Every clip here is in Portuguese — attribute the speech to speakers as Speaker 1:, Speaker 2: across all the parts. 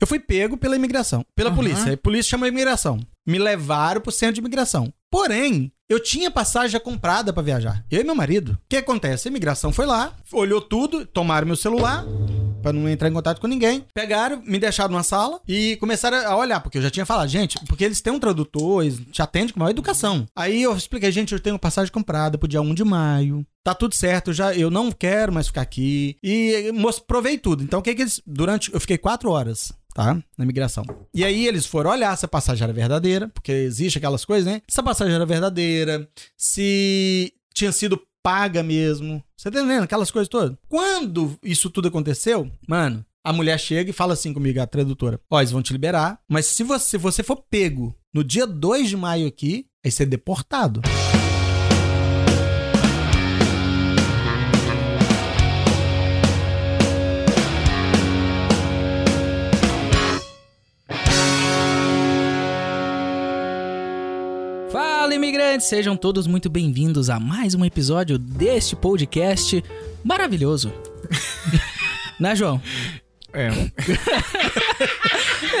Speaker 1: Eu fui pego pela imigração, pela
Speaker 2: Aham.
Speaker 1: polícia. A polícia chamou a imigração. Me levaram pro centro de imigração. Porém, eu tinha passagem já comprada pra viajar. Eu e meu marido. O que acontece? A imigração foi lá, olhou tudo, tomaram meu celular. Pra não entrar em contato com ninguém. Pegaram, me deixaram numa sala e começaram a olhar, porque eu já tinha falado, gente, porque eles têm um tradutor, eles te atendem com maior educação. Aí eu expliquei, gente, eu tenho passagem comprada pro dia 1 de maio. Tá tudo certo, já eu não quero mais ficar aqui. E mos- provei tudo. Então o que que eles. Durante. Eu fiquei quatro horas tá? Na migração. E aí eles foram olhar se a passagem era verdadeira, porque existe aquelas coisas, né? Se a passagem era verdadeira, se tinha sido paga mesmo. Você tá entendendo? Aquelas coisas todas. Quando isso tudo aconteceu, mano, a mulher chega e fala assim comigo, a tradutora: Ó, eles vão te liberar, mas se você, se você for pego no dia 2 de maio aqui, aí você é deportado.
Speaker 2: Fala, imigrantes! Sejam todos muito bem-vindos a mais um episódio deste podcast maravilhoso. né, João?
Speaker 3: É.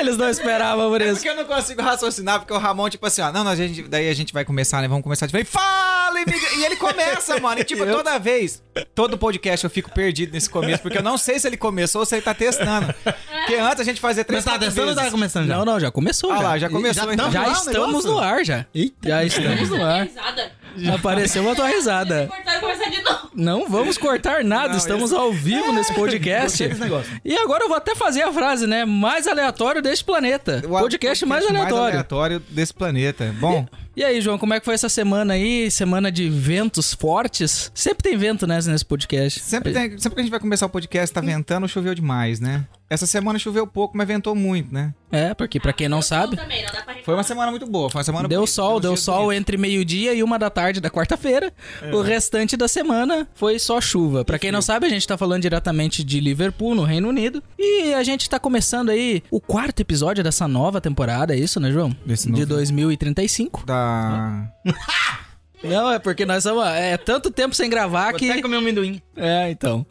Speaker 2: Eles não esperavam por
Speaker 3: É
Speaker 2: isso.
Speaker 3: porque eu não consigo raciocinar, porque o Ramon, tipo assim, ó, não, não, a gente, daí a gente vai começar, né? Vamos começar de vez. Fala, imigra... E ele começa, mano. E tipo, toda vez, todo podcast eu fico perdido nesse começo, porque eu não sei se ele começou ou se ele tá testando. Porque antes a gente fazia três
Speaker 1: Mas tá
Speaker 3: quatro
Speaker 1: testando ou
Speaker 3: vezes.
Speaker 1: tá começando já?
Speaker 2: Não, não, já começou.
Speaker 3: Ah
Speaker 2: já.
Speaker 3: lá, já começou.
Speaker 1: já
Speaker 3: então.
Speaker 1: tamo-
Speaker 2: Já tá
Speaker 1: lá
Speaker 2: né?
Speaker 1: o
Speaker 2: estamos
Speaker 1: negócio?
Speaker 2: no ar, já.
Speaker 1: Eita.
Speaker 2: Já estamos no
Speaker 1: é?
Speaker 2: ar.
Speaker 4: risada.
Speaker 2: Apareceu a tua risada.
Speaker 4: Cortaram começar de novo.
Speaker 2: Não vamos cortar nada,
Speaker 3: Não,
Speaker 2: estamos ao vivo nesse podcast.
Speaker 1: Gostei desse negócio.
Speaker 2: E agora eu vou até fazer a frase, né? Mais aleatório deste planeta.
Speaker 3: O
Speaker 2: podcast mais
Speaker 3: é mais
Speaker 2: aleatório.
Speaker 3: aleatório desse planeta. Bom,
Speaker 2: E aí, João, como é que foi essa semana aí? Semana de ventos fortes? Sempre tem vento, né, nesse podcast.
Speaker 3: sempre, tem- sempre que a gente vai começar o podcast, tá ventando, choveu demais, né? Essa semana choveu pouco, mas ventou muito, né?
Speaker 2: É, porque pra quem não sabe,
Speaker 4: Também, não dá pra reclamar.
Speaker 3: Foi uma semana muito boa, foi uma semana
Speaker 2: deu
Speaker 3: bonita,
Speaker 2: sol,
Speaker 3: uns
Speaker 2: deu
Speaker 3: dias
Speaker 2: sol
Speaker 3: bonitos.
Speaker 2: entre meio-dia e uma da tarde da quarta-feira. O restante da semana foi só chuva. Pra quem não sabe, a gente tá falando diretamente de Liverpool, no Reino Unido. E a gente tá começando aí o quarto episódio dessa nova temporada, é isso, né, João?
Speaker 3: Desse
Speaker 2: de
Speaker 3: novo-
Speaker 2: 2035.
Speaker 3: Da.
Speaker 2: Não, é porque nós estamos. É tanto tempo sem gravar
Speaker 1: Vou até
Speaker 2: que.
Speaker 1: comer um amendoim.
Speaker 2: É, então.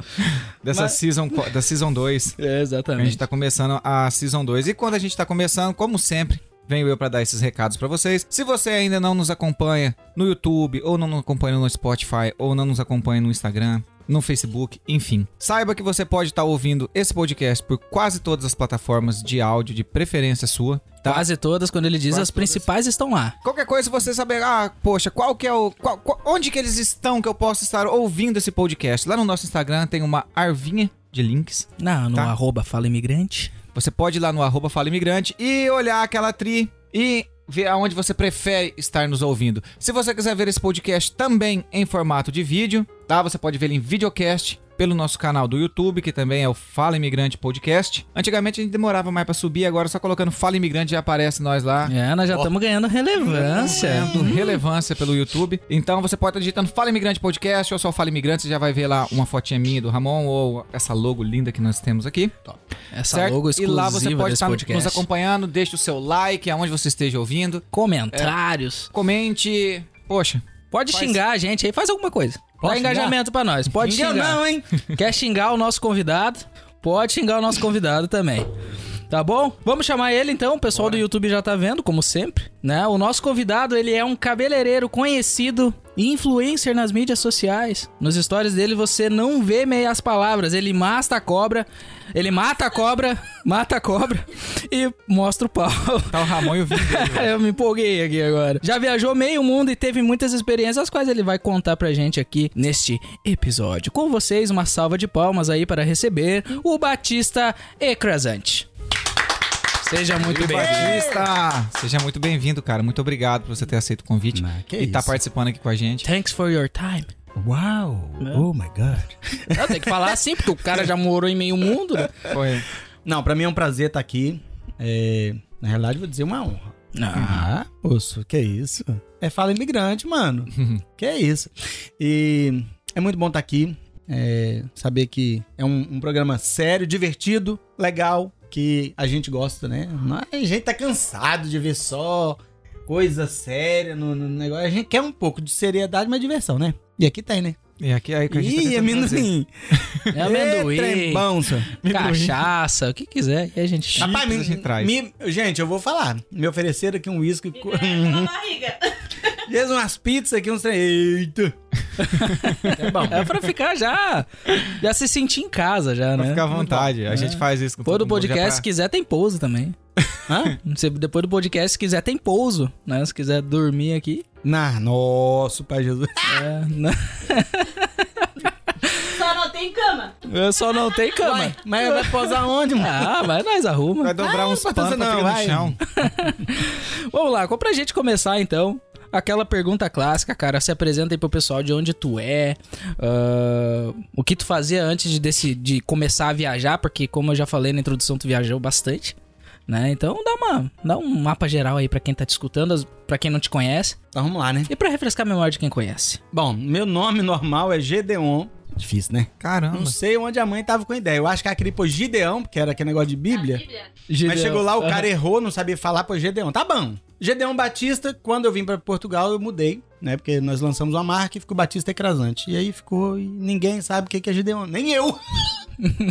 Speaker 3: Dessa season, qu- da season 2.
Speaker 2: É,
Speaker 3: A gente
Speaker 2: exatamente.
Speaker 3: tá começando a Season 2. E quando a gente tá começando, como sempre, venho eu pra dar esses recados pra vocês. Se você ainda não nos acompanha no YouTube, ou não nos acompanha no Spotify, ou não nos acompanha no Instagram, no Facebook, enfim. Saiba que você pode estar ouvindo esse podcast por quase todas as plataformas de áudio de preferência sua. Tá?
Speaker 2: Quase todas, quando ele diz,
Speaker 3: Quase
Speaker 2: as principais estão lá.
Speaker 3: Qualquer coisa você saber, ah, poxa, qual que é o. qual- qual- onde que eles estão que eu posso estar ouvindo esse podcast? Lá no nosso Instagram tem uma arvinha de links.
Speaker 2: Não, no
Speaker 3: Tá.
Speaker 2: arroba Fala Imigrante.
Speaker 3: Você pode ir lá no arroba Fala Imigrante e olhar aquela tri e ver aonde você prefere estar nos ouvindo. Se você quiser ver esse podcast também em formato de vídeo, tá? Você pode ver ele em videocast pelo nosso canal do YouTube, que também é o Fala Imigrante Podcast. Antigamente a gente demorava mais pra subir, agora só colocando Fala Imigrante já aparece nós lá.
Speaker 2: É, nós já estamos ganhando relevância.
Speaker 3: Sendo relevância pelo YouTube. Então você pode estar digitando Fala Imigrante Podcast ou só Fala Imigrante, você já vai ver lá uma fotinha minha do Ramon ou essa logo linda que nós temos aqui
Speaker 2: Essa
Speaker 1: Tá
Speaker 3: certo?
Speaker 2: logo exclusiva
Speaker 3: e lá você pode
Speaker 2: desse
Speaker 3: estar nos
Speaker 2: podcast.
Speaker 3: acompanhando, deixa o seu like aonde você esteja ouvindo,
Speaker 2: Comentários.
Speaker 3: comente. Poxa,
Speaker 2: É. Pode
Speaker 3: Faz-
Speaker 2: xingar a gente aí, faz alguma coisa. Dá
Speaker 3: Pode xingar?
Speaker 2: engajamento pra nós. Pode
Speaker 1: Xinga
Speaker 2: xingar.
Speaker 1: não, hein?
Speaker 2: Quer xingar o nosso convidado? Pode xingar o nosso convidado também. Tá bom? Vamos chamar ele então, o pessoal do YouTube já tá vendo, como sempre, né? O nosso convidado, ele é um cabeleireiro conhecido e influencer nas mídias sociais. Nos stories dele você não vê meias palavras, ele mata a cobra, ele mata a cobra, mata a cobra e mostra o pau.
Speaker 3: tá o Ramon e o Vini. dele.
Speaker 2: Eu me empolguei aqui agora. Já viajou meio mundo e teve muitas experiências, as quais ele vai contar pra gente aqui neste episódio. Com vocês, uma salva de palmas aí para receber o Batista Ecrasante. Seja muito
Speaker 3: E o
Speaker 2: bem-vindo.
Speaker 3: Batista! Seja muito bem-vindo, cara. Muito obrigado por você ter aceito o convite
Speaker 1: Ah, que
Speaker 3: e estar
Speaker 1: isso.
Speaker 3: participando aqui com a gente.
Speaker 2: Thanks for your time.
Speaker 1: Uau! Oh my god.
Speaker 2: Não, tem que falar assim, porque o cara já morou em meio mundo, né?
Speaker 3: Foi.
Speaker 1: Não, pra mim é um prazer estar aqui. É, na realidade, vou dizer uma honra. Ah, moço, que isso? É fala imigrante, mano. que isso? E é muito bom estar aqui. é, saber que é um, um programa sério, divertido, legal, que a gente gosta, né? Mas a gente tá cansado de ver só coisa séria no, no negócio. A gente quer um pouco de seriedade, mas diversão, né? E aqui tem, né?
Speaker 3: E aqui aí que a gente tá
Speaker 1: Ih,
Speaker 3: tentando fazer.
Speaker 1: amendoim.
Speaker 2: É
Speaker 1: Ê,
Speaker 2: amendoim,
Speaker 1: trembão, senhor.
Speaker 2: cachaça, o que quiser. E a gente...
Speaker 1: Rapaz,
Speaker 3: a gente traz.
Speaker 1: me- gente, eu vou falar. Me ofereceram aqui um uísque. co-
Speaker 4: Na barriga.
Speaker 1: Fez umas pizzas aqui, uns trem. Eita!
Speaker 2: É, bom. é pra ficar já... Já se sentir em casa, já,
Speaker 3: Pra
Speaker 2: né?
Speaker 3: ficar à vontade. A gente faz isso com
Speaker 2: Depois do
Speaker 3: todo mundo, já
Speaker 2: podcast, se
Speaker 3: pra-
Speaker 2: quiser, tem pouso também. Hã? Se- Depois do podcast, se quiser, tem pouso, né? Se quiser dormir aqui.
Speaker 1: Na, nossa, Pai Jesus.
Speaker 2: É, não-
Speaker 4: Só não tem cama.
Speaker 2: eu só não tem cama.
Speaker 1: Uai, mas vai posar onde, mano?
Speaker 2: Ah, mas nós arruma.
Speaker 3: Vai dobrar uns
Speaker 1: Patrícia,
Speaker 3: panos pra
Speaker 1: não,
Speaker 3: ficar no
Speaker 1: vai.
Speaker 3: chão.
Speaker 2: Vamos lá, pra gente começar então. Aquela pergunta clássica, cara, se apresenta aí pro pessoal de onde tu é, ah, o que tu fazia antes de, desse, de começar a viajar, porque como eu já falei na introdução, tu viajou bastante, né? Então dá, uma, dá um mapa geral aí pra quem tá te escutando, as- pra quem não te conhece,
Speaker 1: Então vamos lá, né?
Speaker 2: e pra refrescar a memória de quem conhece.
Speaker 1: Bom, meu nome normal é Gedeon. Difícil, né? Não
Speaker 3: Caramba.
Speaker 1: sei onde a mãe tava com a ideia. Eu acho que ela queria pôr Gideão, porque era aquele negócio de Bíblia.
Speaker 4: Bíblia.
Speaker 1: Mas chegou lá, o cara errou, não sabia falar, pô, Gedeon. Tá bom. Gedeon Batista, quando eu vim pra Portugal, eu mudei, né? Porque nós lançamos uma marca e ficou Batista e Crasante. E aí ficou, e ninguém sabe o que que é Gedeon. Nem eu!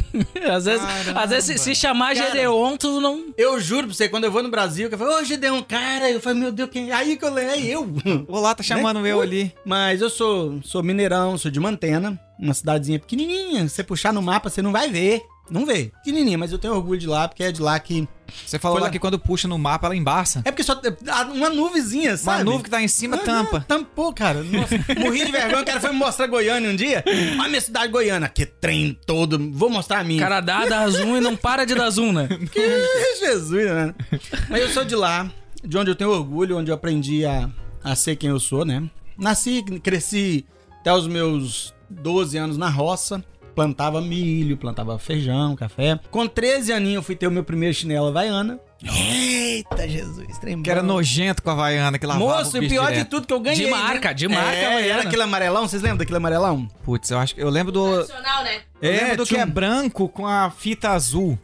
Speaker 2: Às vezes,
Speaker 3: Caramba.
Speaker 2: às vezes se- se chamar
Speaker 1: Cara.
Speaker 2: Gedeon, tu não.
Speaker 1: Eu juro pra você, quando eu vou no Brasil, que eu falo, ô Gedeon, cara, eu falo, meu Deus, quem. Aí que eu leio, é eu.
Speaker 3: Olá, tá chamando eu ali.
Speaker 1: Mas eu sou, sou mineirão, sou de Mantena, uma cidadezinha pequenininha. Se você puxar no mapa, você não vai ver. Não vê. Pequenininha, mas eu tenho orgulho de lá, porque é de lá que.
Speaker 3: Você falou
Speaker 1: Foi
Speaker 3: lá
Speaker 1: lá.
Speaker 3: que quando puxa no mapa, ela embaça.
Speaker 1: É porque só. Uma nuvezinha, sabe?
Speaker 3: Uma nuvem que tá em cima
Speaker 1: Ah,
Speaker 3: tampa.
Speaker 1: não, Tampou, cara. Nossa, morri de vergonha. O cara foi me mostrar Goiânia um dia. Olha a minha cidade goiana. Que trem todo. Vou mostrar a minha.
Speaker 2: Cara dá, dá zoom e não para de dar zoom, né?
Speaker 1: Que Jesus, né? Mas eu sou de lá, de onde eu tenho orgulho, onde eu aprendi a, a ser quem eu sou, né? Nasci, cresci até os meus 12 anos na roça. Plantava milho, plantava feijão, café. Com 13 aninhos eu fui ter o meu primeiro chinelo havaiana. Eita, Jesus, trem
Speaker 3: Que era
Speaker 1: bom.
Speaker 3: nojento com a Havaiana que lavava
Speaker 1: Moço,
Speaker 3: o
Speaker 1: e
Speaker 3: bicho
Speaker 1: pior de
Speaker 3: direto.
Speaker 1: tudo que eu ganhei.
Speaker 2: De marca,
Speaker 1: né?
Speaker 2: de marca,
Speaker 1: É,
Speaker 2: Havaiana.
Speaker 1: era aquele amarelão, vocês lembram daquele amarelão?
Speaker 3: Putz, eu acho que eu lembro do.
Speaker 4: Tradicional, né?
Speaker 3: Eu lembro do que
Speaker 1: tinha
Speaker 3: é
Speaker 1: um-
Speaker 3: branco com a fita azul.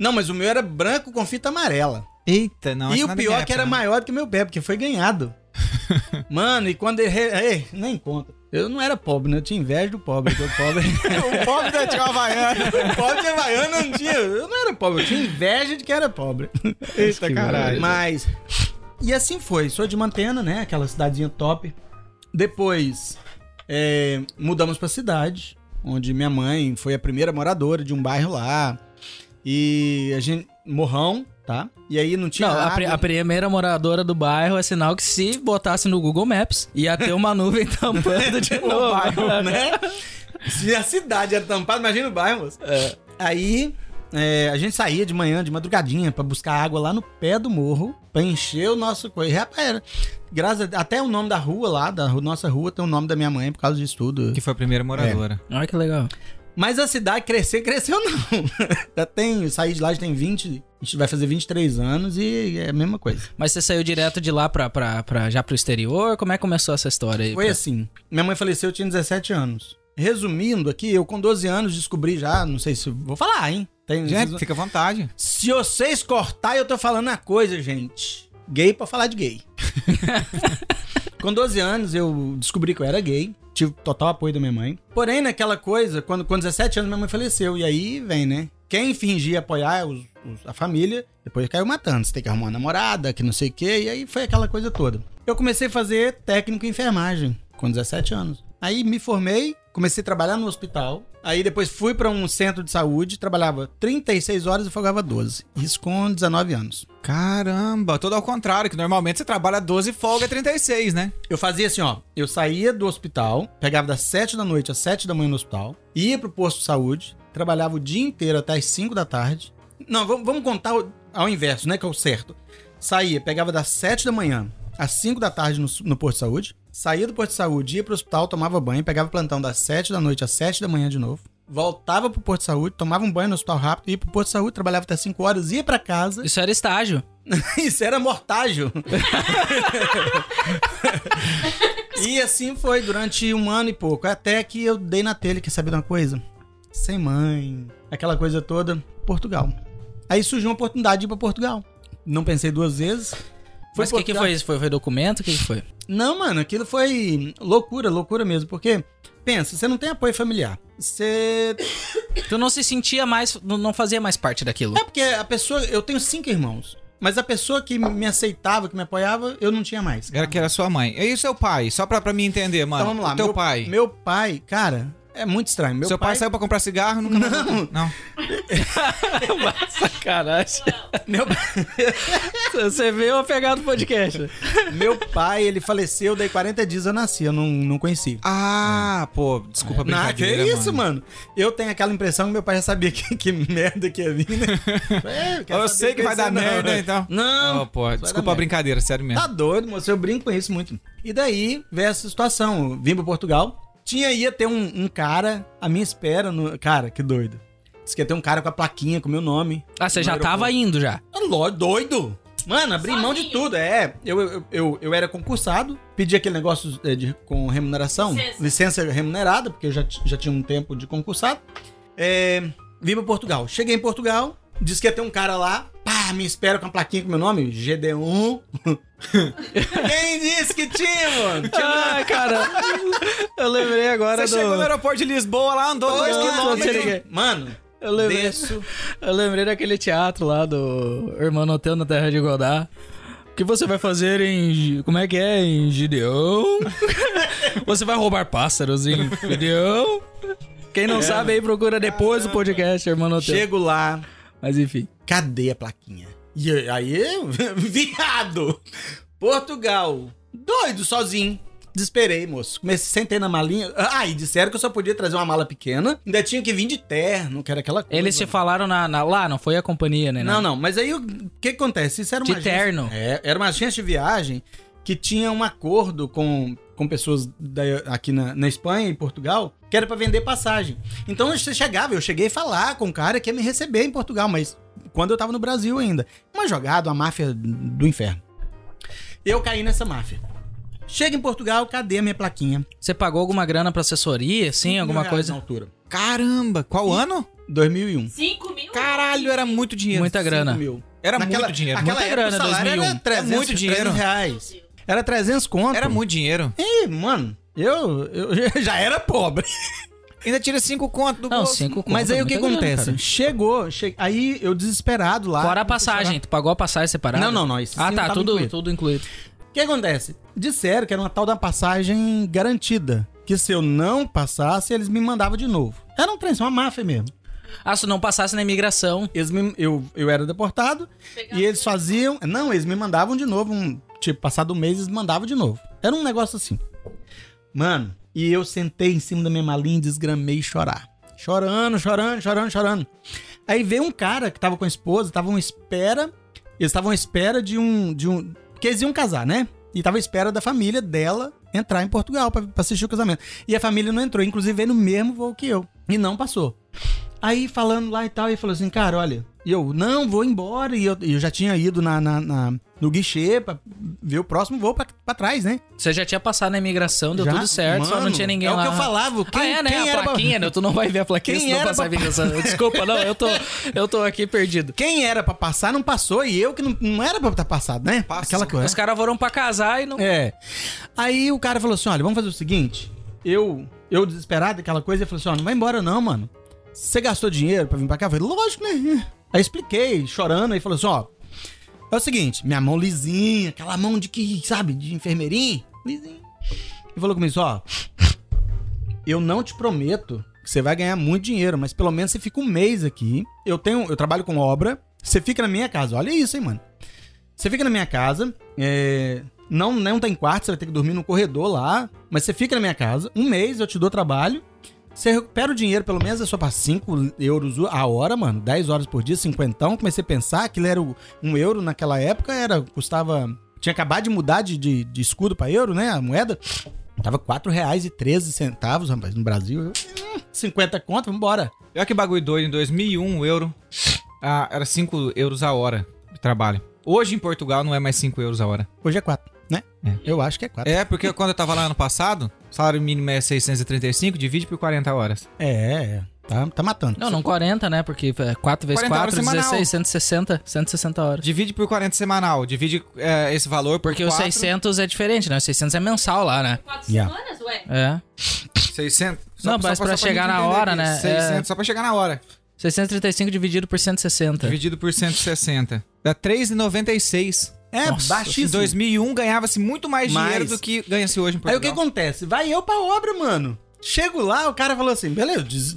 Speaker 1: Não, mas o meu era branco com fita amarela.
Speaker 3: Eita, não.
Speaker 1: e
Speaker 3: essa
Speaker 1: o
Speaker 3: não é da minha
Speaker 1: pior é que
Speaker 3: época,
Speaker 1: era
Speaker 3: né?
Speaker 1: maior do que meu pé, porque foi ganhado. Mano, e quando ele. re- Ei, nem conta. Eu não era pobre, né? Eu tinha inveja do pobre. Porque o pobre.
Speaker 3: O pobre da tia Havaiana.
Speaker 1: o pobre de Havaiana não tinha. Eu não era pobre, eu tinha inveja de que era pobre.
Speaker 3: Eita, caralho.
Speaker 1: Mas. E assim foi. Sou de Mantena, né? Aquela cidadezinha top. Depois. é, mudamos pra cidade, onde minha mãe foi a primeira moradora de um bairro lá. E a gente. Morrão, tá? E aí não tinha.
Speaker 2: Não, a,
Speaker 1: água.
Speaker 2: pri- a primeira moradora do bairro é sinal que se botasse no Google Maps, ia ter uma nuvem tampando de
Speaker 1: O
Speaker 2: novo.
Speaker 1: bairro, né? Se a cidade era tampada, imagina o bairro, moço. Aí é, a gente saía de manhã, de madrugadinha, pra buscar água lá no pé do morro, pra encher o nosso coisa. Rapaz, era- graças a- até o nome da rua lá, da ru- nossa rua, tem o nome da minha mãe por causa disso tudo.
Speaker 3: Que foi a primeira moradora.
Speaker 2: Olha que legal.
Speaker 1: Mas a cidade crescer, cresceu não. já tem, eu saí de lá, já tem 20, a gente vai fazer 23 anos e é a mesma coisa.
Speaker 2: Mas você saiu direto de lá pra, pra, pra- já pro exterior? Como é que começou essa história aí?
Speaker 1: Foi assim. Minha mãe faleceu, eu tinha 17 anos. Resumindo aqui, eu com 12 anos descobri já, não sei se vou falar, hein? Tem, vocês
Speaker 3: Gente, fica à vontade.
Speaker 1: Se vocês cortar, eu tô falando uma coisa, gente. Gay pra falar de gay. Com 12 anos, eu descobri que eu era gay. Tive total apoio da minha mãe. Porém, naquela coisa, quando com 17 anos, minha mãe faleceu. E aí vem, né? Quem fingia apoiar os- os- a família, depois caiu matando. Você tem que arrumar uma namorada, que não sei o quê. E aí foi aquela coisa toda. Eu comecei a fazer técnico em enfermagem com 17 anos. Aí me formei, comecei a trabalhar no hospital. Aí depois fui pra um centro de saúde, trabalhava 36 horas e folgava 12. Isso com 19 anos.
Speaker 3: Caramba, todo ao contrário, que normalmente você trabalha 12 e folga 36, né?
Speaker 1: Eu fazia assim, ó. Eu saía do hospital, pegava das 7 da noite às 7 da manhã no hospital, ia pro posto de saúde, trabalhava o dia inteiro até as 5 da tarde. Não, vamos, vamos contar o- ao inverso, né? Que é o certo. Saía, pegava das 7 da manhã às 5 da tarde no, no posto de saúde, saía do posto de saúde, ia pro hospital, tomava banho, pegava plantão das 7 da noite às 7 da manhã de novo. Voltava pro posto de saúde, tomava um banho no hospital rápido, ia pro posto de saúde, trabalhava até 5 horas, ia pra casa.
Speaker 2: Isso era estágio.
Speaker 1: Isso era mortágio. e assim foi durante um ano e pouco. Até que eu dei na telha, quer saber de uma coisa? Sem mãe, aquela coisa toda, Portugal. Aí surgiu uma oportunidade de ir pra Portugal. Não pensei duas vezes. Fui
Speaker 2: Mas o que, que
Speaker 1: Portugal.
Speaker 2: foi isso? Foi, foi documento? O que, que foi?
Speaker 1: Não, mano, aquilo foi loucura, loucura mesmo. Porque Pensa, você não tem apoio familiar. Você.
Speaker 2: Tu não se sentia mais, não não fazia mais parte daquilo.
Speaker 1: É porque a pessoa. Eu tenho cinco irmãos. Mas a pessoa que me aceitava, que me apoiava, eu não tinha mais.
Speaker 3: Era que era sua mãe. E o seu pai? Só pra, pra mim entender, mano.
Speaker 1: então vamos lá.
Speaker 3: O teu
Speaker 1: meu
Speaker 3: pai.
Speaker 1: Meu pai, cara, é muito estranho. Meu
Speaker 3: seu pai... saiu pra comprar cigarro? Nunca mais-
Speaker 1: Não.
Speaker 3: Não.
Speaker 2: Sacanagem.
Speaker 1: meu,
Speaker 2: Você veio a pegar do podcast.
Speaker 1: meu pai, ele faleceu, daí 40 dias eu nasci, eu não, não conheci.
Speaker 3: Ah, pô, desculpa a
Speaker 1: Na, que
Speaker 3: brincadeira,
Speaker 1: isso, mano. Eu tenho aquela impressão que meu pai já sabia que, que merda que ia vir, né? É, quero
Speaker 3: Eu
Speaker 1: saber
Speaker 3: sei que vai dar
Speaker 1: ser, não,
Speaker 3: merda,
Speaker 1: né?
Speaker 3: então. é.
Speaker 1: Não.
Speaker 3: Ô, pô, desculpa a
Speaker 1: merda.
Speaker 3: brincadeira, sério mesmo.
Speaker 1: Tá doido, moço. Eu brinco com isso muito. E daí veio essa situação. Eu Vim pra Portugal. Tinha ia ter um, um cara à minha espera. No... Cara, que doido. Diz que ia ter um cara com a plaquinha com o meu nome.
Speaker 2: Ah, você
Speaker 1: No
Speaker 2: já tava
Speaker 1: aeroporto.
Speaker 2: indo já.
Speaker 1: Ah, ló- Doido! Mano, abri mão de
Speaker 4: Sozinho.
Speaker 1: tudo. É, eu, eu, eu, eu era concursado, pedi aquele negócio é, de, com remuneração, licença,
Speaker 4: Licença.
Speaker 1: remunerada, porque eu já, ti- já tinha um tempo de concursado. É, vim pra Portugal. Cheguei em Portugal, disse que ia ter um cara lá, pá, me espera com a plaquinha com meu nome, GD1. Quem disse que tinha, mano?
Speaker 2: Ah, cara. Eu lembrei agora
Speaker 3: Você chegou no
Speaker 2: do.
Speaker 3: aeroporto de Lisboa lá, andou dois
Speaker 2: Não,
Speaker 3: quilômetros.
Speaker 2: você liga.
Speaker 1: Mano,
Speaker 2: Eu lembrei,
Speaker 1: desço.
Speaker 2: eu lembrei daquele teatro lá do Irmão Hotel na Terra de Godá. O que você vai fazer em. Como é que é? Em Gideão? você vai roubar pássaros em Gideão? Quem não sabe aí procura depois do podcast, Irmão Hotel.
Speaker 1: Chego lá,
Speaker 2: Mas enfim.
Speaker 1: cadê a plaquinha? E aí, viado! Portugal, doido sozinho. Desesperei, moço. Comecei, sentei na malinha. Ah, e disseram que eu só podia trazer uma mala pequena. Ainda tinha que vir de terno, que era aquela coisa.
Speaker 2: Eles se falaram na, na- lá, não foi a companhia, né?
Speaker 1: Não, não, mas aí o que que acontece? Isso era uma
Speaker 2: De
Speaker 1: agência-
Speaker 2: terno.
Speaker 1: É, era uma agência de viagem que tinha um acordo com, com pessoas da- aqui na, na Espanha e Portugal que era pra vender passagem. Então você chegava, eu cheguei a falar com o cara que ia me receber em Portugal, mas quando eu tava no Brasil ainda. Uma jogada, uma máfia do inferno. Eu caí nessa máfia. Chega em Portugal, cadê a minha plaquinha?
Speaker 2: Você pagou alguma grana pra assessoria, assim, alguma
Speaker 1: Mil reais
Speaker 2: coisa?
Speaker 1: Na altura.
Speaker 3: Caramba, qual ano?
Speaker 1: 2001.
Speaker 4: 5 mil?
Speaker 3: Caralho, era muito dinheiro.
Speaker 2: Muita grana.
Speaker 1: Mil.
Speaker 3: Era
Speaker 1: Naquela-
Speaker 3: muito dinheiro.
Speaker 1: Aquela
Speaker 2: Muita
Speaker 1: época,
Speaker 2: grana,
Speaker 1: o salário
Speaker 2: 2001.
Speaker 1: Era 300,
Speaker 3: muito dinheiro.
Speaker 1: 300 reais. Era 300 conto.
Speaker 3: Era muito dinheiro.
Speaker 1: Ih, mano, eu, eu já era pobre.
Speaker 3: Ainda tira cinco conto do
Speaker 2: Não,
Speaker 3: bolso.
Speaker 2: cinco conto
Speaker 1: Mas aí
Speaker 2: é
Speaker 1: o que
Speaker 2: muita grana,
Speaker 1: acontece?
Speaker 2: cara.
Speaker 1: Chegou, che- aí eu desesperado lá.
Speaker 2: Fora a passagem, tu pagou a passagem separada?
Speaker 1: Não, não, não, isso
Speaker 2: ah,
Speaker 1: sim,
Speaker 2: tá,
Speaker 1: tava
Speaker 2: tudo
Speaker 1: incluído.
Speaker 2: incluído. tudo incluído.
Speaker 1: O que acontece? Disseram que era uma tal da passagem garantida. Que se eu não passasse, eles me mandavam de novo. Era um trem, uma máfia mesmo.
Speaker 2: Ah, se tu não passasse na imigração,
Speaker 1: Eles me- eu, eu era deportado
Speaker 4: Pegava
Speaker 1: e eles faziam. Não, eles me mandavam de novo. um- tipo, passado um mês, eles mandavam de novo. Era um negócio assim. Mano, e eu sentei em cima da minha malinha, desgramei e chorar. Chorando, chorando, chorando, chorando. Aí veio um cara que tava com a esposa, tava à espera. Eles estavam à espera de um, de um. Porque eles iam casar, né? E tava à espera da família dela entrar em Portugal pra, pra assistir o casamento. E a família não entrou, inclusive veio no mesmo voo que eu. E não passou. Aí falando lá e tal, ele falou assim, cara, olha, e eu não vou embora. E eu, e eu já tinha ido na, na- na- no guichê pra ver o próximo voo pra, pra trás, né?
Speaker 2: você já tinha passado na imigração, deu
Speaker 1: Já?
Speaker 2: tudo certo, só não
Speaker 1: Mano,
Speaker 2: tinha ninguém
Speaker 1: é
Speaker 2: lá.
Speaker 1: o que eu falava. Quem,
Speaker 2: ah, é, né?
Speaker 1: quem
Speaker 2: a
Speaker 1: era pra-
Speaker 2: plaquinha, né? Tu não vai ver a plaquinha
Speaker 1: Quem
Speaker 2: se não
Speaker 1: era
Speaker 2: passar a
Speaker 1: pra-
Speaker 2: imigração. Desculpa, não, eu tô, eu tô aqui perdido.
Speaker 1: Quem era pra passar não passou e eu que não, não era pra estar passado, né?
Speaker 3: Passa,
Speaker 1: Aquela coisa.
Speaker 2: Os caras foram pra casar e não...
Speaker 1: É. Aí o cara falou assim: olha, vamos fazer o seguinte. Eu, eu desesperado, aquela coisa, ele falou assim: ó, não vai embora não, mano. Você gastou dinheiro pra vir pra cá? Eu falei, lógico, né? Aí eu expliquei, chorando, aí falou assim: ó, é o seguinte, minha mão lisinha, aquela mão de que, sabe, de enfermeirinho, lisinha. Ele falou comigo assim: ó, eu não te prometo que você vai ganhar muito dinheiro, mas pelo menos você fica um mês aqui. Eu tenho, eu trabalho com obra, você fica na minha casa. Olha isso, hein, mano. Você fica na minha casa, é, não, não tem quarto, você vai ter que dormir no corredor lá, mas você fica na minha casa, um mês eu te dou trabalho, você recupera o dinheiro, pelo menos é só pra 5 euros a hora, mano, 10 horas por dia, cinquentão, comecei a pensar, aquilo era o- um euro naquela época, era, custava, tinha acabado de mudar de, de, de escudo pra euro, né, a moeda, tava 4 reais e 13 centavos, rapaz, no Brasil, eu, hum, 50 conto, vambora.
Speaker 3: Olha que bagulho doido, em 2001, o um euro ah, era 5 euros a hora de trabalho. Hoje em Portugal não é mais 5 euros a hora.
Speaker 1: Hoje é 4, né?
Speaker 3: É.
Speaker 1: Eu acho que é 4.
Speaker 3: É, porque quando eu tava lá ano passado, o salário mínimo é 635, divide por 40 horas.
Speaker 1: É, é, é. Tá, tá matando.
Speaker 2: Não, não 40, né? Porque 4 vezes
Speaker 3: 40
Speaker 1: é
Speaker 3: horas
Speaker 2: 4,
Speaker 3: semanal.
Speaker 2: 16, 160, 160 horas.
Speaker 3: Divide por 40 semanal. Divide é, esse valor por
Speaker 2: Porque os
Speaker 3: quatro.
Speaker 2: 600 é diferente, né? Os 600 é mensal lá, né?
Speaker 4: Quatro
Speaker 1: Yeah.
Speaker 4: semanas, ué?
Speaker 2: É.
Speaker 3: 600.
Speaker 2: Não, mas pra
Speaker 3: gente
Speaker 2: chegar na
Speaker 3: entender
Speaker 2: hora,
Speaker 3: aqui,
Speaker 2: né?
Speaker 3: 600,
Speaker 2: É.
Speaker 3: Só pra chegar na hora.
Speaker 2: 635 dividido por 160.
Speaker 3: Dividido por 160. Dá 3,96.
Speaker 1: É
Speaker 2: Nossa,
Speaker 3: Em
Speaker 1: baixíssimo.
Speaker 3: 2001 ganhava-se muito mais dinheiro
Speaker 1: Mais.
Speaker 3: do que ganha-se hoje em
Speaker 1: Aí
Speaker 3: Portugal.
Speaker 1: o que acontece? Vai eu pra obra, mano. Chego lá, o cara falou assim, beleza, des...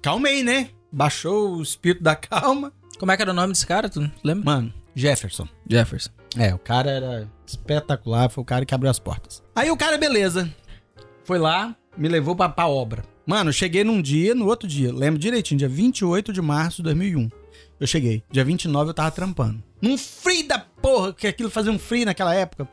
Speaker 1: calmei, né? Baixou o espírito da calma.
Speaker 2: Como é que era o nome desse cara? Tu lembra?
Speaker 1: Mano, Jefferson.
Speaker 2: Jefferson.
Speaker 1: É, o cara era espetacular, foi o cara que abriu as portas. Aí o cara, beleza. Foi lá, me levou pra, pra obra. Mano, eu cheguei num dia, no outro dia, lembro direitinho, dia 28 de março de 2001. Eu cheguei. Dia 29 eu tava trampando. Num frio da porra, que aquilo fazia um frio naquela época.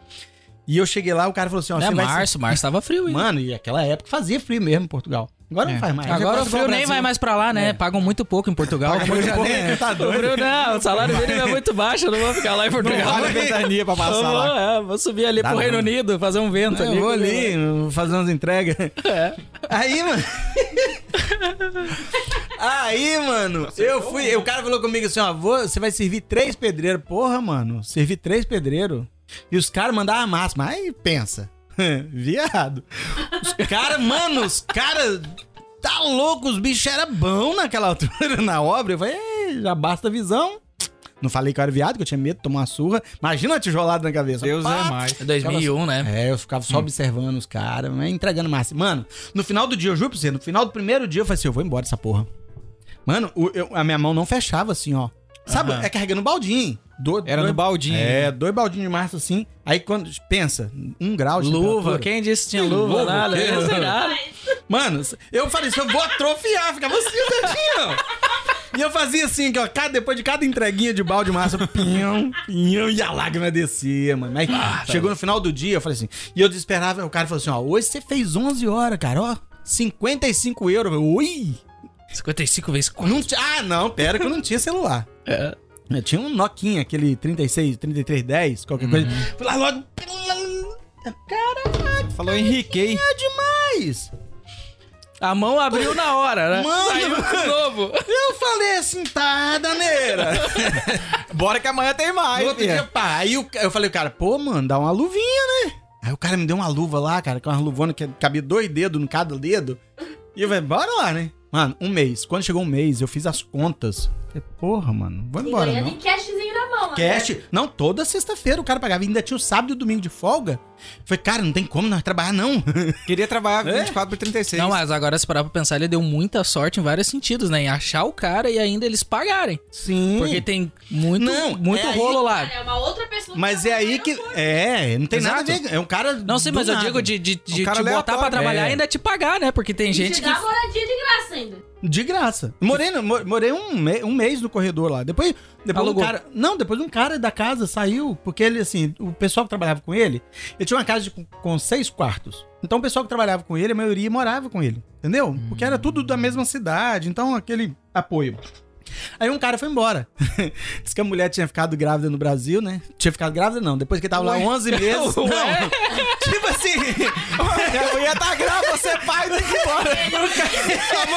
Speaker 1: E eu cheguei lá, o cara falou assim, ó,
Speaker 2: Não é
Speaker 1: você vai...
Speaker 2: março, março tava frio, hein?
Speaker 1: Mano, e aquela época fazia frio mesmo em Portugal. Agora
Speaker 3: É.
Speaker 1: não faz mais.
Speaker 2: Agora
Speaker 1: Já
Speaker 2: o
Speaker 1: passou
Speaker 2: frio
Speaker 1: ao
Speaker 2: nem
Speaker 1: Brasil. É.
Speaker 2: vai mais pra lá, né? Pagam muito pouco em Portugal.
Speaker 1: Pagam muito
Speaker 2: Já
Speaker 1: pouco,
Speaker 2: nem-
Speaker 1: tá doido?
Speaker 2: O frio, não, o salário mínimo é muito baixo, eu não vou ficar lá em Portugal.
Speaker 3: Olha a ventania pra
Speaker 2: Eu
Speaker 3: passar
Speaker 2: vou,
Speaker 3: lá.
Speaker 2: é, vou subir ali
Speaker 1: Dá
Speaker 2: pro
Speaker 1: não.
Speaker 2: Reino Unido, fazer um vento ali.
Speaker 1: Eu vou ali fazer umas entregas.
Speaker 2: É.
Speaker 1: Aí, mano. Aí, mano, eu fui. O cara falou comigo assim: ó, vou- você vai servir três pedreiros. Porra, mano, servir três pedreiros. E os caras mandaram a máxima. Aí pensa. Viado. Os caras, mano, os caras. Tá louco, os bichos eram bons naquela altura na obra. Eu falei, "Ei, já basta a visão. Não falei que eu era viado, que eu tinha medo de tomar uma surra. Imagina uma tijolada na cabeça.
Speaker 3: Deus
Speaker 1: Pá,
Speaker 3: é mais.
Speaker 2: É 2001, né?
Speaker 1: é, eu ficava só observando os caras, mas entregando massa. Mano, no final do dia, eu juro pra você, no final do primeiro dia eu falei assim, eu vou embora dessa porra. Mano, o- eu- a minha mão não fechava assim, ó. Sabe,
Speaker 2: Aham.
Speaker 1: é carregando baldinho. Do,
Speaker 3: Era
Speaker 1: dois-
Speaker 3: no baldinho.
Speaker 1: É, dois baldinhos de massa assim. Aí quando, pensa, um grau de
Speaker 2: Luva, Hum,
Speaker 1: temperatura.
Speaker 2: quem disse que tinha luva?
Speaker 1: luva, né?
Speaker 2: Nada,
Speaker 1: que-
Speaker 2: não sei nada.
Speaker 1: Mano, eu falei assim, eu vou atrofiar, ficava assim o dedinho, ó. E eu fazia assim, que ó, cada, depois de cada entreguinha de balde de massa, pinhão, pinhão, e a lágrima descia, mano. Mas chegou no final do dia, eu falei assim, e eu desesperava, o cara falou assim, ó, hoje você fez 11 horas, cara, ó, 55 euros. Eu falei, Ui!
Speaker 2: 55 vezes 4.
Speaker 1: Não ti- ah, não, pera que eu não tinha celular.
Speaker 2: É.
Speaker 1: Eu tinha um Nokia, aquele 36, 3310, qualquer coisa. Fui lá logo,
Speaker 3: Falou Henriquei.
Speaker 1: é demais!
Speaker 2: A mão abriu na hora, né?
Speaker 1: Mano,
Speaker 2: Saiu de novo.
Speaker 1: Eu falei assim, tá, daneira.
Speaker 3: Bora que amanhã tem mais.
Speaker 1: No outro
Speaker 3: fia.
Speaker 1: dia, pá, aí eu, eu falei, cara, pô, mano, dá uma luvinha, né? Aí o cara me deu uma luva lá, cara, que é uma luvona que cabia dois dedos no cada dedo. E eu falei, bora lá, né? Mano, um mês. Quando chegou um mês, eu fiz as contas. Falei, porra, mano, vou
Speaker 4: E
Speaker 1: embora,
Speaker 4: ganhando
Speaker 1: não.
Speaker 4: em cashzinho na mão, né?
Speaker 1: Cash, não, toda sexta-feira o cara pagava. Ainda tinha o sábado e o domingo de folga. Falei, cara, não tem como nós trabalhar, não.
Speaker 3: Queria trabalhar 24 por 36.
Speaker 2: Não, mas agora se parar pra pensar, ele deu muita sorte em vários sentidos, né? Em achar o cara e ainda eles pagarem.
Speaker 1: Sim.
Speaker 2: Porque tem muito,
Speaker 1: Hum. Não,
Speaker 2: muito
Speaker 1: é aí-
Speaker 2: rolo
Speaker 4: Cara,
Speaker 2: lá.
Speaker 4: é uma outra pessoa
Speaker 1: Mas é
Speaker 4: trabalha
Speaker 1: aí
Speaker 4: no
Speaker 1: que.
Speaker 4: aeroporto.
Speaker 1: É, não tem nada a
Speaker 2: Exato.
Speaker 1: ver. É um cara.
Speaker 2: Não, sim,
Speaker 1: do
Speaker 2: mas eu
Speaker 1: nada.
Speaker 2: digo de, de, de
Speaker 3: O cara
Speaker 2: te botar
Speaker 3: aleatório.
Speaker 2: pra trabalhar
Speaker 1: É.
Speaker 2: e ainda te pagar, né? Porque tem
Speaker 4: E
Speaker 2: gente
Speaker 4: te
Speaker 2: que.
Speaker 4: dá moradia de graça ainda.
Speaker 1: De graça. Morei, no- mo- morei um, me- um mês no corredor lá. Depois, depois um
Speaker 2: Alugou.
Speaker 1: cara. Não, depois um cara da casa saiu, porque ele, assim, o pessoal que trabalhava com ele, ele tinha uma casa de- com, com seis quartos. Então o pessoal que trabalhava com ele, a maioria morava com ele. Entendeu? Porque era tudo da mesma cidade, então aquele apoio. Aí um cara foi embora. Diz que a mulher tinha ficado grávida no Brasil, né? Tinha ficado grávida, não. Depois que tava lá 11 meses. Não. Tipo assim.
Speaker 3: Eu ia estar grávida, você é pai, tem que ir embora.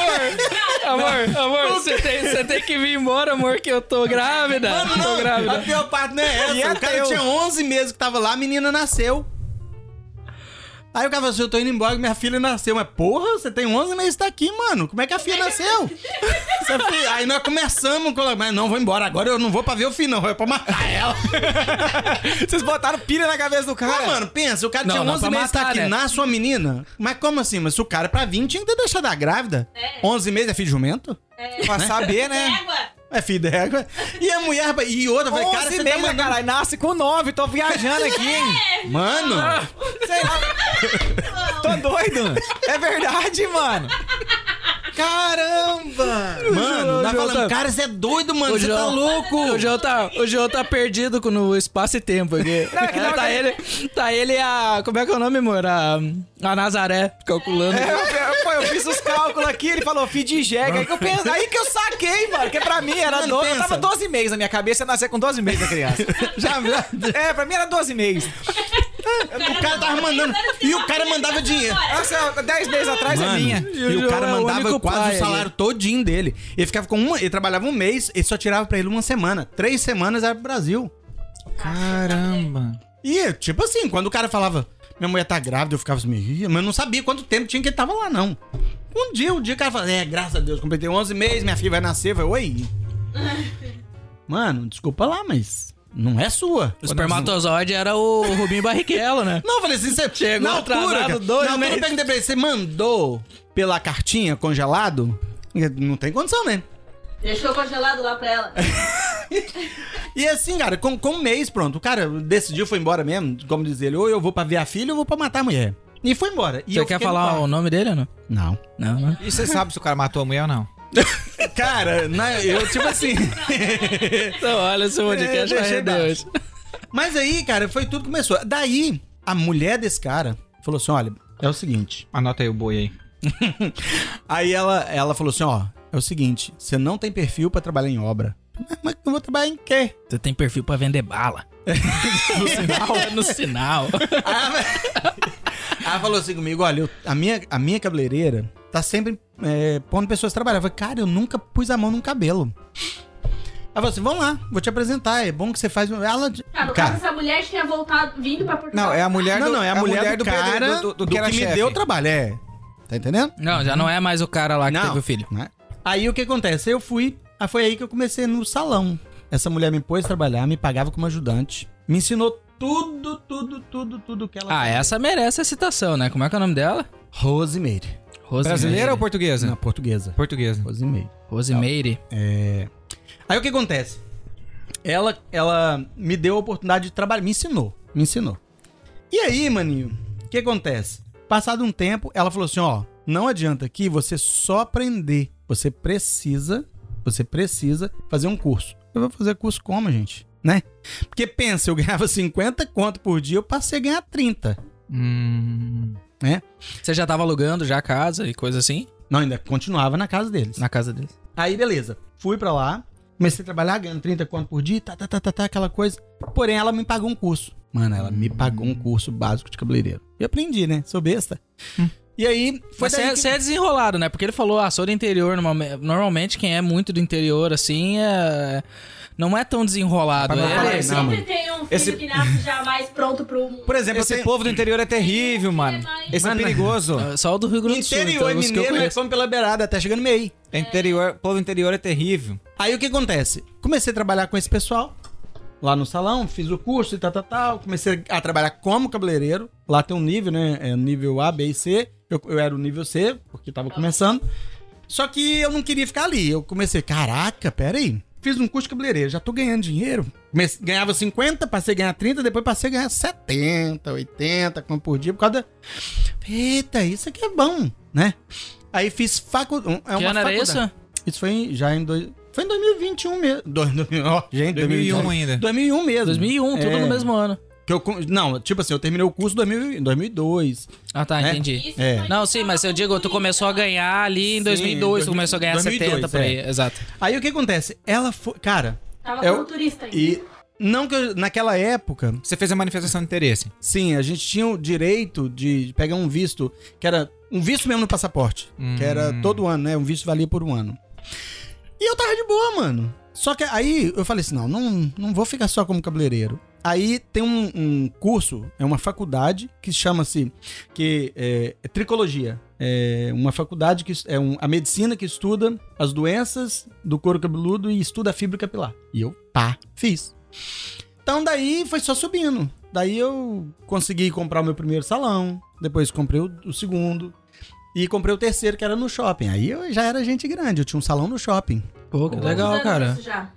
Speaker 2: Amor, amor, você tem, você tem que vir embora, amor, que eu tô grávida. tô
Speaker 1: Ah, A
Speaker 2: grávida.
Speaker 1: pior parte não é essa.
Speaker 3: E é
Speaker 1: o cara
Speaker 3: teu.
Speaker 1: tinha 11 meses que tava lá, a menina nasceu. Aí o cara falou assim, eu tô indo embora que minha filha nasceu. Mas porra, você tem 11 meses e tá aqui, mano. Como é que a filha nasceu? Essa filha- Aí nós começamos, com- mas não, vou embora. Agora eu não vou pra ver o fim, não. É pra matar ela.
Speaker 3: Vocês botaram pilha na cabeça do
Speaker 1: Mas,
Speaker 3: cara.
Speaker 1: mano, pensa, o cara
Speaker 2: Não,
Speaker 1: tinha
Speaker 2: não
Speaker 1: 11
Speaker 2: pra
Speaker 1: meses e tá
Speaker 2: matar,
Speaker 1: aqui,
Speaker 2: né?
Speaker 1: nasce uma menina. Mas como assim? Mas se o cara pra 20 tinha que ter deixado a grávida.
Speaker 4: É.
Speaker 1: 11 meses é filho de jumento?
Speaker 3: pra saber, né?
Speaker 4: Égua.
Speaker 1: É filho d'égua. E a mulher... rapaz, E outra, eu falei, cara,
Speaker 3: 11
Speaker 1: você tá
Speaker 3: meses,
Speaker 1: mandando...
Speaker 3: caralho. Nasce com 9, tô viajando aqui, hein?
Speaker 1: Mano...
Speaker 3: Sei lá. Tô doido. É verdade, mano. Caramba.
Speaker 1: Mano, nós
Speaker 2: João
Speaker 1: falando,
Speaker 2: tá-
Speaker 1: cara, você é doido, mano,
Speaker 2: O
Speaker 1: você
Speaker 2: João-
Speaker 1: tá louco.
Speaker 2: O João tá, o João tá perdido com- no espaço e tempo aqui. tá, ele, tá ele e a. Como é que é o nome, amor? A, a Nazaré calculando.
Speaker 3: É, eu, eu- pô, eu fiz os cálculos aqui, ele falou fidjega, aí que eu pensei, aí que eu saquei, mano, que pra mim era
Speaker 1: Mano,
Speaker 3: 12, eu
Speaker 1: pensa.
Speaker 3: tava 12 meses na minha cabeça, eu nascer com 12 meses a criança.
Speaker 1: Já, já-
Speaker 3: É, pra mim era 12 meses.
Speaker 1: O cara tava mandando. E o cara mandava dinheiro.
Speaker 3: Nossa, 10 meses atrás
Speaker 1: Mano,
Speaker 3: é minha.
Speaker 1: E o cara
Speaker 2: É o
Speaker 1: mandava
Speaker 2: único
Speaker 1: quase
Speaker 2: pai
Speaker 1: o salário todinho dele. Ele ficava com uma. Ele trabalhava um mês e só tirava pra ele uma semana. Três semanas era pro Brasil.
Speaker 3: Caramba.
Speaker 1: E, tipo assim, quando o cara falava, minha mulher tá grávida, eu ficava assim, "Ih", mas eu não sabia quanto tempo tinha que ele tava lá, não. Um dia, um dia o cara falava, é, graças a Deus, completei 11 meses, minha filha vai nascer, vai, oi. Mano, desculpa lá, mas não é sua.
Speaker 2: O espermatozoide era o Rubinho Barrichello, né?
Speaker 1: Não, eu falei assim, você
Speaker 2: Chegou
Speaker 1: na altura,
Speaker 2: atrasado
Speaker 1: cara,
Speaker 2: dois
Speaker 1: na altura
Speaker 2: meses.
Speaker 1: eu perguntei pra ele, você mandou pela cartinha congelado? Não tem condição, né?
Speaker 4: Deixou congelado lá pra ela.
Speaker 1: E assim, cara, com, com um mês, pronto. O cara decidiu, foi embora mesmo, como diz ele, ou eu vou pra ver a filha ou eu vou pra matar a mulher. E foi embora. E
Speaker 2: Você
Speaker 1: eu
Speaker 2: quer
Speaker 1: fiquei no
Speaker 2: falar
Speaker 1: quarto.
Speaker 2: o nome dele ou não?
Speaker 1: Não.
Speaker 2: Não, né?
Speaker 3: E você sabe se o cara matou a mulher ou não?
Speaker 1: Cara, né, eu tipo assim.
Speaker 2: Então, olha, esse podcast
Speaker 1: É,
Speaker 2: vai
Speaker 1: deixei
Speaker 2: render hoje.
Speaker 1: Mas aí, cara, foi tudo que começou. Daí, a mulher desse cara falou assim: olha, é o seguinte.
Speaker 3: Anota aí o boi aí.
Speaker 1: Aí ela, ela falou assim: ó, é o seguinte, você não tem perfil pra trabalhar em obra. Mas, mas eu vou trabalhar em quê?
Speaker 2: Você tem perfil pra vender bala. no sinal? É no sinal.
Speaker 1: Aí Ah, ela falou assim comigo: olha, eu- a, minha, a minha cabeleireira tá sempre é, pondo pessoas a trabalhar. Eu falei, cara, eu nunca pus a mão num cabelo. Ela falou assim: vamos lá, vou te apresentar. É bom que você faz. Ela.
Speaker 4: Tá, no caso, essa mulher tinha voltado, vindo pra Portugal.
Speaker 3: Não, é a mulher
Speaker 1: Não,
Speaker 3: do
Speaker 1: não, é a, mulher, do,
Speaker 3: pedre-
Speaker 1: cara
Speaker 3: do, do- do
Speaker 1: do
Speaker 3: que era
Speaker 1: me
Speaker 3: chefe.
Speaker 1: deu trabalho, é. Tá entendendo?
Speaker 2: Não, já não é mais o cara lá que
Speaker 1: Não.
Speaker 2: teve o filho.
Speaker 1: Né? Aí o que acontece? Eu fui, aí foi aí que eu comecei no salão. Essa mulher me pôs a trabalhar, me pagava como ajudante, me ensinou tudo, tudo, tudo, tudo que ela
Speaker 2: Ah, essa merece a citação, né? Como é que é o nome dela?
Speaker 1: Rosemary.
Speaker 2: Rosemary.
Speaker 3: Brasileira ou portuguesa?
Speaker 1: Na portuguesa.
Speaker 3: Portuguesa.
Speaker 1: Rosemary.
Speaker 2: Rosemary.
Speaker 1: Aí o que acontece? Ela, ela me deu a oportunidade de trabalhar, me ensinou, me ensinou. E aí, maninho, o que acontece? Passado um tempo, ela falou assim, ó, não adianta aqui você só aprender, você precisa, você precisa fazer um curso. Eu vou fazer curso como, gente? Né? Porque pensa, eu ganhava 50 conto por dia, eu passei a ganhar 30.
Speaker 3: Hum.
Speaker 2: Você já tava alugando já a casa e coisa assim?
Speaker 1: Não, ainda continuava na casa deles.
Speaker 2: Na casa dele.
Speaker 1: Aí, beleza. Fui pra lá, comecei a trabalhar, ganhando 30 conto por dia, tá, tá, tá, tá, tá, aquela coisa. Porém, ela me pagou um curso. Mano, ela me pagou um curso básico de cabeleireiro. Eu aprendi, né? Sou besta. E aí, foi
Speaker 2: Hum. Mas você
Speaker 1: daí
Speaker 2: é,
Speaker 1: que-
Speaker 2: você é desenrolado, né? Porque ele falou, ah, sou do interior. normal- Normalmente quem é muito do interior, assim, é... não é tão desenrolado.
Speaker 3: Pra não
Speaker 2: Ele- é
Speaker 3: falar
Speaker 4: Ah, Mas
Speaker 3: isso,
Speaker 4: sempre
Speaker 1: mano.
Speaker 4: tem um filho
Speaker 3: Esse-
Speaker 4: que nasce já mais pronto pro mundo.
Speaker 1: Por exemplo,
Speaker 3: Esse
Speaker 1: eu tenho...
Speaker 3: povo do interior é terrível, mano. Esse é
Speaker 1: Mano,
Speaker 3: perigoso.
Speaker 2: Só o do Rio Grande do Sul.
Speaker 1: interior
Speaker 2: então,
Speaker 1: e
Speaker 2: os que eu
Speaker 1: mineiro, nós
Speaker 2: conheço.
Speaker 1: fomos pela beirada, até chegando no meio.
Speaker 3: É Interior, povo interior é terrível.
Speaker 1: Aí o que acontece? Comecei a trabalhar com esse pessoal lá no salão, fiz o curso e tal, tal, tal. Comecei a trabalhar como cabeleireiro. Lá tem um nível, né? É nível A, B e C. Eu, eu era o nível C, porque tava começando. Só que eu não queria ficar ali. Eu comecei, caraca, peraí. Fiz um curso de cabeleireiro, já tô ganhando dinheiro. Comece- ganhava 50, passei a ganhar 30, depois passei a ganhar 70, 80 conto por dia por causa da... Eita, isso aqui é bom, né? Aí fiz facu... um- É uma
Speaker 2: Que ano era
Speaker 1: faculdade.
Speaker 2: isso?
Speaker 1: Isso foi em- já em. Dois, foi em 2021 mesmo. Dois- dois- ó, gente,
Speaker 3: 2001
Speaker 1: 2021.
Speaker 3: ainda.
Speaker 1: 2001 mesmo.
Speaker 2: 2001, tudo
Speaker 1: É,
Speaker 2: no um, mesmo ano.
Speaker 1: que eu com- não, tipo assim, eu terminei o curso em 2000 em 2002.
Speaker 2: Ah, tá,
Speaker 1: É.
Speaker 2: entendi.
Speaker 4: Isso
Speaker 1: É.
Speaker 4: foi
Speaker 2: Não, sim, mas eu digo, tu começou a ganhar ali em
Speaker 1: Sim,
Speaker 2: 2002, tu começou a ganhar
Speaker 1: 2002,
Speaker 2: 70 por aí, exato.
Speaker 1: Aí o que acontece? Ela foi. Cara,
Speaker 4: Tava
Speaker 1: Eu-
Speaker 4: como turista ainda.
Speaker 1: e. Não que eu- naquela época,
Speaker 3: Você fez a manifestação de interesse.
Speaker 1: sim, a gente tinha o direito de pegar um visto, que era um visto mesmo no passaporte,
Speaker 3: Hum.
Speaker 1: que era todo ano, né? Um visto valia por um ano. E eu tava de boa, mano. Só que aí eu falei assim: não, não, não vou ficar só como cabeleireiro. Aí tem um, um curso, é uma faculdade que chama-se que é, é tricologia. É uma faculdade que es- é um- a medicina que estuda as doenças do couro cabeludo e estuda a fibra capilar. E eu, pá, fiz. Então daí foi só subindo. Daí eu consegui comprar o meu primeiro salão, depois comprei o, o segundo e comprei o terceiro que era no shopping. Aí eu já era gente grande, eu tinha um salão no shopping.
Speaker 2: Pô, que
Speaker 4: Quantos
Speaker 2: legal,
Speaker 4: anos
Speaker 2: cara.
Speaker 4: isso já?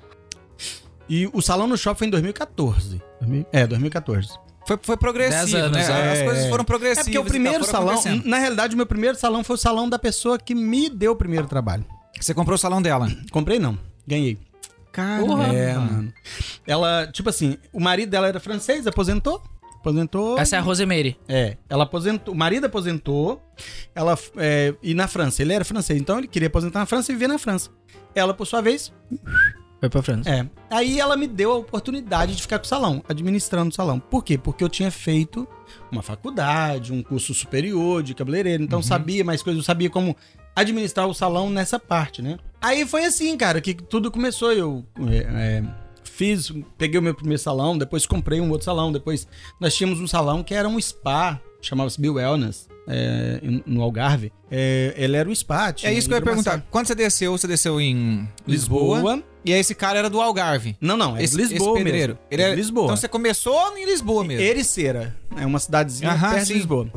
Speaker 1: E o salão no shopping foi em 2014. Dois mil- É, 2014.
Speaker 3: Foi, foi progressivo,
Speaker 2: Dez anos,
Speaker 3: né?
Speaker 1: é.
Speaker 3: As coisas foram progressivas.
Speaker 1: É porque o
Speaker 3: e tal,
Speaker 1: primeiro
Speaker 3: foram
Speaker 1: salão,
Speaker 3: acontecendo.
Speaker 1: na realidade, o meu primeiro salão foi o salão da pessoa que me deu o primeiro trabalho.
Speaker 3: Você comprou o salão dela.
Speaker 1: Comprei não, ganhei.
Speaker 3: Caramba.
Speaker 1: É, mano. Ela, tipo assim, o marido dela era francês, aposentou. Aposentou.
Speaker 2: Essa é a Rosemary.
Speaker 1: É, ela aposentou. O marido aposentou. Ela é, e na França, ele era francês, então ele queria aposentar na França e viver na França. Ela, por sua vez,
Speaker 2: Foi pra França.
Speaker 1: É. Aí ela me deu a oportunidade de ficar com o salão, administrando o salão. Por quê? Porque eu tinha feito uma faculdade, um curso superior de cabeleireiro, então
Speaker 3: Uhum.
Speaker 1: sabia mais coisas, eu sabia como administrar o salão nessa parte, né? Aí foi assim, cara, que tudo começou. Eu é, é, fiz, peguei o meu primeiro salão, depois comprei um outro salão, depois nós tínhamos um salão que era um spa, chamava-se Bill Wellness, é, em- no Algarve. É, ele era um spa.
Speaker 3: É
Speaker 1: tinha
Speaker 3: isso que eu ia perguntar.
Speaker 1: hidromassagem.
Speaker 3: Quando você desceu, você desceu em Lisboa.
Speaker 1: Lisboa.
Speaker 3: E aí esse cara era do Algarve.
Speaker 1: Não, não, é
Speaker 3: Esse,
Speaker 1: Lisboa
Speaker 3: esse pedreiro.
Speaker 1: mesmo.
Speaker 3: Ele era...
Speaker 1: Lisboa.
Speaker 3: Então você começou em Lisboa mesmo.
Speaker 1: Ericeira. É uma cidadezinha
Speaker 3: Aham,
Speaker 1: perto
Speaker 3: sim.
Speaker 1: de Lisboa.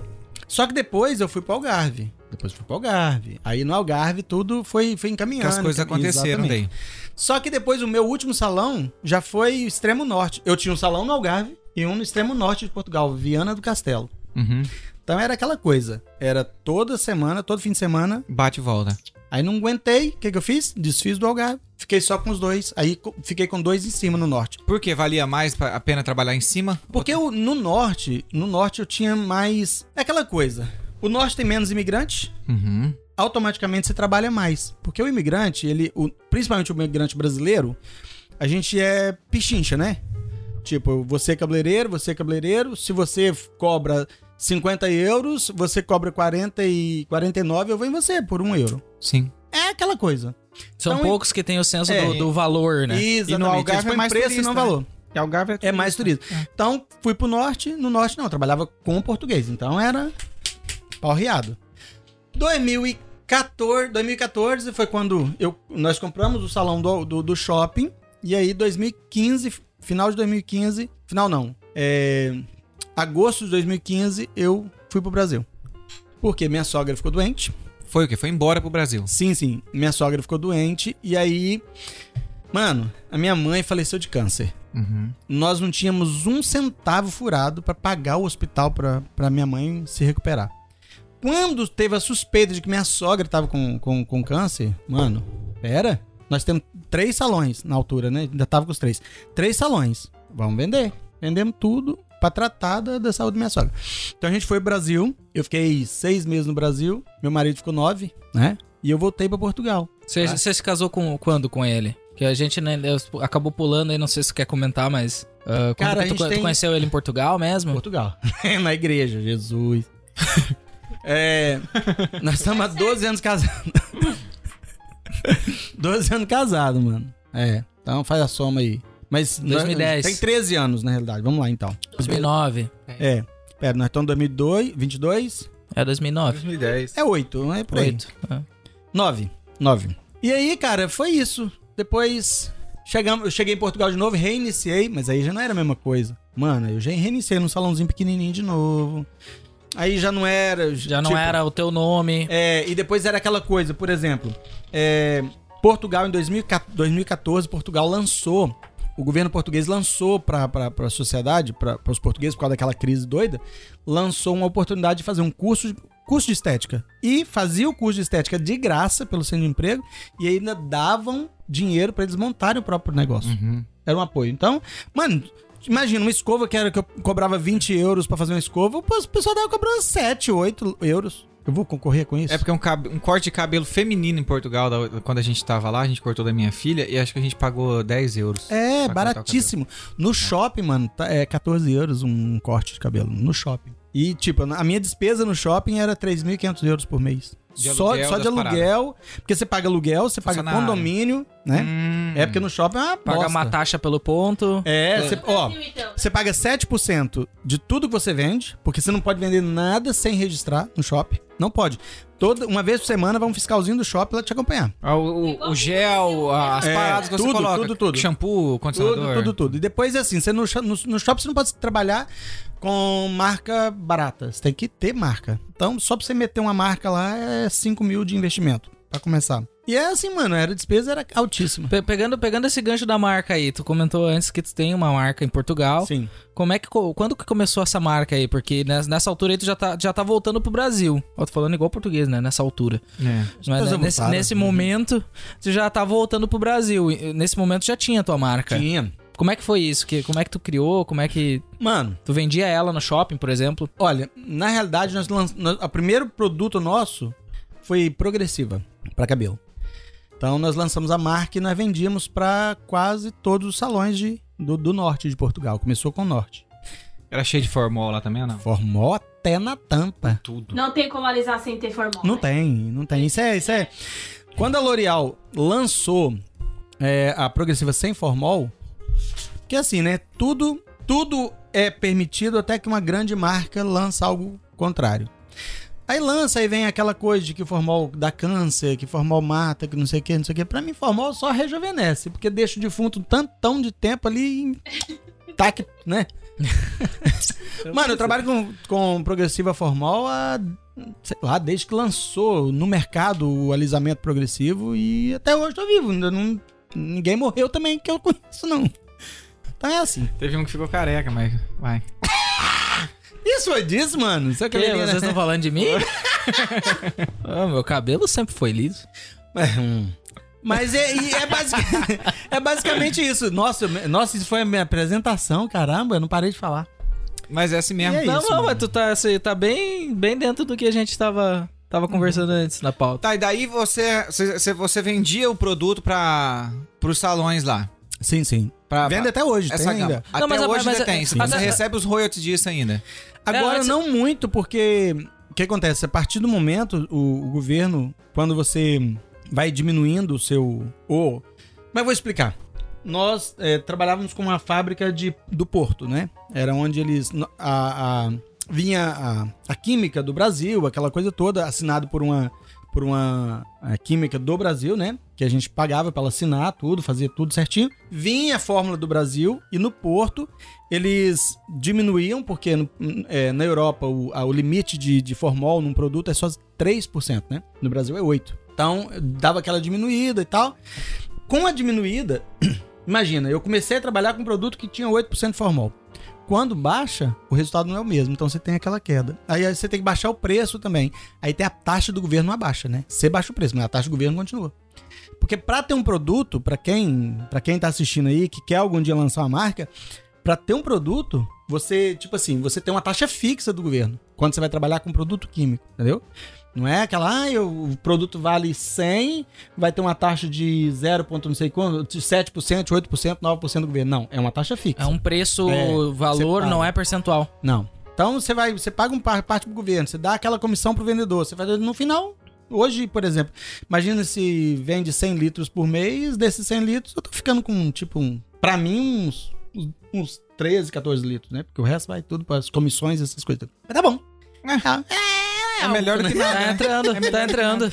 Speaker 1: Só que depois eu fui pro Algarve. Depois fui pro Algarve. Aí no Algarve tudo foi, foi
Speaker 3: Que
Speaker 1: encaminhando.
Speaker 3: as coisas
Speaker 1: encaminhando,
Speaker 3: aconteceram
Speaker 1: exatamente.
Speaker 3: daí.
Speaker 1: Só que depois o meu último salão já foi extremo norte. Eu tinha um salão no Algarve e um no extremo norte de Portugal, Viana do Castelo.
Speaker 3: Uhum.
Speaker 1: Então era aquela coisa. Era toda semana, todo fim de semana.
Speaker 3: Bate e volta.
Speaker 1: Aí não aguentei. O que, que eu fiz? Desfiz do Algarve. Fiquei só com os dois. Aí co- fiquei com dois em cima no norte.
Speaker 3: Por quê? Valia mais pa- a pena trabalhar em cima?
Speaker 1: Porque eu, no norte, no norte eu tinha mais. É aquela coisa. O norte tem menos imigrante,
Speaker 3: Uhum.
Speaker 1: automaticamente você trabalha mais. Porque o imigrante, ele. o- principalmente o imigrante brasileiro, a gente é pichincha, né? Tipo, você é cabeleireiro, você é cabeleireiro. Se você f- cobra 50 euros, você cobra 40 e 49, eu vou em você por um euro.
Speaker 3: Sim.
Speaker 1: É aquela coisa.
Speaker 2: São
Speaker 1: Então,
Speaker 2: poucos que têm o senso
Speaker 1: é,
Speaker 2: do, do valor, né?
Speaker 1: Exatamente.
Speaker 3: E no Algarve
Speaker 1: Eles põem
Speaker 3: é mais
Speaker 1: preço
Speaker 3: turista,
Speaker 1: e não
Speaker 3: né?
Speaker 1: valor.
Speaker 3: E Algarve
Speaker 1: É mais turista. Então, fui pro norte. No norte, não. eu Trabalhava com o português. Então, era pau riado. 2014, 2014 foi quando eu, nós compramos o salão do, do, do shopping. E aí, 2015, final de 2015... Final não. É, agosto de 2015, eu fui pro Brasil. Porque minha sogra ficou doente.
Speaker 3: Foi o quê? Foi embora pro Brasil.
Speaker 1: Sim, sim. Minha sogra ficou doente. E aí... Mano, a minha mãe faleceu de câncer
Speaker 3: Uhum.
Speaker 1: nós não tínhamos um centavo furado pra pagar o hospital pra pra minha mãe se recuperar. Quando teve a suspeita de que minha sogra tava com, com, com câncer, mano, pera. Nós temos três salões na altura, né? Ainda tava com os três. Três salões. Vamos vender. Vendemos tudo pra tratar da, da saúde da minha sogra. Então a gente foi pro Brasil. Eu fiquei seis meses no Brasil. Meu marido ficou nove, né? E eu voltei pra Portugal.
Speaker 2: Você, você se casou com quando com ele? Que a gente né, eu- acabou pulando aí, não sei se você quer comentar, mas.
Speaker 1: Cara,
Speaker 2: ah, quando que
Speaker 1: a
Speaker 2: tu,
Speaker 1: gente
Speaker 2: tu
Speaker 1: tem-
Speaker 2: conheceu ele em Portugal mesmo?
Speaker 1: Portugal. Na igreja, Jesus. É, nós estamos há 12 anos casados. 12 anos casados, mano. É, então faz a soma aí. Mas nós-
Speaker 2: 2010.
Speaker 1: tem 13 anos, na realidade. Vamos lá, então.
Speaker 2: 2009.
Speaker 1: É, pera, nós estamos em 2002, 22?
Speaker 2: É 2009.
Speaker 3: 2010.
Speaker 1: É 8, é por aí.
Speaker 2: Oito. É.
Speaker 1: 9. 9. E aí, cara, foi isso. Depois chegamos, eu cheguei em Portugal de novo, reiniciei, mas aí já não era a mesma coisa. Mano, eu já reiniciei num salãozinho pequenininho de novo. Aí já não era.
Speaker 2: Já não
Speaker 1: tipo,
Speaker 2: era o teu nome.
Speaker 1: É, e depois era aquela coisa, por exemplo, é, Portugal em 2014, 2014, Portugal lançou, o governo português lançou para a sociedade, para os portugueses, por causa daquela crise doida, lançou uma oportunidade de fazer um curso de, curso de estética. E fazia o curso de estética de graça pelo centro de emprego e ainda davam dinheiro para eles montarem o próprio negócio.
Speaker 3: Uhum.
Speaker 1: Era um apoio. Então, mano, imagina, uma escova que era que eu cobrava 20 euros pra fazer uma escova, o pessoal tava cobrando 7, 8 euros. Eu vou concorrer com isso?
Speaker 3: É porque um, cab- um corte de cabelo feminino em Portugal, da- quando a gente tava lá, a gente cortou da minha filha e acho que a gente pagou 10 euros.
Speaker 1: É,
Speaker 3: Pra
Speaker 1: baratíssimo.
Speaker 3: É.
Speaker 1: No shopping, mano, tá- é 14 euros um corte de cabelo. No shopping. E, tipo, a minha despesa no shopping era 3.500 euros por mês.
Speaker 3: De
Speaker 1: só
Speaker 3: aluguel
Speaker 1: só de
Speaker 3: das paradas.
Speaker 1: aluguel. Porque você paga aluguel, você paga
Speaker 3: Funcionário.
Speaker 1: condomínio, né?
Speaker 3: Hum.
Speaker 1: É porque no shopping é uma
Speaker 2: Paga
Speaker 1: bosta.
Speaker 2: uma taxa pelo ponto.
Speaker 1: É, você, ó,
Speaker 4: Brasil, então.
Speaker 1: você paga 7% de tudo que você vende, porque você não pode vender nada sem registrar no shopping. Não pode. Toda, uma vez por semana vai um fiscalzinho do shopping lá te acompanhar.
Speaker 3: Ah, O, o- o gel, a- as
Speaker 1: É,
Speaker 3: paradas que você
Speaker 1: tudo,
Speaker 3: coloca.
Speaker 1: tudo, tudo.
Speaker 3: Shampoo,
Speaker 1: Tudo,
Speaker 3: condicionador.
Speaker 1: tudo, tudo. E depois, assim, você no, sho- no, no shopping você não pode trabalhar com marca barata. Você tem que ter marca. Então, só pra você meter uma marca lá é 5 mil de investimento, pra começar. E é assim, mano, era despesa era altíssima.
Speaker 2: Pe- Pegando, pegando esse gancho da marca aí, tu comentou antes que tu tem uma marca em Portugal.
Speaker 1: Sim.
Speaker 2: Como é que co- quando que começou essa marca aí? Porque nes- nessa altura aí tu já tá, já tá voltando pro Brasil. Ó, tô falando igual português, né? Nessa altura.
Speaker 3: É.
Speaker 2: Mas, né,
Speaker 1: pessoas
Speaker 2: nesse,
Speaker 1: voltaram. Uhum.
Speaker 2: nesse momento, tu já tá voltando pro Brasil. E, Nesse momento já tinha a tua marca.
Speaker 1: Tinha.
Speaker 2: Como é que foi isso? Que, como é que tu criou? Como é que
Speaker 1: Mano,
Speaker 2: tu vendia ela no shopping, por exemplo?
Speaker 1: olha, na realidade, nós lançamos. O primeiro produto nosso foi progressiva pra cabelo. Então nós lançamos a marca e nós vendíamos para quase todos os salões de, do, do norte de Portugal. Começou com o norte.
Speaker 3: Era cheio de formol lá também ou não?
Speaker 1: Formou até na tampa.
Speaker 3: Tudo.
Speaker 4: Não tem como alisar sem ter formal.
Speaker 1: Não tem, não tem. Isso é. Isso é... Quando a L'Oréal lançou é, a progressiva sem formol, que assim, né? Tudo, tudo é permitido até que uma grande marca lança algo contrário. Aí lança, aí vem aquela coisa de que formol dá câncer, que formol mata, que não sei o que, não sei o que. Pra mim, formol só rejuvenesce, porque deixa o defunto tantão de tempo ali em... tá que, né? Mano, eu trabalho com, com progressiva formal há, sei lá, desde que lançou no mercado o alisamento progressivo e até hoje tô vivo. Ainda não, ninguém morreu também que eu conheço, não. Então é assim.
Speaker 3: Teve um que ficou careca, mas vai.
Speaker 1: Isso foi disso, mano. Isso é
Speaker 2: Que,
Speaker 1: cabelinho,
Speaker 2: vocês
Speaker 1: né?
Speaker 2: estão falando de mim? Ah, meu cabelo sempre foi liso.
Speaker 1: É, hum. Mas é, e é basic- é basicamente isso. Nossa, eu- nossa, isso foi a minha apresentação, caramba, eu não parei de falar.
Speaker 3: Mas é assim mesmo.
Speaker 1: E É aí?
Speaker 2: não,
Speaker 1: isso,
Speaker 2: não,
Speaker 1: mano.
Speaker 2: mas tu tá, você tá bem, bem dentro do que a gente tava,
Speaker 3: Uhum.
Speaker 2: tava conversando antes na pauta.
Speaker 3: Tá, e daí você, você, você vendia o produto para os salões lá.
Speaker 1: Sim, sim.
Speaker 3: Pra,
Speaker 1: Vende
Speaker 3: pra-
Speaker 1: até hoje,
Speaker 3: essa
Speaker 1: tem
Speaker 3: gama.
Speaker 1: ainda.
Speaker 3: Até
Speaker 2: Não, mas a-
Speaker 3: hoje
Speaker 2: mas
Speaker 3: ainda
Speaker 2: a-
Speaker 3: tem.
Speaker 2: sim.
Speaker 3: Você
Speaker 2: a-
Speaker 3: recebe os royalties disso ainda.
Speaker 1: Agora,
Speaker 2: É, antes-
Speaker 1: não muito, porque o que acontece? A partir do momento, o, o governo, quando você vai diminuindo o seu. O... Mas vou explicar. Nós é, trabalhávamos com uma fábrica de, do Porto, né? Era onde eles. no- A, a- vinha a, a química do Brasil, aquela coisa toda, assinado por uma, por uma a química do Brasil, né? Que a gente pagava pra ela assinar tudo, fazia tudo certinho. Vinha a fórmula do Brasil e no Porto eles diminuíam, porque no- é, na Europa o, a- o limite de, de formol num produto é só 3%, né? No Brasil é 8%. Então, dava aquela diminuída e tal. Com a diminuída, imagina, eu comecei a trabalhar com um produto que tinha 8% de formol. Quando baixa, o resultado não é o mesmo, então você tem aquela queda. Aí aí você tem que baixar o preço também. Aí tem a taxa do governo abaixa, né? Você baixa o preço, mas a taxa do governo continua. Porque pra ter um produto, pra quem, para quem tá assistindo aí, que quer algum dia lançar uma marca, Pra ter um produto, você, tipo assim, você tem uma taxa fixa do governo quando você vai trabalhar com produto químico, entendeu? Não é aquela, ah, eu, o produto vale 100, vai ter uma taxa de 0, ponto não sei quanto, de 7%, 8%, 9% do governo. Não, é uma taxa fixa.
Speaker 2: É um preço,
Speaker 1: É,
Speaker 2: valor,
Speaker 1: separa.
Speaker 2: não é percentual.
Speaker 1: Não. Então você vai, você paga um par- parte pro governo, você dá aquela comissão pro vendedor, você vai no final. Hoje, por exemplo, imagina se vende 100 litros por mês, desses 100 litros eu tô ficando com tipo um, para mim uns uns 13, 14 litros, né? Porque o resto vai tudo para as comissões, essas coisas. Mas tá bom.
Speaker 3: É melhor do que nada.
Speaker 2: Tá
Speaker 3: né?
Speaker 2: entrando, tá entrando.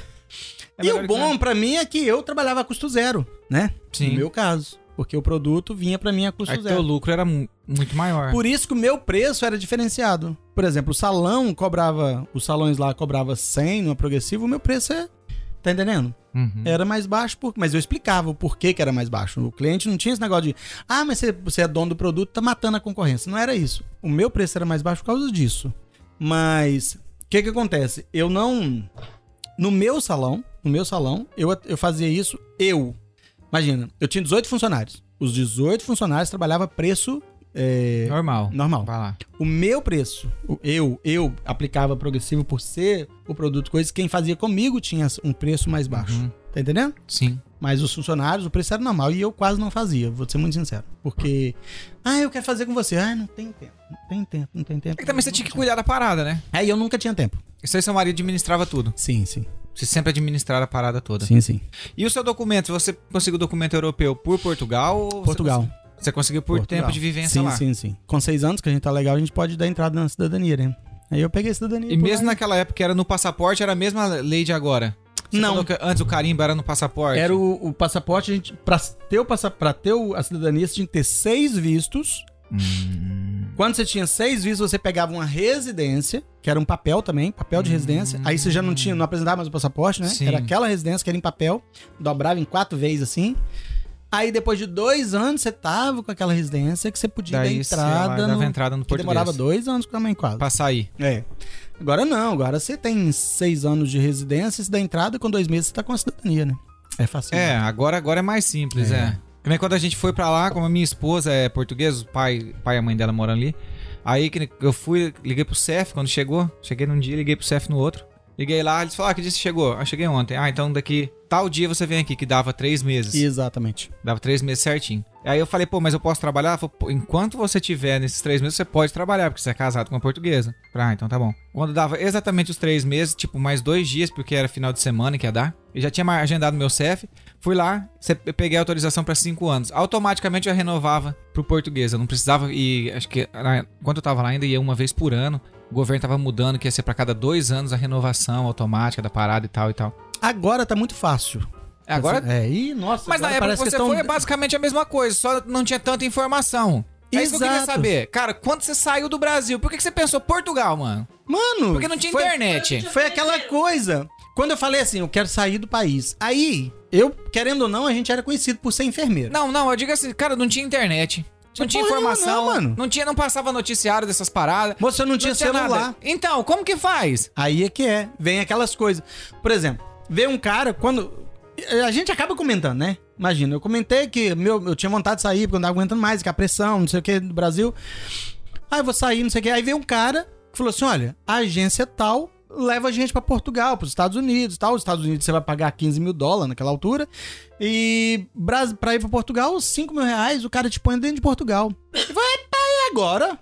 Speaker 1: e
Speaker 3: É
Speaker 1: o
Speaker 3: melhor do que
Speaker 1: bom
Speaker 3: nada.
Speaker 1: pra mim é que eu trabalhava a custo zero, né? No
Speaker 3: Sim.
Speaker 1: meu caso, porque o produto vinha pra mim a custo
Speaker 3: É que
Speaker 1: zero.
Speaker 3: teu lucro era mu- muito maior.
Speaker 1: Por isso que o meu preço era diferenciado. Por exemplo, o salão cobrava, os salões lá cobrava 100 numa progressiva, o meu preço é Tá entendendo?
Speaker 3: Uhum.
Speaker 1: Era mais baixo, por... mas eu explicava o porquê que era mais baixo. O cliente não tinha esse negócio de, ah, mas você, você é dono do produto, tá matando a concorrência. Não era isso. O meu preço era mais baixo por causa disso. Mas, o que que acontece? Eu não... No meu salão, no meu salão, eu, eu fazia isso, eu. Imagina, eu tinha 18 funcionários. Os 18 funcionários trabalhava preço é,
Speaker 3: Normal.
Speaker 1: normal.
Speaker 3: Vai lá.
Speaker 1: O meu preço, o- eu, eu aplicava progressivo por ser o produto coisa, quem fazia comigo tinha um preço mais baixo.
Speaker 3: Uhum.
Speaker 1: Tá entendendo?
Speaker 3: Sim.
Speaker 1: Mas os funcionários, o preço era normal e eu quase não fazia, vou ser muito sincero. Porque, ah, eu quero fazer com você. Ah, não tem tempo, não tem tempo, não tem tempo.
Speaker 3: É que também você tinha que cuidar da parada, né?
Speaker 1: É, e eu nunca tinha tempo.
Speaker 3: Isso aí seu marido administrava tudo.
Speaker 1: Sim, sim.
Speaker 3: Você sempre administrava a parada toda.
Speaker 1: Sim, sim.
Speaker 3: E o seu documento, você conseguiu documento europeu por Portugal? ou você
Speaker 1: Portugal.
Speaker 3: consegui- Você conseguiu por
Speaker 1: Portugal.
Speaker 3: tempo de vivência
Speaker 1: Sim,
Speaker 3: lá?
Speaker 1: sim, sim. Com seis anos que a gente tá legal, a gente pode dar entrada na cidadania, né? Aí eu peguei a cidadania.
Speaker 3: E
Speaker 1: por
Speaker 3: mesmo
Speaker 1: lá.
Speaker 3: naquela época que era no passaporte, era a mesma lei de agora? Você
Speaker 1: Não.
Speaker 3: falou que antes o carimbo era no passaporte?
Speaker 1: Era o, o passaporte, a gente, pra ter, o passa, pra ter o- a cidadania, você tinha que ter seis vistos.
Speaker 3: Hum.
Speaker 1: Quando você tinha seis vistos, você pegava uma residência, que era um papel também, papel de residência. Aí você já não tinha, não apresentava mais o passaporte, né?
Speaker 3: Sim.
Speaker 1: Era aquela residência que era em papel, dobrava em quatro vezes assim. Aí depois de dois anos, você tava com aquela residência que você podia
Speaker 3: Daí
Speaker 1: dar
Speaker 3: sei lá,
Speaker 1: entrada.
Speaker 3: dava
Speaker 1: no-
Speaker 3: entrada no
Speaker 1: que
Speaker 3: português.
Speaker 1: demorava dois anos também, quase.
Speaker 3: Pra sair.
Speaker 1: É. Agora não, agora você tem seis anos de residência, você dá entrada, com dois meses você tá com a cidadania, né? É fácil.
Speaker 3: É, agora, agora é mais simples, é. Também quando a gente foi pra lá, como a minha esposa é portuguesa, o pai, pai e a mãe dela moram ali. Aí que eu fui, liguei pro CEF quando chegou. Cheguei num dia, liguei pro CEF no outro. Liguei lá, eles falaram, ah, que dia você chegou? Ah, cheguei ontem. Ah, então daqui tal dia você vem aqui, que dava três meses.
Speaker 1: Exatamente.
Speaker 3: Dava três meses certinho. Aí eu falei, pô, mas eu posso trabalhar? Ela falou, pô, enquanto você tiver nesses três meses, você pode trabalhar, porque você é casado com uma portuguesa. Falei, Ah, então tá bom. Quando dava exatamente os três meses, tipo, mais dois dias, porque era final de semana que ia dar, eu já tinha mar- agendado meu CEF, fui lá, ce- eu peguei a autorização pra cinco anos. Automaticamente eu renovava pro português. Eu não precisava e acho que na- quando eu tava lá ainda ia uma vez por ano. O governo tava mudando, que ia ser pra cada dois anos a renovação automática da parada e tal e tal.
Speaker 1: Agora tá muito fácil.
Speaker 3: Agora
Speaker 1: É, e nossa,
Speaker 3: mas na
Speaker 1: agora
Speaker 3: época que
Speaker 1: parece
Speaker 3: você
Speaker 1: tão-
Speaker 3: foi é basicamente a mesma coisa, só não tinha tanta informação. É isso que eu queria
Speaker 1: Exato.
Speaker 3: saber. Cara, quando você saiu do Brasil, por que, que você pensou Portugal, mano?
Speaker 1: Mano,
Speaker 3: Porque não tinha
Speaker 1: foi-
Speaker 3: internet.
Speaker 1: Foi aquela coisa. Quando eu falei assim, eu quero sair do país. Aí, eu, querendo ou não, a gente era conhecido por ser enfermeiro.
Speaker 3: Não, não, eu digo assim, cara, não tinha internet.
Speaker 1: Tinha
Speaker 3: Não tinha
Speaker 1: porra nenhuma,
Speaker 3: informação.
Speaker 1: não, mano.
Speaker 3: Não tinha, não passava noticiário dessas paradas.
Speaker 1: Moça, eu não, tinha, celular.
Speaker 3: nada. Então, como que faz?
Speaker 1: Aí é que é. Vem aquelas coisas. Por exemplo, vê um cara quando. A gente acaba comentando, né? Imagina, eu comentei que meu, eu tinha vontade de sair, porque eu não tava aguentando mais, que a pressão, não sei o que, do Brasil. Aí eu vou sair, não sei o que. Aí veio um cara que falou assim: olha, a agência tal leva a gente pra Portugal, pros Estados Unidos tal. Os Estados Unidos você vai pagar 15 mil dólares naquela altura. E Bras- pra ir pra Portugal, 5 mil reais, o cara te põe dentro de Portugal. E vai, pai, agora?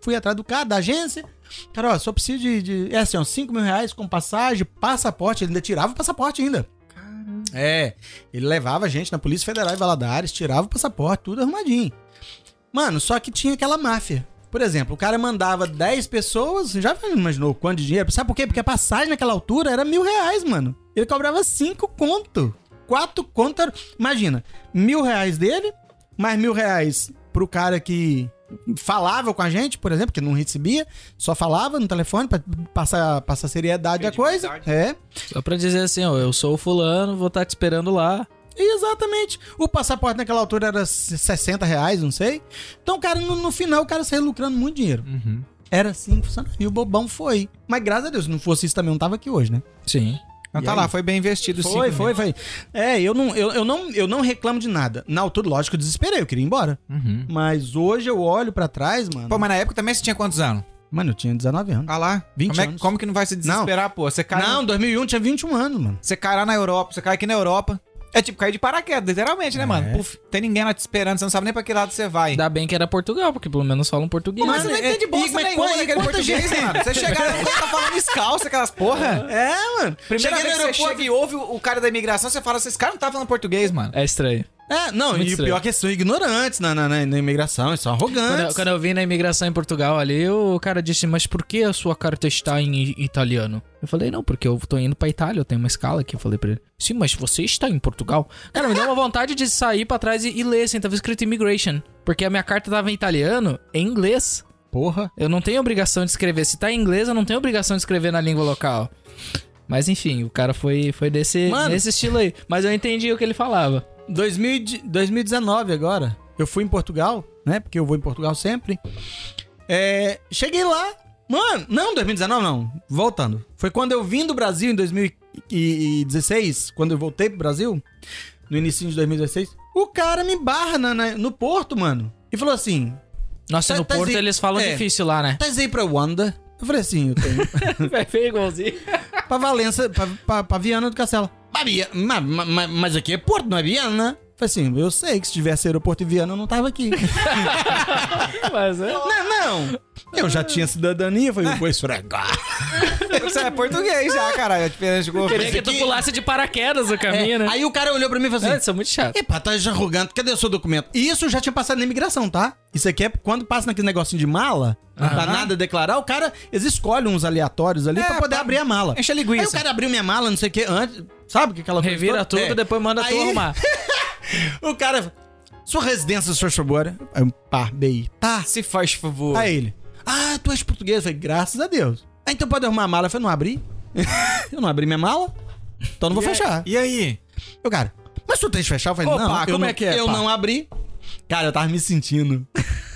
Speaker 1: Fui atrás do cara, da agência. Cara, ó, só preciso de, de- É assim, ó, 5 mil reais com passagem, passaporte. Ele ainda tirava o passaporte ainda. É. Ele levava a gente na Polícia Federal em Valadares, tirava o passaporte, tudo arrumadinho. Mano, só que tinha aquela máfia. Por exemplo, o cara mandava 10 pessoas, já imaginou quanto de dinheiro? Sabe por quê? Porque a passagem naquela altura era mil reais, mano. Ele cobrava 5 conto. 4 conto. era- Imagina, mil reais dele, mais mil reais pro cara que falava com a gente, por exemplo, que não recebia, só falava no telefone pra passar, passar seriedade à coisa. É.
Speaker 2: Só pra dizer assim, ó, eu sou o fulano, vou estar te esperando lá.
Speaker 1: Exatamente. O passaporte naquela altura era 60 reais, não sei. Então, cara, no, no final, o cara saiu lucrando muito dinheiro.
Speaker 3: Uhum.
Speaker 1: Era assim que funcionava. E o bobão foi. Mas graças a Deus, se não fosse isso também, eu não tava aqui hoje, né?
Speaker 2: Sim.
Speaker 3: Então
Speaker 1: E
Speaker 3: tá
Speaker 1: aí?
Speaker 3: lá, foi bem investido sim.
Speaker 1: Foi, foi, foi. É, eu não, eu, eu não, eu não reclamo de nada. Na altura, lógico, eu desesperei, eu queria ir embora. Mas hoje eu olho pra trás, mano.
Speaker 3: Uhum. Pô, mas na época também você tinha quantos anos?
Speaker 1: Mano, eu tinha 19 anos.
Speaker 3: Ah lá,
Speaker 1: 20
Speaker 3: como, é-
Speaker 1: Tá anos.
Speaker 3: como que não vai se desesperar, pô? Você cai,
Speaker 1: Não, 2001 tinha 21 anos, mano.
Speaker 3: você cai lá na Europa, você cai aqui na Europa. É tipo cair de paraquedas, literalmente, né, mano? Puf, tem ninguém lá te esperando, você não sabe nem pra que lado você vai.
Speaker 2: Ainda bem que era Portugal, porque pelo menos falam português.
Speaker 1: Mas-
Speaker 3: Você não
Speaker 1: É,
Speaker 3: entende
Speaker 1: e-
Speaker 3: bosta
Speaker 1: mas
Speaker 3: nenhuma
Speaker 1: quan- e
Speaker 3: daquele
Speaker 1: quanta
Speaker 3: português,
Speaker 1: gente-
Speaker 3: mano. Você chegar lá, você tá falando escalça, aquelas porra.
Speaker 1: É, mano.
Speaker 3: Primeira
Speaker 1: Cheguei no
Speaker 3: vez que você
Speaker 1: aeroporto-
Speaker 3: chega e ouve o o cara da imigração, você fala, esses caras não tá falando português, mano.
Speaker 2: É estranho.
Speaker 1: É, não,
Speaker 2: Muito
Speaker 1: e o
Speaker 2: estranho.
Speaker 1: pior é que são ignorantes na, na, na, na imigração, eles são
Speaker 2: Quando
Speaker 1: arrogantes.
Speaker 2: eu, quando eu vim na imigração em Portugal ali, o cara disse, mas por que a sua carta está em i- italiano? Eu falei, não, porque eu tô indo pra Itália, eu tenho uma escala aqui, eu falei pra ele. Sim, mas você está em Portugal? Cara, me deu uma vontade de sair pra trás e, e ler, assim, tava escrito immigration. Porque a minha carta tava em italiano, em inglês.
Speaker 1: Porra.
Speaker 2: Eu não tenho obrigação de escrever. Se tá em inglês, eu não tenho obrigação de escrever na língua local. Mas enfim, o cara foi, foi desse,
Speaker 1: Mano.
Speaker 2: nesse estilo aí. Mas eu entendi o que ele falava.
Speaker 1: 2000, 2019 agora. Eu fui em Portugal, né? Porque eu vou em Portugal sempre. É, cheguei lá. Mano, não, 2019 não. Voltando. Foi quando eu vim do Brasil em 2016, quando eu voltei pro Brasil, no início de 2016. O cara me barra na- na- no porto, mano. E falou assim:
Speaker 2: Nossa,
Speaker 1: Tá-
Speaker 2: no
Speaker 1: tá
Speaker 2: Porto
Speaker 1: zi-
Speaker 2: eles falam
Speaker 1: é.
Speaker 2: difícil lá, né?
Speaker 1: tá aí pra Wanda? Eu falei assim: eu tenho.
Speaker 2: Vai ver igualzinho.
Speaker 1: pra Valença, pra, pra, pra Viana do Castelo. Mas, mas, mas aqui é Porto, não é Viana? Falei assim, eu sei que se tivesse aeroporto em Viana eu não tava aqui.
Speaker 2: Mas é.
Speaker 1: não, não! Eu já tinha cidadania, falei, eu vou esfregar.
Speaker 3: Você é português já, caralho. É diferente de governo.
Speaker 2: Queria que tu pulasse de paraquedas o caminho, né?
Speaker 1: É, Aí o cara olhou pra mim e falou
Speaker 2: Ah,
Speaker 1: assim,
Speaker 2: isso é muito chato.
Speaker 1: epa, tá arrogante, cadê o seu documento? E isso eu já tinha passado na imigração, tá? Isso aqui é quando passa naquele negocinho de mala, não dá nada a declarar, o cara, eles escolhem uns aleatórios ali
Speaker 3: É,
Speaker 1: pra poder
Speaker 2: tá.
Speaker 3: pá,
Speaker 1: abrir a mala.
Speaker 3: Enche a
Speaker 1: Aí o
Speaker 3: linguiça.
Speaker 1: cara abriu minha mala, não sei o que, antes, sabe que aquela coisa
Speaker 2: Revira
Speaker 1: toda?
Speaker 2: tudo,
Speaker 1: É.
Speaker 2: depois manda tu
Speaker 1: Aí-
Speaker 2: arrumar.
Speaker 1: O cara. Sua residência, senhor Chobora. Aí um par, BI. Tá.
Speaker 3: Se faz favor.
Speaker 1: Aí ele. Ah, tu és português? Eu falei, graças a Deus. Ah, então pode arrumar a mala. Eu falei, não abri. eu não abri minha mala. Então não vou fechar.
Speaker 3: E aí?
Speaker 1: O cara, mas tu tens que fechar? Eu falei,
Speaker 3: Ô,
Speaker 1: não,
Speaker 3: pá,
Speaker 1: eu
Speaker 3: como
Speaker 1: não,
Speaker 3: é que é,
Speaker 1: Eu
Speaker 3: pá?
Speaker 1: não abri. Cara, eu tava me sentindo.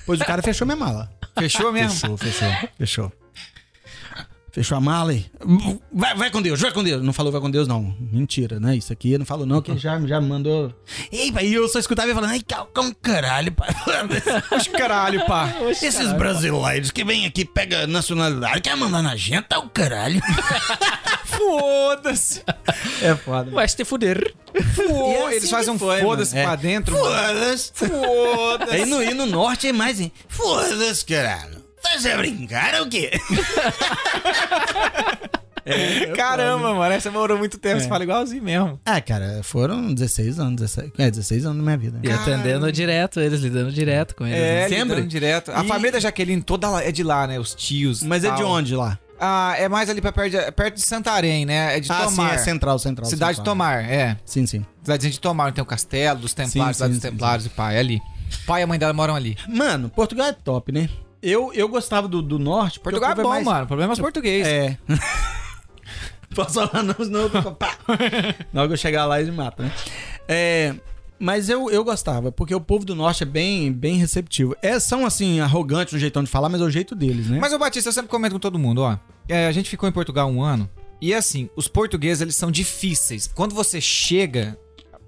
Speaker 1: Pois o cara fechou minha mala.
Speaker 3: Fechou mesmo?
Speaker 1: Fechou, fechou, fechou. Fechou a mala e. Vai, vai com Deus, vai com Deus. Não falou vai com Deus, não. Mentira, né? Isso aqui não falou, não, que já, já me mandou. Ei, pai, e eu só escutava ele falando, ai, cal- como caralho, pai.
Speaker 3: Os caralho, pá.
Speaker 1: Esses brasileiros que vêm aqui, pega nacionalidade, quer mandar na gente, tá o caralho.
Speaker 3: Foda-se.
Speaker 1: É foda.
Speaker 2: Vai se te fuder.
Speaker 1: E é
Speaker 3: Fo-
Speaker 1: assim
Speaker 3: Eles fazem
Speaker 1: que
Speaker 3: um
Speaker 1: foi, mano.
Speaker 3: foda-se
Speaker 1: É.
Speaker 3: pra dentro.
Speaker 1: Foda-se.
Speaker 3: Foda-se.
Speaker 1: Aí no, e no norte é mais, hein? Foda-se, caralho. Vocês já brincaram o quê?
Speaker 3: É Caramba, mano. Você morou muito tempo. Você fala igualzinho mesmo.
Speaker 1: Ah, cara, foram 16 anos. 17, é, 16 anos da minha vida.
Speaker 2: E atendendo direto, eles lidando direto com eles.
Speaker 3: É,
Speaker 2: né?
Speaker 1: Sempre.
Speaker 3: sempre. direto. A
Speaker 1: E-
Speaker 3: família da Jaqueline toda lá- é de lá, né? Os tios.
Speaker 1: Mas é de
Speaker 3: tal.
Speaker 1: onde lá?
Speaker 3: Ah, é mais ali pra perto de, perto de Santarém, né? É de
Speaker 1: ah,
Speaker 3: Tomar.
Speaker 1: sim, é central, central.
Speaker 3: Cidade de
Speaker 1: central.
Speaker 3: Tomar, é.
Speaker 1: Sim, sim.
Speaker 3: Cidadezinha de Tomar, tem o castelo dos Templários,
Speaker 1: Sim,
Speaker 3: cidade
Speaker 1: sim,
Speaker 3: dos
Speaker 1: sim,
Speaker 3: Templários e pai, é ali. Pai e a mãe dela moram ali.
Speaker 1: Mano, Portugal é top, né? Eu, eu gostava do, do norte. porque
Speaker 3: Portugal
Speaker 1: o
Speaker 3: é
Speaker 1: povo
Speaker 3: bom,
Speaker 1: mais-
Speaker 3: mano. O problema é os portugueses.
Speaker 1: É. Posso falar não, senão eu tô... Pá. Na hora que eu chegar lá, eles me matam, né? É, mas eu, eu gostava, porque o povo do norte é bem, bem receptivo. É, são, assim, arrogantes no jeitão de falar, mas é o jeito deles, né?
Speaker 3: Mas, ô Batista, eu sempre comento com todo mundo, ó. É, a gente ficou em Portugal um ano. E assim, os portugueses, eles são difíceis. Quando você chega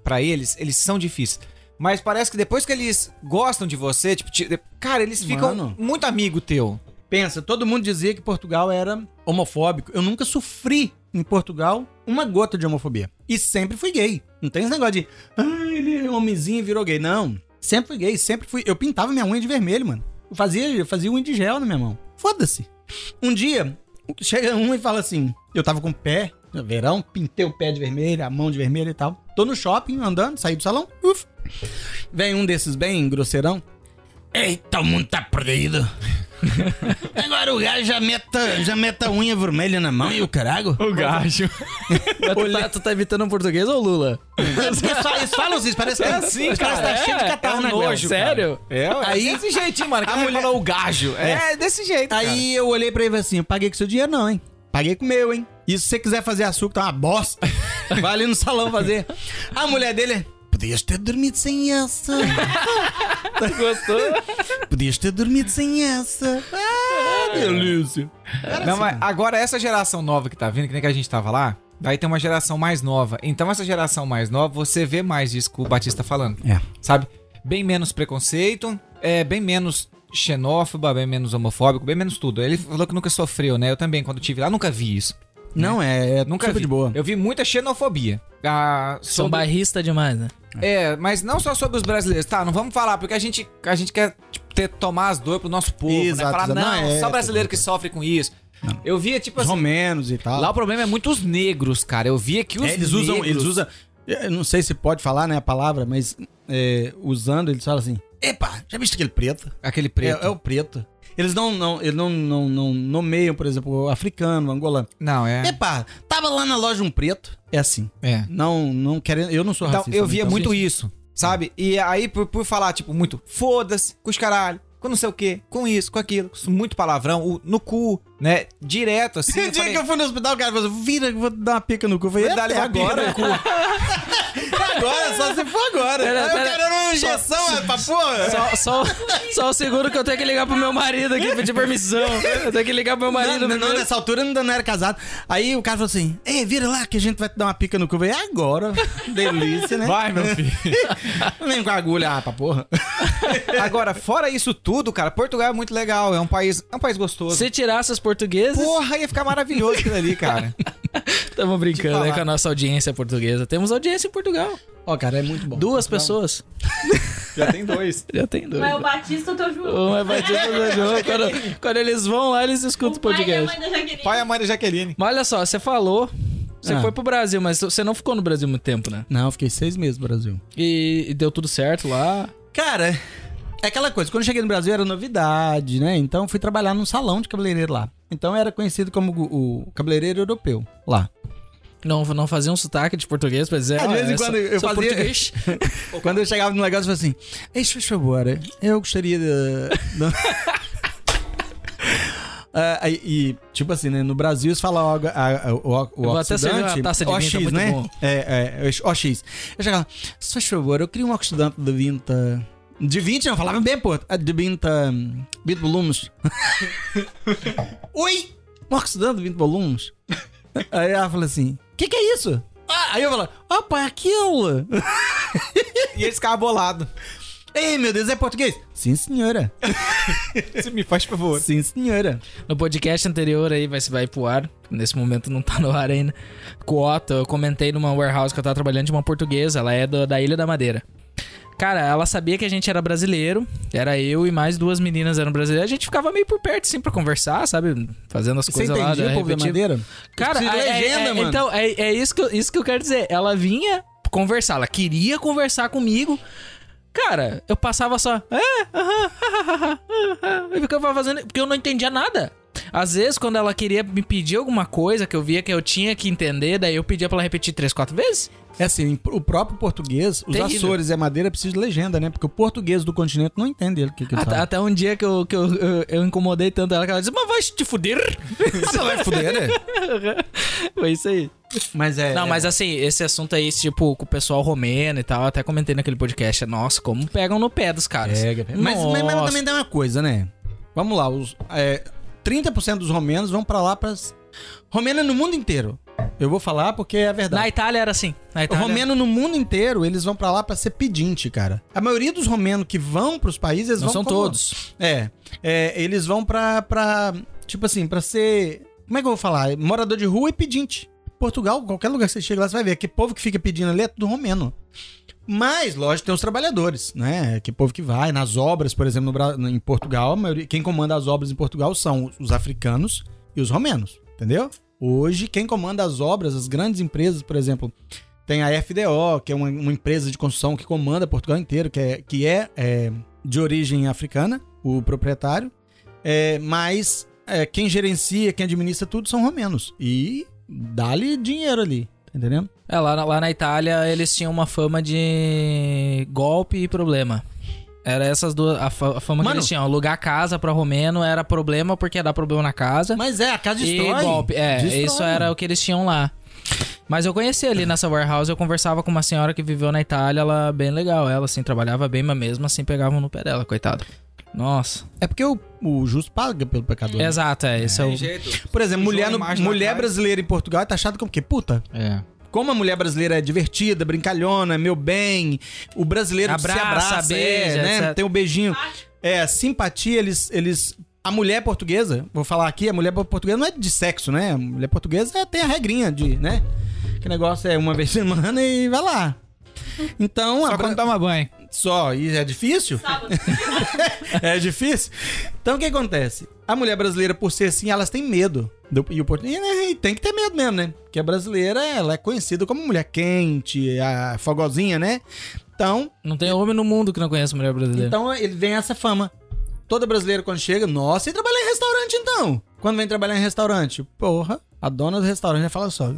Speaker 3: pra eles, eles são difíceis. Mas parece que depois que eles gostam de você, tipo, te- cara, eles ficam
Speaker 1: Mano.
Speaker 3: muito amigo teu.
Speaker 1: Pensa, todo mundo dizia que Portugal era homofóbico. Eu nunca sofri em Portugal uma gota de homofobia. E sempre fui gay. Não tem esse negócio de, ah, ele é homenzinho e virou gay. Não. Sempre fui gay, sempre fui. Eu pintava minha unha de vermelho, mano. Eu fazia, eu fazia unha de gel na minha mão. Foda-se. Um dia, chega um e fala assim: eu tava com o pé, no verão, pintei o pé de vermelho, a mão de vermelho e tal. Tô no shopping andando, saí do salão, uf. Vem um desses bem grosseirão. Eita, o mundo tá perdido. Agora o gajo já meta, já meta a unha vermelha na mão e o carago.
Speaker 2: O gajo. tu, tá, tu tá imitando um português ou Lula?
Speaker 1: É porque só, eles falam isso, parece que é assim, parece que tá cheio de catarro na goela.
Speaker 2: é um nojo, Sério?
Speaker 3: um É,
Speaker 1: Aí-
Speaker 3: aí, desse jeitinho, mano. Que a mulher falou o gajo. É, desse jeito. cara.
Speaker 1: Tá Aí eu olhei pra ele e falei assim: eu paguei com seu dinheiro, não, hein? Paguei com o meu, hein? E se você quiser fazer açúcar, tá uma bosta. Vai ali no salão fazer. A mulher dele. Podias ter dormido sem essa.
Speaker 2: Gostou?
Speaker 1: Podias ter dormido sem essa. Ah,
Speaker 3: É.
Speaker 1: delícia. Era
Speaker 3: Não,
Speaker 1: assim,
Speaker 3: mas
Speaker 1: mano.
Speaker 3: agora essa geração nova que tá vindo, que nem que a gente tava lá, daí tem uma geração mais nova. Então essa geração mais nova, você vê mais isso que o Batista tá falando.
Speaker 1: É.
Speaker 3: Sabe? Bem menos preconceito, é bem menos xenófoba, bem menos homofóbico, bem menos tudo. Ele falou que nunca sofreu, né? Eu também, quando tive lá, nunca vi isso.
Speaker 1: Não, é, é
Speaker 3: Nunca
Speaker 1: super
Speaker 3: vi.
Speaker 1: de boa.
Speaker 3: Eu tipo vi muita xenofobia. Ah,
Speaker 2: São
Speaker 3: sobre-
Speaker 2: barrista demais, né?
Speaker 3: É, mas não só sobre os brasileiros. Tá, não vamos falar, porque a gente, a gente quer tipo, ter, tomar as dores pro nosso povo, né?
Speaker 1: Exato,
Speaker 3: Falar,
Speaker 1: exato.
Speaker 3: não,
Speaker 1: Não, é,
Speaker 3: só brasileiro que sofre com isso. Eu via, tipo
Speaker 1: Os
Speaker 3: assim,
Speaker 1: romenos e tal.
Speaker 3: Lá o problema é muito os negros, cara. Eu vi que os
Speaker 1: É, eles usam,
Speaker 3: negros-
Speaker 1: eles usam. Eu não sei se pode falar, né, a palavra, mas é, usando, eles falam assim: Epa, já viste aquele preto?
Speaker 3: Aquele preto.
Speaker 1: É, é o preto. Eles não, não, eles não, não, não nomeiam, por exemplo, o africano, o angolano.
Speaker 3: Não, é.
Speaker 1: Epa, tava lá na loja um preto. É assim.
Speaker 3: é.
Speaker 1: Não, não querendo. Eu não sou
Speaker 3: Então,
Speaker 1: racista.
Speaker 3: eu via
Speaker 1: então.
Speaker 3: muito isso, sabe? E aí, por, por falar, tipo, muito foda-se, com os caralho, com não sei o quê, com isso, com aquilo, com muito palavrão, o- no cu, né? Direto, assim.
Speaker 1: Tem
Speaker 3: eu
Speaker 1: dia
Speaker 3: falei,
Speaker 1: que eu fui no hospital, o cara falou assim, vira que eu vou te dar uma pica no cu. Eu falei,
Speaker 3: Vou dar-lhe
Speaker 1: "Eita,
Speaker 3: uma pica
Speaker 1: agora. agora, só se for agora.
Speaker 2: Pera,
Speaker 1: Aí
Speaker 2: pera.
Speaker 1: eu quero uma injeção, é pra porra.
Speaker 2: Só, só, só o seguro que eu tenho que ligar pro meu marido aqui, pedir permissão. Eu tenho que ligar pro meu marido.
Speaker 1: Não, não, não, é
Speaker 2: primeiro.
Speaker 1: nessa altura eu ainda não era casado. Aí o cara falou assim: Ei, vira lá que a gente vai te dar uma pica no cu. Eu falei, "É agora. Delícia, né?
Speaker 3: Vai, meu filho.
Speaker 1: Vem com a agulha, ah, pra porra.
Speaker 3: Agora, fora isso tudo, cara, Portugal é muito legal. É um país, é um país gostoso.
Speaker 2: Se tirasse os portugueses,
Speaker 3: Porra, ia ficar maravilhoso aquilo ali, cara.
Speaker 2: tamo brincando
Speaker 3: te
Speaker 2: né,
Speaker 3: falar.
Speaker 2: com a nossa audiência portuguesa. Temos audiência em Portugal.
Speaker 1: Ó, cara, é muito bom.
Speaker 2: Duas pessoas.
Speaker 3: Já tem dois.
Speaker 2: Já tem dois.
Speaker 4: Mas é o Batista eu tô junto.
Speaker 2: Um é batido do jogo. Quando, quando eles vão lá, eles escutam o
Speaker 4: é
Speaker 2: podcast.
Speaker 3: Pai e a mãe da Jaqueline.
Speaker 2: Mas olha só, você falou. Você
Speaker 1: Ah.
Speaker 2: foi pro Brasil, mas você não ficou no Brasil muito tempo, né?
Speaker 1: Não, eu fiquei seis meses no Brasil.
Speaker 2: E, e deu tudo certo lá.
Speaker 1: Cara, é aquela coisa, quando eu cheguei no Brasil era novidade, né? Então eu fui trabalhar num salão de cabeleireiro lá. Então eu era conhecido como o, o cabeleireiro europeu lá.
Speaker 2: Não, não fazia um sotaque de português pra dizer.
Speaker 1: É, de
Speaker 2: "Ah,
Speaker 1: vez em
Speaker 2: sou-
Speaker 1: quando eu
Speaker 2: sou
Speaker 1: fazia-
Speaker 2: português.
Speaker 1: Quando eu chegava no negócio, eu falava assim: Ei, faz favor, eu gostaria de. da- Ah, aí- e, tipo assim, né? No Brasil, se fala o, a- a- o, o,
Speaker 2: Eu
Speaker 1: o
Speaker 2: vou até servir uma
Speaker 1: oxidante,
Speaker 2: taça de vinho,
Speaker 1: OX,
Speaker 2: tá muito
Speaker 1: né?
Speaker 2: bom.
Speaker 1: É, é, o- OX. Eu chegava, se faz favor, eu queria um oxidante de 20... De 20 não, falava bem, pô. Ah, De 20, hum, 20 volumes. Oi! Um oxidante de 20 volumes? Aí ela fala assim, o que que é isso? Ah, aí eu falo, opa, é aquilo.
Speaker 3: E eles ficavam bolados.
Speaker 1: Ei, meu Deus, é português? Sim, senhora.
Speaker 3: Você me faz favor.
Speaker 1: Sim, senhora.
Speaker 2: No podcast anterior aí, vai, vai pro ar. Nesse momento não tá no ar ainda. Coota, eu comentei numa warehouse que eu tava trabalhando de uma portuguesa. Ela é do- da Ilha da Madeira. Cara, ela sabia que a gente era brasileiro. Era eu e mais duas meninas eram brasileiras. A gente ficava meio por perto, assim, pra conversar, sabe? Fazendo as
Speaker 1: Você
Speaker 2: coisas lá.
Speaker 1: entendia
Speaker 2: da
Speaker 1: o povo da
Speaker 2: repetitiva.
Speaker 1: madeira?
Speaker 2: Cara,
Speaker 1: Isso é
Speaker 2: é, é-
Speaker 1: legenda,
Speaker 2: é-
Speaker 1: mano.
Speaker 2: Então, é, é isso, que eu, isso que eu quero dizer. Ela vinha conversar, ela queria conversar comigo. Cara, eu passava só. É, aham, aham, aham", e ficava fazendo. Porque eu não entendia nada. Às vezes, quando ela queria me pedir alguma coisa que eu via que eu tinha que entender, daí eu pedia pra ela repetir três, quatro vezes.
Speaker 1: É assim, o próprio português, os
Speaker 2: Terrível.
Speaker 1: Açores e a Madeira precisam de legenda, né? Porque o português do continente não entende ele. o Que que ele
Speaker 2: Até,
Speaker 1: fala.
Speaker 2: até um dia que, eu, que eu, eu, eu incomodei tanto ela que ela disse: Mas vai te fuder!
Speaker 1: Você vai fuder, né?
Speaker 2: Foi isso aí.
Speaker 1: Mas é.
Speaker 2: Não, mas assim, esse assunto aí, esse tipo, com o pessoal romeno e tal, eu até comentei naquele podcast. é, Nossa, como pegam no pé dos caras.
Speaker 1: É, mas, mas, mas também tem uma coisa, né? Vamos lá, os, é, 30% dos romenos vão pra lá para Romeno é no mundo inteiro. Eu vou falar porque é a
Speaker 2: Na
Speaker 1: verdade.
Speaker 2: Itália era assim. Na
Speaker 1: O
Speaker 2: Itália.
Speaker 1: romeno no mundo inteiro, eles vão pra lá pra ser pedinte, cara. A maioria dos romenos que vão pros países, eles
Speaker 2: Não
Speaker 1: vão
Speaker 2: são
Speaker 1: como-
Speaker 2: todos.
Speaker 1: É, é, eles vão pra, pra. Tipo assim, pra ser. Como é que eu vou falar? Morador de rua e pedinte. Portugal, qualquer lugar que você chega lá, você vai ver. Que povo que fica pedindo ali é tudo romeno. Mas, lógico, tem os trabalhadores, né? Que povo que vai. Nas obras, por exemplo, no, Bra- no- em Portugal, a maioria- quem comanda as obras em Portugal são os africanos e os romenos, entendeu? Hoje, quem comanda as obras, as grandes empresas, por exemplo, tem a FDO, que é uma, uma empresa de construção que comanda Portugal inteiro, que é, que é, é, de origem africana, o proprietário. É, mas é, quem gerencia, quem administra tudo são romenos. E dá-lhe dinheiro ali, tá entendendo?
Speaker 2: É, lá, na- lá na Itália eles tinham uma fama de golpe e problema. Era essas duas. A, fa- a fama que
Speaker 1: Mano.
Speaker 2: eles tinham. Alugar casa pra romeno era problema porque ia dar problema na casa.
Speaker 1: Mas é, a casa destrói.
Speaker 2: E golpe. É,
Speaker 1: Destrói,
Speaker 2: isso era o que eles tinham lá. Mas eu conheci ali nessa warehouse, eu conversava com uma senhora que viveu na Itália, ela bem legal, ela assim, trabalhava bem, mas mesmo assim pegavam no pé dela, coitado. Nossa.
Speaker 1: É porque o, o justo paga pelo pecador. né?
Speaker 2: Exato, é, esse é, o...
Speaker 3: jeito.
Speaker 1: Por exemplo,
Speaker 3: Usou
Speaker 1: mulher,
Speaker 3: a
Speaker 1: no-
Speaker 3: imagem lá
Speaker 1: mulher
Speaker 3: atrás.
Speaker 1: brasileira em Portugal é taxada como que? Puta.
Speaker 3: É.
Speaker 1: Como a mulher brasileira é divertida, brincalhona, meu bem, o brasileiro
Speaker 2: Abraça,
Speaker 1: se abraça,
Speaker 2: beija,
Speaker 1: é, né?
Speaker 2: etc.
Speaker 1: Tem o beijinho.
Speaker 4: Ah,
Speaker 1: É, simpatia, eles, eles. A mulher portuguesa, vou falar aqui, a mulher portuguesa não é de sexo, né? A mulher portuguesa é- tem a regrinha de, né? Que negócio é uma vez por semana e vai lá. Então,
Speaker 3: Só
Speaker 1: a bra-
Speaker 3: quando toma banho.
Speaker 1: só, e é difícil?
Speaker 4: Sábado.
Speaker 1: É difícil? Então o que acontece? A mulher brasileira, por ser assim, elas têm medo. Do, e, o, portu- e, né, e tem que ter medo mesmo, né? Porque a brasileira, ela é conhecida como mulher quente, a fogozinha, né? Então,
Speaker 2: Não tem homem no mundo que não conhece mulher brasileira.
Speaker 1: então ele vem essa fama. Toda brasileira quando chega, nossa, e trabalhar em restaurante então? Quando vem trabalhar em restaurante, porra, a dona do restaurante já fala só.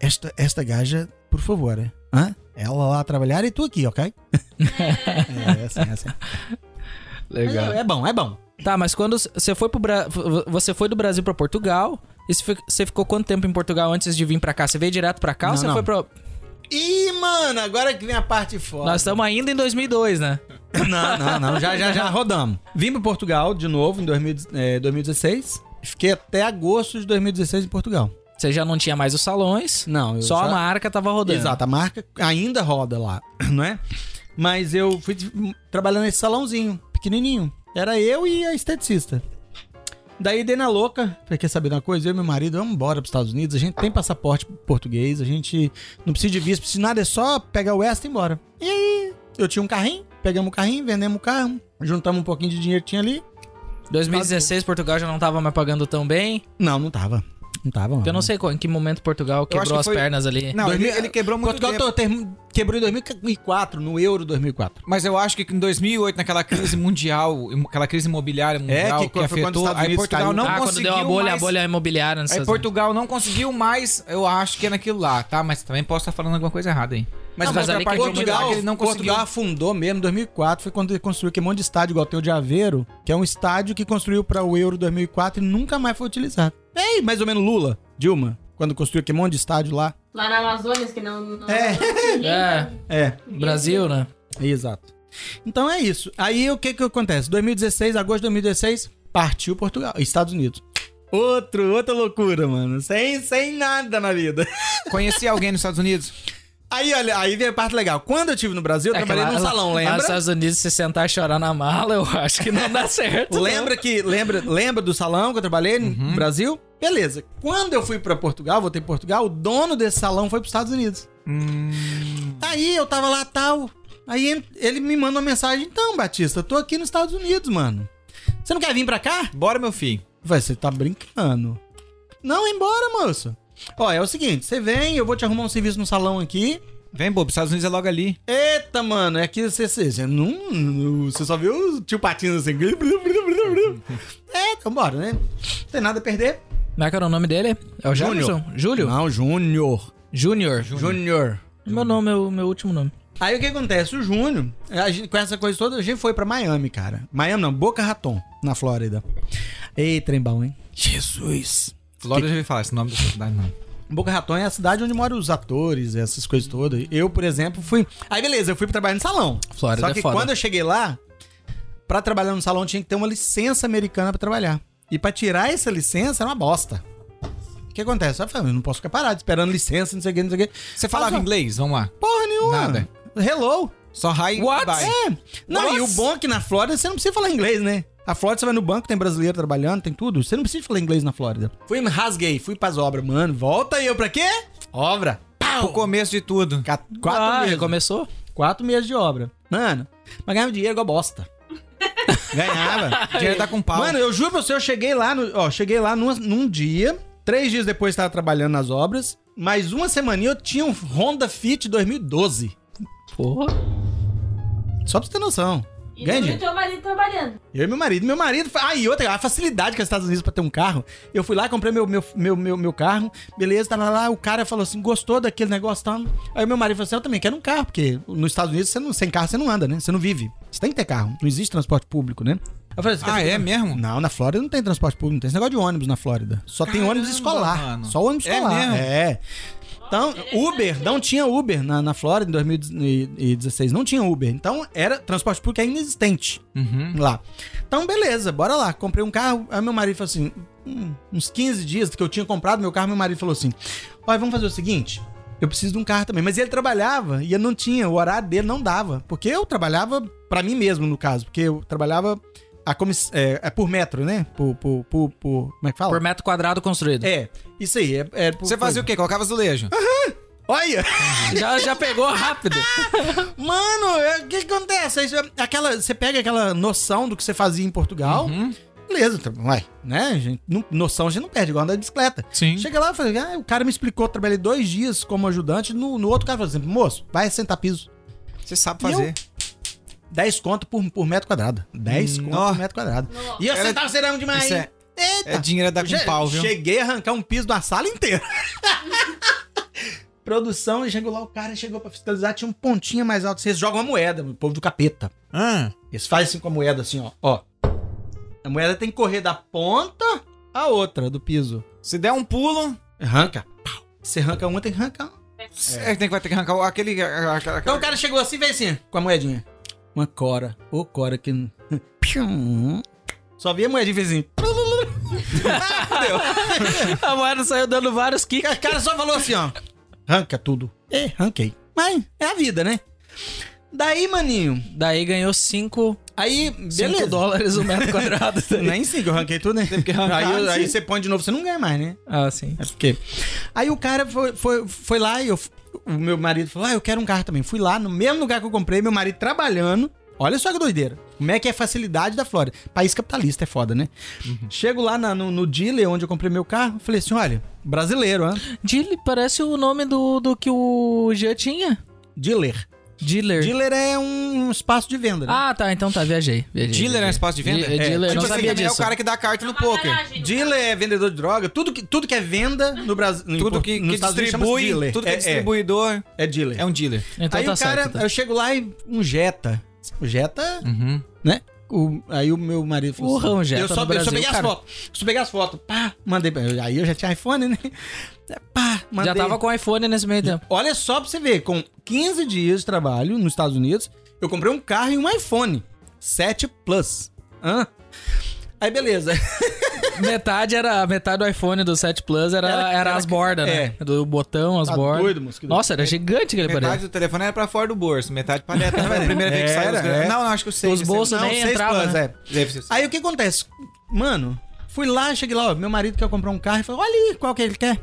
Speaker 1: Esta, esta gaja, por favor, é. Hã? Ela lá trabalhar e tu aqui, ok? é, é assim, é assim. Mas É, é bom, é bom.
Speaker 2: Tá, mas quando c- você foi pro Bra... v- você foi do Brasil pra Portugal, e você fi- você ficou quanto tempo em Portugal antes de vir pra cá? Você veio direto pra cá
Speaker 1: Não,
Speaker 2: ou você
Speaker 1: não.
Speaker 2: foi pro...
Speaker 1: Ih, mano, agora que vem a parte foda.
Speaker 2: Nós estamos ainda em 2002, né?
Speaker 1: Não, não, não. Já, já, já rodamos. Vim pra Portugal de novo em 2000, eh, 2016. Fiquei até agosto de 2016 em Portugal.
Speaker 2: Você já não tinha mais os salões,
Speaker 1: Não, eu
Speaker 2: só a
Speaker 1: já-
Speaker 2: marca tava rodando.
Speaker 1: Exato, a marca ainda roda lá, não é? Mas eu fui trabalhando nesse salãozinho, pequenininho. Era eu e a esteticista. Daí dei na louca, falei, quer saber de uma coisa? Eu e meu marido, vamos embora pros Estados Unidos, a gente tem passaporte português, a gente não precisa de visto, precisa de nada, é só pegar o West e ir embora. E aí, eu tinha um carrinho, pegamos o carrinho, vendemos o carro, juntamos um pouquinho de dinheiro que tinha ali.
Speaker 2: 2016, Portugal já não tava mais pagando tão bem.
Speaker 1: Não, não tava. Não tava, mano.
Speaker 2: Eu Então não sei qual- em que momento Portugal
Speaker 3: acho
Speaker 2: quebrou
Speaker 3: que
Speaker 2: as
Speaker 3: foi-
Speaker 2: pernas ali.
Speaker 3: Não, ele,
Speaker 1: 2000
Speaker 3: ele quebrou muito
Speaker 1: Portugal
Speaker 3: tempo.
Speaker 1: to- ter- quebrou em 2004, no Euro 2004.
Speaker 3: Mas eu acho que em 2008, naquela crise mundial, im- aquela crise imobiliária mundial
Speaker 1: É, que
Speaker 3: que,
Speaker 1: foi quando os
Speaker 3: afetou,
Speaker 1: Estados
Speaker 3: aí
Speaker 1: Unidos
Speaker 3: Portugal
Speaker 1: caiu.
Speaker 3: não
Speaker 2: ah, quando
Speaker 3: conseguiu
Speaker 2: deu a bolha,
Speaker 3: mais,
Speaker 2: a bolha imobiliária. não sei
Speaker 3: Aí
Speaker 2: se-
Speaker 3: Portugal não conseguiu mais, eu acho que é naquilo lá, tá? Mas também posso estar falando alguma coisa errada aí.
Speaker 2: Não, mas ali
Speaker 3: contrapartida,
Speaker 2: quebrou muito
Speaker 1: Portugal,
Speaker 2: lá,
Speaker 3: ele não conseguiu.
Speaker 1: Portugal afundou mesmo em 2004. Foi quando ele construiu aquele monte de estádio igual tem o de Aveiro, que é um estádio que construiu para o Euro 2004 e nunca mais foi utilizado. É mais ou menos Lula, Dilma, quando construiu aquele monte de estádio lá.
Speaker 4: Lá na Amazônia, que não. não
Speaker 1: É.
Speaker 4: ninguém
Speaker 2: É.
Speaker 4: vai-
Speaker 1: É,
Speaker 2: Brasil, né?
Speaker 1: exato. Então é isso. Aí o que que acontece? 2016, agosto de 2016, partiu Portugal, Estados Unidos. Outro, outra loucura, mano. Sem, sem nada na vida.
Speaker 3: Conheci alguém nos Estados Unidos?
Speaker 1: Aí, olha, aí vem a parte legal. Quando eu estive no Brasil, eu
Speaker 2: É que
Speaker 1: trabalhei
Speaker 2: lá-
Speaker 1: num salão,
Speaker 2: lá
Speaker 1: lembra?
Speaker 2: nos Estados Unidos, se sentar e chorar na mala, eu acho que não dá certo. não.
Speaker 1: Lembra que lembra, lembra do salão que eu trabalhei no Brasil? Beleza. Quando eu fui pra Portugal, voltei pra Portugal, o dono desse salão foi pros Estados Unidos.
Speaker 3: Hum,
Speaker 1: Tá Aí eu tava lá tal. Aí en- ele me manda uma mensagem: "Então, Batista, eu tô aqui nos Estados Unidos, mano. Você não quer vir pra cá?"
Speaker 3: Bora, meu filho.
Speaker 1: Vai, você tá brincando. Não, embora, moço. Ó, é o seguinte, você vem, eu vou te arrumar um serviço no salão aqui.
Speaker 3: Vem, bobo. Estados Unidos é logo ali.
Speaker 1: Eita, mano, é que você, você, você não, não- Você só viu o tio Patinho assim. blu, blu, blu, blu, blu. É, então bora, né? Não tem nada a perder.
Speaker 2: Como é que era o nome dele? É o Jefferson? Júlio?
Speaker 1: Não, Júnior.
Speaker 2: Júnior.
Speaker 1: Júnior.
Speaker 2: Meu nome, meu, meu último nome.
Speaker 1: Aí o que acontece? O Júnior, a gente- com essa coisa toda, a gente foi pra Miami, cara. Miami não, Boca Raton, na Flórida. Ei, trem bom, hein? Jesus.
Speaker 3: Flórida eu já ouvi falar esse nome da cidade, não.
Speaker 1: Boca Raton é a cidade onde moram os atores, essas coisas todas. Eu, por exemplo, fui. Aí beleza, eu fui pra trabalhar no salão.
Speaker 2: Flórida
Speaker 1: Só que
Speaker 2: é foda.
Speaker 1: quando eu cheguei lá, pra trabalhar no salão tinha que ter uma licença americana pra trabalhar. E pra tirar essa licença era uma bosta. O que acontece? Eu falei, eu não posso ficar parado esperando licença, não sei o que, não sei o que.
Speaker 3: Você falava
Speaker 1: Nossa.
Speaker 3: inglês? Vamos lá.
Speaker 1: Porra nenhuma.
Speaker 3: Nada.
Speaker 1: Hello.
Speaker 3: Só hi
Speaker 2: What?
Speaker 3: e bye.
Speaker 1: É. Não, e o
Speaker 2: Nossa.
Speaker 1: bom é que na Flórida você não precisa falar inglês, né? A Flórida, você vai no banco, tem brasileiro trabalhando, tem tudo. Você não precisa falar inglês na Flórida. Fui, me rasguei, fui pras obras, mano. Volta aí, eu pra quê? Obra.
Speaker 3: O começo de tudo.
Speaker 1: Ca- Quatro
Speaker 2: Ah,
Speaker 1: meses.
Speaker 2: já começou?
Speaker 1: Quatro meses de obra. Mano, mas ganhava dinheiro igual bosta. Ganhava.
Speaker 3: O dinheiro tá com pau.
Speaker 1: Mano, eu juro pra você, eu cheguei lá, no, ó, cheguei lá numa- num dia, três dias depois tava trabalhando nas obras, mais uma semana eu tinha um Honda Fit 2012.
Speaker 2: Porra.
Speaker 1: Só pra você ter noção.
Speaker 4: E
Speaker 1: Ganha
Speaker 4: tudo
Speaker 1: dinheiro.
Speaker 4: e teu marido trabalhando.
Speaker 1: Eu e meu marido. Meu marido. fa- Ah, e outra, a facilidade que é os Estados Unidos pra ter um carro. Eu fui lá, comprei meu, meu, meu, meu, meu carro, beleza, tava lá. O cara falou assim: gostou daquele negócio tal. Aí meu marido falou assim: eu também quero um carro, porque nos Estados Unidos você não, sem carro você não anda, né? Você não vive. Você tem que ter carro. Não existe transporte público, né? Eu falei, "Você quer
Speaker 3: Ah,
Speaker 1: ter
Speaker 3: é
Speaker 1: carro?"
Speaker 3: mesmo?
Speaker 1: Não, na Flórida não tem transporte público, não tem esse negócio de ônibus na Flórida. Só tem
Speaker 3: Caramba,
Speaker 1: ônibus escolar.
Speaker 3: mano.
Speaker 1: Só ônibus
Speaker 3: É
Speaker 1: escolar.
Speaker 3: mesmo?
Speaker 1: É. Então, Uber, não tinha Uber na, na Flórida em 2016. Não tinha Uber. Então, era transporte público é inexistente
Speaker 3: Uhum.
Speaker 1: lá. Então, beleza, bora lá. Comprei um carro. Aí meu marido falou assim: hum, uns 15 dias que eu tinha comprado meu carro, meu marido falou assim: Olha, vamos fazer o seguinte. Eu preciso de um carro também. Mas ele trabalhava e eu não tinha, o horário dele não dava. Porque eu trabalhava pra mim mesmo, no caso. Porque eu trabalhava a comiss... é, é por metro, né? Por, por, por, por- Como é que fala?
Speaker 2: Por metro quadrado construído.
Speaker 1: É, isso aí. É, é por-
Speaker 3: Você fazia o quê? Colocava azulejo?
Speaker 1: Olha!
Speaker 2: Já, já pegou rápido.
Speaker 1: Mano, é- o que que acontece? Isso é- Aquela, você pega aquela noção do que você fazia em Portugal. Beleza, tá- ué, né? a gente- não- noção a gente não perde, igual andar de bicicleta.
Speaker 3: Sim.
Speaker 1: Chega lá e fala, ah, o cara me explicou, trabalhei dois dias como ajudante. No, no outro cara falou assim, moço, vai sentar piso.
Speaker 3: Você sabe
Speaker 1: E eu-
Speaker 3: fazer.
Speaker 1: 10 conto por, por metro quadrado. 10 conto
Speaker 3: Nó.
Speaker 1: por metro quadrado.
Speaker 4: Nossa.
Speaker 1: E eu
Speaker 3: Era-
Speaker 1: sentava serão demais.
Speaker 3: Isso Hum, é-
Speaker 1: Eita.
Speaker 3: É dinheiro da
Speaker 1: Já
Speaker 3: com pau, viu?
Speaker 1: Cheguei a arrancar um piso da sala inteira. Produção, e chegou lá o cara, chegou pra fiscalizar, tinha um pontinho mais alto. Vocês jogam uma moeda, o povo do capeta.
Speaker 3: Ah,
Speaker 1: Eles fazem assim com a moeda, assim, ó. ó. A moeda tem que correr da ponta à outra do piso.
Speaker 3: se der um pulo,
Speaker 1: Arranca. Pau. Você arranca uma, tem que arrancar.
Speaker 3: é, tem que vai ter que arrancar o- aquele. a- a- a-
Speaker 1: Então o cara chegou assim, veio assim, com a moedinha. Uma cora. Ô, cora que... Só via a moedinha, fez assim.
Speaker 2: A moeda saiu dando vários kicks.
Speaker 1: O cara só falou assim, ó. Arranca tudo. É, arranquei. Mas é a vida, né? Daí, maninho.
Speaker 2: Daí ganhou 5
Speaker 1: Aí, beleza.
Speaker 2: dólares o metro quadrado.
Speaker 1: Nem cinco, eu arranquei tudo, né?
Speaker 3: arrancar,
Speaker 1: aí, aí
Speaker 3: sim.
Speaker 1: você põe de novo, você não ganha mais, né?
Speaker 2: ah, sim.
Speaker 1: É porque. Aí o cara foi, foi, foi lá e eu, o meu marido falou: Ah, eu quero um carro também. Fui lá, no mesmo lugar que eu comprei, meu marido trabalhando. Olha só que doideira. Como é que é a facilidade da Flórida? País capitalista é foda, né?
Speaker 3: Uhum.
Speaker 1: Chego lá na- no, no dealer onde eu comprei meu carro, falei assim: olha, brasileiro, hã?
Speaker 2: Dealer parece o nome do, do que o Jean tinha.
Speaker 1: Dealer.
Speaker 2: Dealer.
Speaker 1: Dealer é um espaço de venda, né?
Speaker 2: Ah, tá. Então tá, viajei. viajei
Speaker 3: Dealer é um
Speaker 2: viajei.
Speaker 3: espaço de venda?
Speaker 2: De- é dealer,
Speaker 3: tipo
Speaker 2: não
Speaker 3: assim,
Speaker 2: sabia
Speaker 3: também é o
Speaker 2: disso.
Speaker 3: cara que dá carta no
Speaker 4: Uma
Speaker 3: poker.
Speaker 4: garagem, no
Speaker 1: Dealer é vendedor de droga, tudo que, tudo que é venda no Brasil.
Speaker 3: Tudo que, que distribui, tudo que é, distribuidor
Speaker 1: É, dealer.
Speaker 3: é um dealer.
Speaker 2: Então
Speaker 1: aí
Speaker 2: tá
Speaker 1: o cara,
Speaker 2: certo. tá.
Speaker 1: aí eu chego lá e um Jetta. O Jetta,
Speaker 3: Uhum.
Speaker 1: né? O- aí o meu marido falou assim,
Speaker 2: Porra, um Jetta
Speaker 1: eu só,
Speaker 2: no
Speaker 1: eu só
Speaker 2: Brasil,
Speaker 1: peguei
Speaker 2: cara.
Speaker 1: as fotos. Só peguei as fotos. Pá, mandei. pra- Aí eu já tinha iPhone, né? Pá, mandei.
Speaker 2: Já tava com iPhone nesse meio tempo.
Speaker 1: Olha só pra você ver, com 15 dias de trabalho nos Estados Unidos, eu comprei um carro e um iPhone 7 Plus. Hã? Aí beleza.
Speaker 2: Metade era metade do iPhone do 7 Plus era, era,
Speaker 1: Era-
Speaker 2: as bordas, né? Do botão, as
Speaker 1: Tá
Speaker 2: bordas.
Speaker 1: doido, mosquito.
Speaker 2: Nossa, era gigante aquele aparelho.
Speaker 3: Metade do telefone era pra fora do bolso, metade pra dentro. Era a primeira vez que saiu.
Speaker 1: Era,
Speaker 3: os- assim.
Speaker 1: é.
Speaker 3: Não, não, acho que eu sei.
Speaker 2: Os bolsos
Speaker 1: Não,
Speaker 2: nem
Speaker 1: seis
Speaker 2: entrava,
Speaker 1: plus,
Speaker 2: né?
Speaker 1: é. Aí o que acontece? Mano, fui lá, cheguei lá, ó, meu marido quer comprar um carro e falou, olha aí qual que ele quer.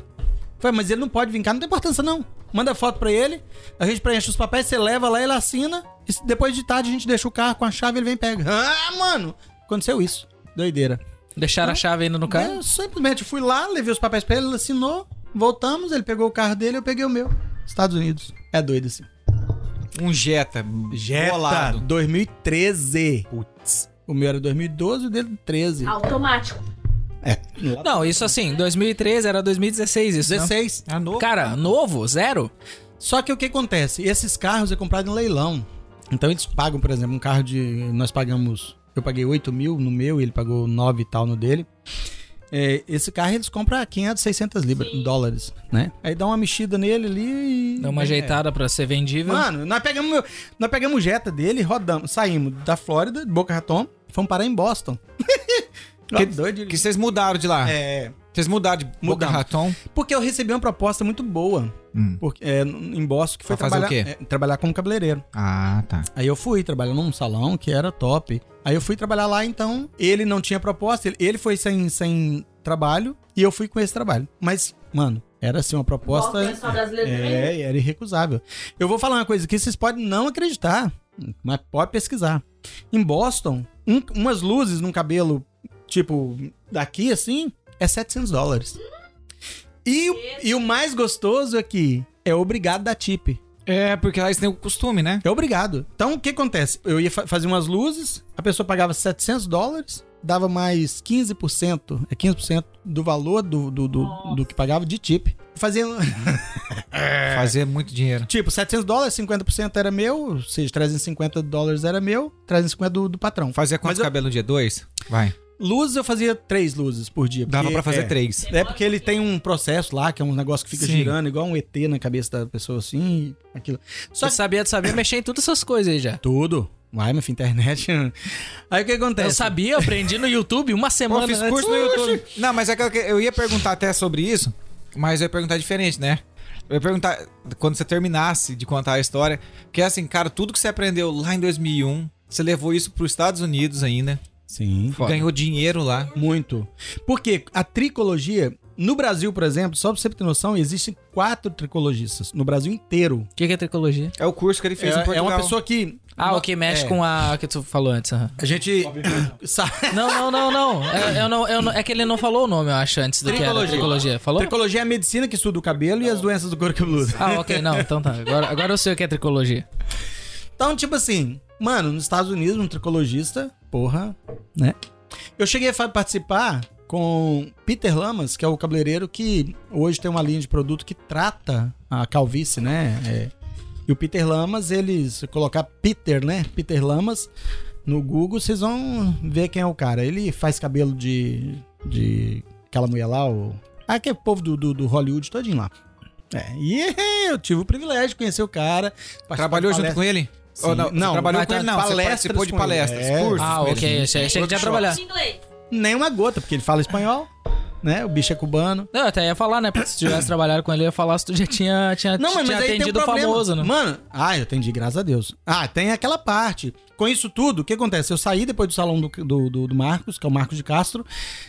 Speaker 1: Falei, mas ele não pode vir cá, não tem importância não. Manda foto pra ele, a gente preenche os papéis, você leva lá, ele assina, e se- depois de tarde a gente deixa o carro com a chave, ele vem e pega. Ah, mano! Aconteceu isso. Doideira.
Speaker 2: Deixaram a chave ainda no carro.
Speaker 1: Eu simplesmente fui lá, levei os papéis pra ele, ele assinou, voltamos, ele pegou o carro dele, eu peguei o meu. Estados Unidos. É doido assim.
Speaker 3: Um Jetta.
Speaker 1: Jetta,
Speaker 3: Bolado.
Speaker 1: 2013. Putz. O meu era 2012, o dele 13.
Speaker 4: Automático.
Speaker 2: Não, isso assim, 2013 era 2016 isso, 16.
Speaker 1: 16.
Speaker 3: Ah, novo.
Speaker 2: Cara, novo, zero?
Speaker 1: Só que o que acontece? Esses carros é comprado em leilão. Então eles pagam, por exemplo, um carro de. Nós pagamos. Eu paguei 8 mil no meu e ele pagou 9 e tal no dele. É, esse carro eles compram a 500, 600 libras, dólares, né? Aí dá uma mexida nele ali e. é.
Speaker 2: Deu uma ajeitada pra ser vendível.
Speaker 1: Mano, nós pegamos, meu- nós pegamos o Jetta dele, rodamos, saímos da Flórida, de Boca Raton, fomos parar em Boston.
Speaker 3: Que-
Speaker 1: doido.
Speaker 3: Que vocês mudaram de lá.
Speaker 1: É,
Speaker 3: Vocês mudaram de Boca
Speaker 1: Mudamos.
Speaker 3: Raton.
Speaker 1: porque eu recebi uma proposta muito boa
Speaker 3: Hum.
Speaker 1: porque, é, em Boston, que foi
Speaker 3: Pra fazer
Speaker 1: trabalhar,
Speaker 3: o quê?
Speaker 1: é, trabalhar como cabeleireiro.
Speaker 3: Ah, tá.
Speaker 1: Aí eu fui trabalhar num salão que era top. Aí eu fui trabalhar lá, então ele não tinha proposta, ele, ele foi sem, sem trabalho e eu fui com esse trabalho. Mas, mano, era assim uma proposta.
Speaker 4: Boston é só brasileiro também.
Speaker 1: É, era irrecusável. Eu vou falar uma coisa que vocês podem não acreditar, mas pode pesquisar. Em Boston, um- umas luzes num cabelo, tipo, daqui assim, é 700 dólares. E, o- e o mais gostoso aqui é obrigado da tip.
Speaker 3: É, porque lá eles têm o costume, né?
Speaker 1: É obrigado. Então, o que acontece? Eu ia fa- fazer umas luzes, a pessoa pagava 700 dólares, dava mais 15%, é 15% do valor do, do, do, do que pagava de tip. Fazia,
Speaker 3: Fazer muito dinheiro.
Speaker 1: tipo, 700 dólares, 50% era meu, ou seja, 350 dólares era meu, 350 do, do patrão.
Speaker 3: Fazer
Speaker 1: Mas
Speaker 3: quantos
Speaker 1: eu-
Speaker 3: cabelos no dia? Dois? Vai.
Speaker 1: Luzes eu fazia três luzes por dia.
Speaker 3: Dava
Speaker 1: porque-
Speaker 3: pra fazer
Speaker 1: é,
Speaker 3: três.
Speaker 1: É porque ele tem um processo lá, que é um negócio que fica
Speaker 3: Sim.
Speaker 1: girando, igual um ET na cabeça da pessoa, assim, e aquilo. Só
Speaker 2: Só que sabia de saber mexer em todas essas coisas aí já.
Speaker 1: Tudo. Ai, minha filha, internet. Aí o que
Speaker 2: Eu
Speaker 1: acontece?
Speaker 2: sabia, eu aprendi no YouTube uma
Speaker 3: Pô,
Speaker 2: semana.
Speaker 3: eu fiz
Speaker 1: né?
Speaker 2: antes.
Speaker 3: curso no YouTube. Não, mas é que eu- eu ia perguntar até sobre isso, mas eu ia perguntar diferente, né? Eu ia perguntar quando você terminasse de contar a história, que é assim, cara, tudo que você aprendeu lá em 2001, você levou isso pros Estados Unidos ainda,
Speaker 1: Sim.
Speaker 2: Foda.
Speaker 3: ganhou dinheiro lá.
Speaker 1: Muito. Porque a tricologia, no Brasil, por exemplo, só pra você ter noção, existem quatro tricologistas no Brasil inteiro.
Speaker 2: O que que é tricologia?
Speaker 3: É o curso que ele fez em
Speaker 1: É, é
Speaker 3: Portugal.
Speaker 1: uma pessoa que.
Speaker 2: Ah, o que mexe
Speaker 1: é.
Speaker 2: com a que tu falou antes. aham.
Speaker 1: A gente. sa-
Speaker 2: Não, não, não, não. É, eu não, eu não- é que ele não falou o nome, eu acho, antes do que era
Speaker 1: Tricologia.
Speaker 2: tricologia. Falou?
Speaker 1: Tricologia é a medicina que estuda o cabelo e as doenças do couro cabeludo.
Speaker 2: Ah, ok, não. Então tá. Agora, agora eu sei o que é tricologia.
Speaker 1: Então, tipo assim, mano, nos Estados Unidos, um tricologista, porra, né? Eu cheguei a fa- participar com Peter Lamas, que é o cabeleireiro que hoje tem uma linha de produto que trata a calvície, né? É. E o Peter Lamas, eles se colocar Peter, né? Peter Lamas no Google, vocês vão ver quem é o cara. Ele faz cabelo de de aquela mulher lá, o ah, que é o povo do, do, do Hollywood todinho lá. É, e eu tive o privilégio de conhecer o cara. participar de
Speaker 3: Trabalhou junto
Speaker 1: palestra.
Speaker 3: com ele?
Speaker 1: Sim.
Speaker 3: Ou não, você
Speaker 1: Não,
Speaker 3: trabalhou
Speaker 1: mas
Speaker 3: com ele
Speaker 1: tá-
Speaker 3: não, você
Speaker 1: palestras
Speaker 3: participou de
Speaker 1: com ele.
Speaker 3: palestras,
Speaker 1: É.
Speaker 3: cursos
Speaker 2: Ah,
Speaker 3: com
Speaker 2: ok.
Speaker 3: ele.
Speaker 2: Achei, achei que já
Speaker 3: Workshop.
Speaker 2: trabalhar.
Speaker 4: Inglês.
Speaker 1: Nem uma gota, porque ele fala espanhol, né? O bicho é cubano.
Speaker 2: Não, eu até ia falar, né? Porque se tu tivesse trabalhado com ele, eu ia falar se tu já tinha, tinha, tinha atendido o famoso, né?
Speaker 1: um Mano, ah, eu atendi, graças a Deus. Ah, tem aquela parte. Com isso tudo, o que acontece? Eu saí depois do salão do, do, do- do Marcos, que é o Marcos de Castro,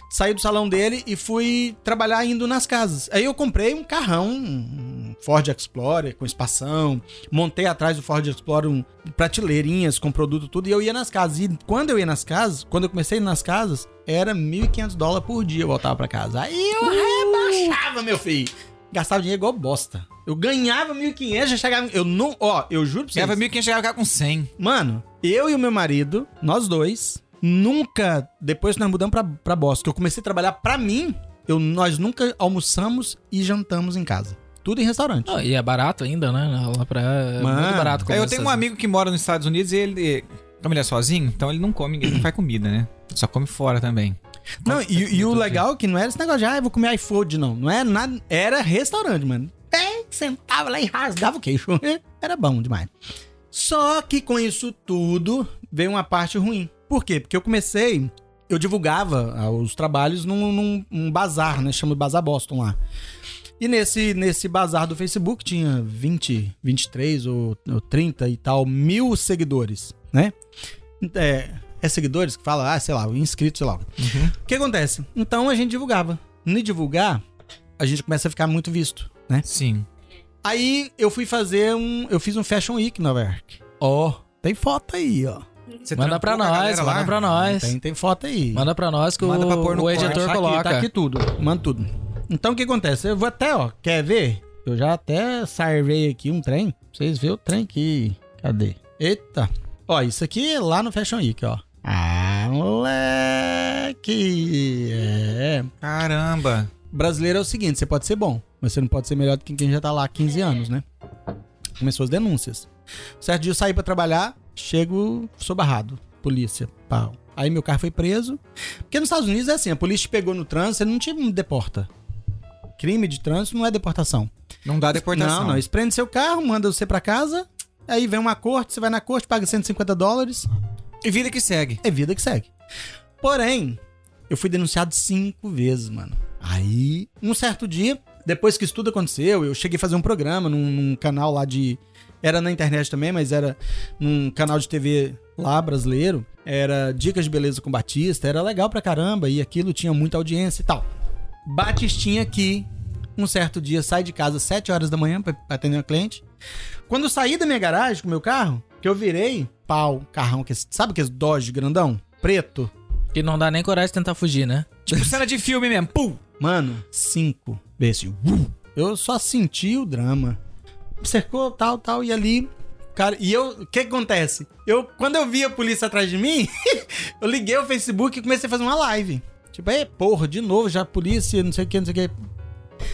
Speaker 1: saí do salão dele e fui trabalhar indo nas casas. Aí eu comprei um carrão, um Ford Explorer com espação, montei atrás do Ford Explorer um, prateleirinhas com produto tudo e eu ia nas casas. E quando eu ia nas casas, quando eu comecei a ir nas casas, era 1.500 dólares por dia eu voltava pra casa. Aí eu rebaixava, meu filho. Gastava dinheiro igual bosta. Eu ganhava 1.500, já chegava. Eu não. Ó, eu juro pra vocês.
Speaker 3: Ganhava 1.500, chegava com 100.
Speaker 1: Mano, eu e o meu marido, nós dois, nunca. Depois que nós mudamos pra, pra Boston, que eu comecei a trabalhar pra mim, eu, nós nunca almoçamos e jantamos em casa. Tudo em restaurante.
Speaker 2: Não, e é barato ainda, né? Lá pra... é
Speaker 1: Mano.
Speaker 2: muito barato.
Speaker 3: É,
Speaker 2: comer
Speaker 3: eu tenho um
Speaker 2: essas-
Speaker 3: amigo que mora nos Estados Unidos e ele. Como ele é sozinho, então ele não come, ele não faz comida, né? Só come fora também.
Speaker 1: Não, e, e o legal é que não era esse negócio de, ah, eu vou comer iFood, não. Não era nada. Era restaurante, mano. É, sentava lá e rasgava o queixo. Era bom demais. Só que com isso tudo veio uma parte ruim. Por quê? Porque eu comecei eu divulgava ah, os trabalhos num, num- num bazar, né? Chama Bazar Boston lá. E nesse, nesse bazar do Facebook tinha 20, 23 ou, ou 30 e tal mil seguidores, né? É, é seguidores que fala, ah, sei lá, inscritos, sei lá. O que acontece? Então a gente divulgava. No divulgar, a gente começa a ficar muito visto, né?
Speaker 3: Sim.
Speaker 1: Aí eu fui fazer um. Eu fiz um Fashion Week em Nova York. Ó, tem foto aí, ó.
Speaker 3: Você trampou
Speaker 2: Manda pra
Speaker 3: com a
Speaker 2: nós,
Speaker 3: galera
Speaker 2: manda
Speaker 3: lá?
Speaker 2: pra nós.
Speaker 1: Tem, tem foto aí.
Speaker 2: Manda pra nós que
Speaker 3: Manda
Speaker 2: o,
Speaker 3: pra pôr no
Speaker 2: o
Speaker 3: corte.
Speaker 2: editor
Speaker 1: Tá aqui,
Speaker 2: coloca.
Speaker 1: tá aqui tudo. Manda tudo. Então o que acontece? Eu vou até, ó. Quer ver? Eu já até sarvei aqui um trem. Pra Vocês vê o trem aqui. Cadê? Eita. Ó, isso aqui é lá no Fashion Week, ó. Ah, moleque. É.
Speaker 3: Caramba.
Speaker 1: Brasileiro é o seguinte, você pode ser bom, mas você não pode ser melhor do que quem já tá lá há 15 anos, né? Começou as denúncias. Certo dia eu saí pra trabalhar, chego, sou barrado. Polícia, pau. Aí meu carro foi preso. Porque nos Estados Unidos é assim, a polícia te pegou no trânsito, você não te deporta. Crime de trânsito não é deportação.
Speaker 3: Não dá deportação.
Speaker 1: Não, não. Eles prendem seu carro, mandam você pra casa, aí vem uma corte, você vai na corte, paga 150 dólares,
Speaker 3: E vida que segue.
Speaker 1: é vida que segue. Porém, eu fui denunciado cinco vezes, mano. Aí, um certo dia, depois que isso tudo aconteceu, eu cheguei a fazer um programa num, num canal lá de. Era na internet também, mas era num canal de TV lá brasileiro. Era Dicas de Beleza com Batista, era legal pra caramba e aquilo tinha muita audiência e tal. Batistinha aqui, um certo dia, sai de casa às 7 horas da manhã pra pra atender uma cliente. Quando eu saí da minha garagem com o meu carro, que eu virei, pau, carrão, que, sabe aqueles Dodge grandão? Preto.
Speaker 2: Que não dá nem coragem de tentar fugir, né?
Speaker 3: Tipo cena de filme mesmo. Pum!
Speaker 1: Mano, cinco. Desse. uh, Eu só senti o drama. Cercou, tal, tal, e ali. Cara, e eu, o que que acontece? Eu, quando eu vi a polícia atrás de mim, eu liguei o Facebook e comecei a fazer uma live. Tipo, é, porra, de novo, já a polícia, não sei o que, não sei o que.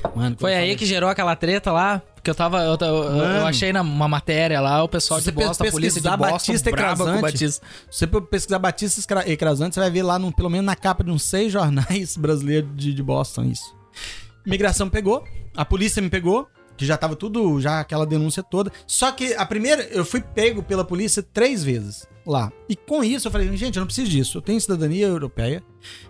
Speaker 1: Mano, quando
Speaker 2: Foi
Speaker 1: eu
Speaker 2: aí
Speaker 1: falei-
Speaker 2: que gerou aquela treta lá. Porque eu tava. Eu, eu- eu
Speaker 1: Mano.
Speaker 2: achei na- uma matéria lá, o pessoal
Speaker 1: Se
Speaker 2: de
Speaker 1: você pe-
Speaker 2: Boston, a polícia de
Speaker 1: pesquisar
Speaker 2: Boston,
Speaker 1: Batista e
Speaker 2: braba com o
Speaker 1: Crasante,
Speaker 2: Batista.
Speaker 1: Se você pesquisar Batista e Cra- e Crasante, você vai ver lá, no, pelo menos na capa de uns seis jornais brasileiros de, de Boston, isso. Imigração pegou, a polícia me pegou, que já tava tudo, já aquela denúncia toda. Só que a primeira, eu fui pego pela polícia três vezes lá. E com isso eu falei, gente, eu não preciso disso. Eu tenho cidadania europeia,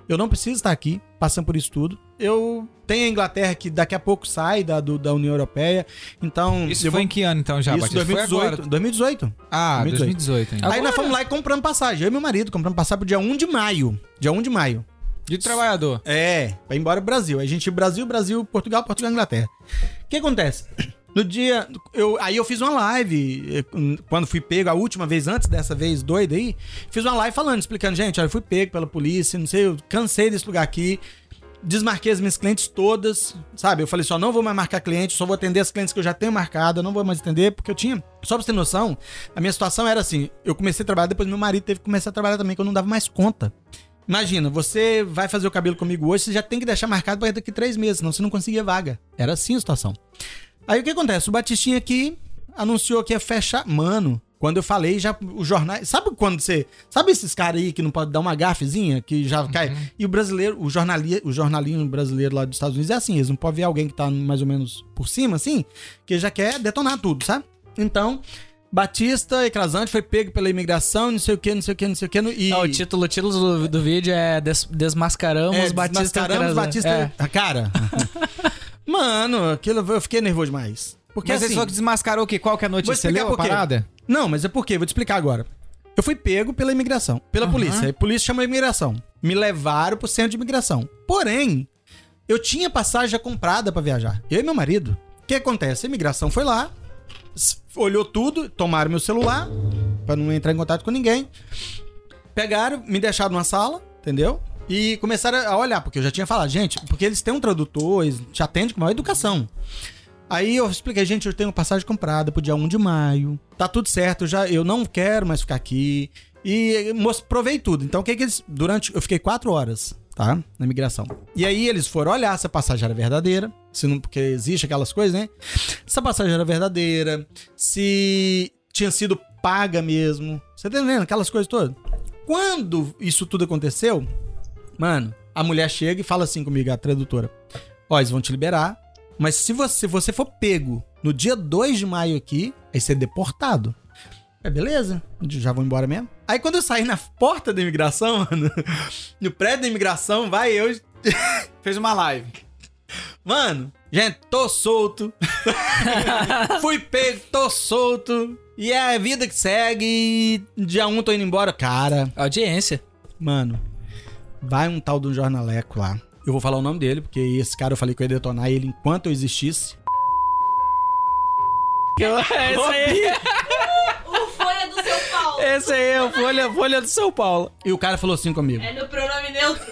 Speaker 1: eu não preciso estar aqui passando por isso tudo. Eu tenho a Inglaterra que daqui a pouco sai da, do- da União Europeia, então...
Speaker 3: Isso
Speaker 1: eu
Speaker 3: foi
Speaker 1: vou-
Speaker 3: em que ano então já,
Speaker 1: isso,
Speaker 3: Batista?
Speaker 1: 2018,
Speaker 3: Foi agora.
Speaker 1: 2018.
Speaker 3: Ah,
Speaker 1: 2018.
Speaker 3: 2018 ainda.
Speaker 1: Aí nós fomos lá e compramos passagem. Eu e meu marido compramos passagem pro dia 1 de maio. Dia 1 de maio.
Speaker 3: De trabalhador.
Speaker 1: É, pra ir embora pro Brasil. Aí a gente Brasil, Brasil, Portugal, Portugal, Inglaterra. O que acontece? No dia. Eu, aí eu fiz uma live. eh, Quando fui pego a última vez, antes dessa vez doida aí, fiz uma live falando, explicando, gente, olha, eu fui pego pela polícia, não sei, eu cansei desse lugar aqui. Desmarquei as minhas clientes todas, sabe? Eu falei só, não vou mais marcar cliente, só vou atender as clientes que eu já tenho marcado, eu não vou mais atender, porque eu tinha. Só pra você ter noção, a minha situação era assim: eu comecei a trabalhar, depois meu marido teve que começar a trabalhar também, que eu não dava mais conta. Imagina, você vai fazer o cabelo comigo hoje, você já tem que deixar marcado para daqui três meses, senão você não conseguia vaga. Era assim a situação. Aí o que acontece? O Batistinha aqui anunciou que ia fechar. Mano, quando eu falei, já o jornal. Sabe quando você. Sabe esses caras aí que não pode dar uma gafezinha, que já cai? E o brasileiro, o, jornali, o jornalinho brasileiro lá dos Estados Unidos é assim, eles não podem ver alguém que tá mais ou menos por cima, assim, que já quer detonar tudo, sabe? Então. Batista e Crasante foi pego pela imigração, não sei o que, não sei o que, não sei o que. E...
Speaker 2: Ah, o título, o título do, do vídeo é Des- Desmascaramos
Speaker 1: É,
Speaker 2: Batista.
Speaker 1: desmascaramos
Speaker 2: Crasante.
Speaker 1: Batista.
Speaker 2: É.
Speaker 1: Ah, Cara. Mano, aquilo eu fiquei nervoso demais. Porque
Speaker 3: Porque Mas
Speaker 1: assim,
Speaker 3: assim, só que desmascarou o quê? Qual que é a
Speaker 1: Vou
Speaker 3: notícia? Você
Speaker 1: explicar
Speaker 3: leu a
Speaker 1: por quê.
Speaker 3: parada?
Speaker 1: Não, mas é porque, vou te explicar agora. Eu fui pego pela imigração, pela polícia. A polícia chamou a imigração. Me levaram pro centro de imigração. Porém, eu tinha passagem já comprada pra viajar. Eu e meu marido. O que acontece? A imigração foi lá, s- olhou tudo, tomaram meu celular, pra não entrar em contato com ninguém. Pegaram, me deixaram numa sala, entendeu? E começaram a olhar, porque eu já tinha falado, gente, porque eles têm um tradutor, eles te atendem com maior educação. Aí eu expliquei, gente, eu tenho passagem comprada pro dia 1 de maio. Tá tudo certo, eu já eu não quero mais ficar aqui. E mos- provei tudo. Então o que que eles durante eu fiquei quatro horas, tá? Na migração. E aí eles foram olhar se a passagem era verdadeira, se não porque existe aquelas coisas, né? Se a passagem era verdadeira, se tinha sido paga mesmo. Você tá entendendo aquelas coisas todas? Quando isso tudo aconteceu, mano, a mulher chega e fala assim comigo, a tradutora. Ó, eles vão te liberar, mas se você, se você for pego no dia 2 de maio aqui, aí você é deportado. É beleza, já vou embora mesmo. Aí quando eu saí na porta da imigração, mano, no prédio da imigração, vai eu.
Speaker 3: Fez uma live.
Speaker 1: Mano, gente, tô solto. Fui pego, tô solto. E é a vida que segue. e Dia 1 um tô indo embora. Cara,
Speaker 2: É, Audiência.
Speaker 1: mano, vai um tal do jornaleco lá. Eu vou falar o nome dele, porque esse cara eu falei que eu ia detonar ele enquanto eu existisse.
Speaker 2: É Esse aí,
Speaker 4: O Folha do São Paulo.
Speaker 2: esse aí é o Folha, Folha do São Paulo.
Speaker 1: E o cara falou assim comigo.
Speaker 4: É no pronome neutro.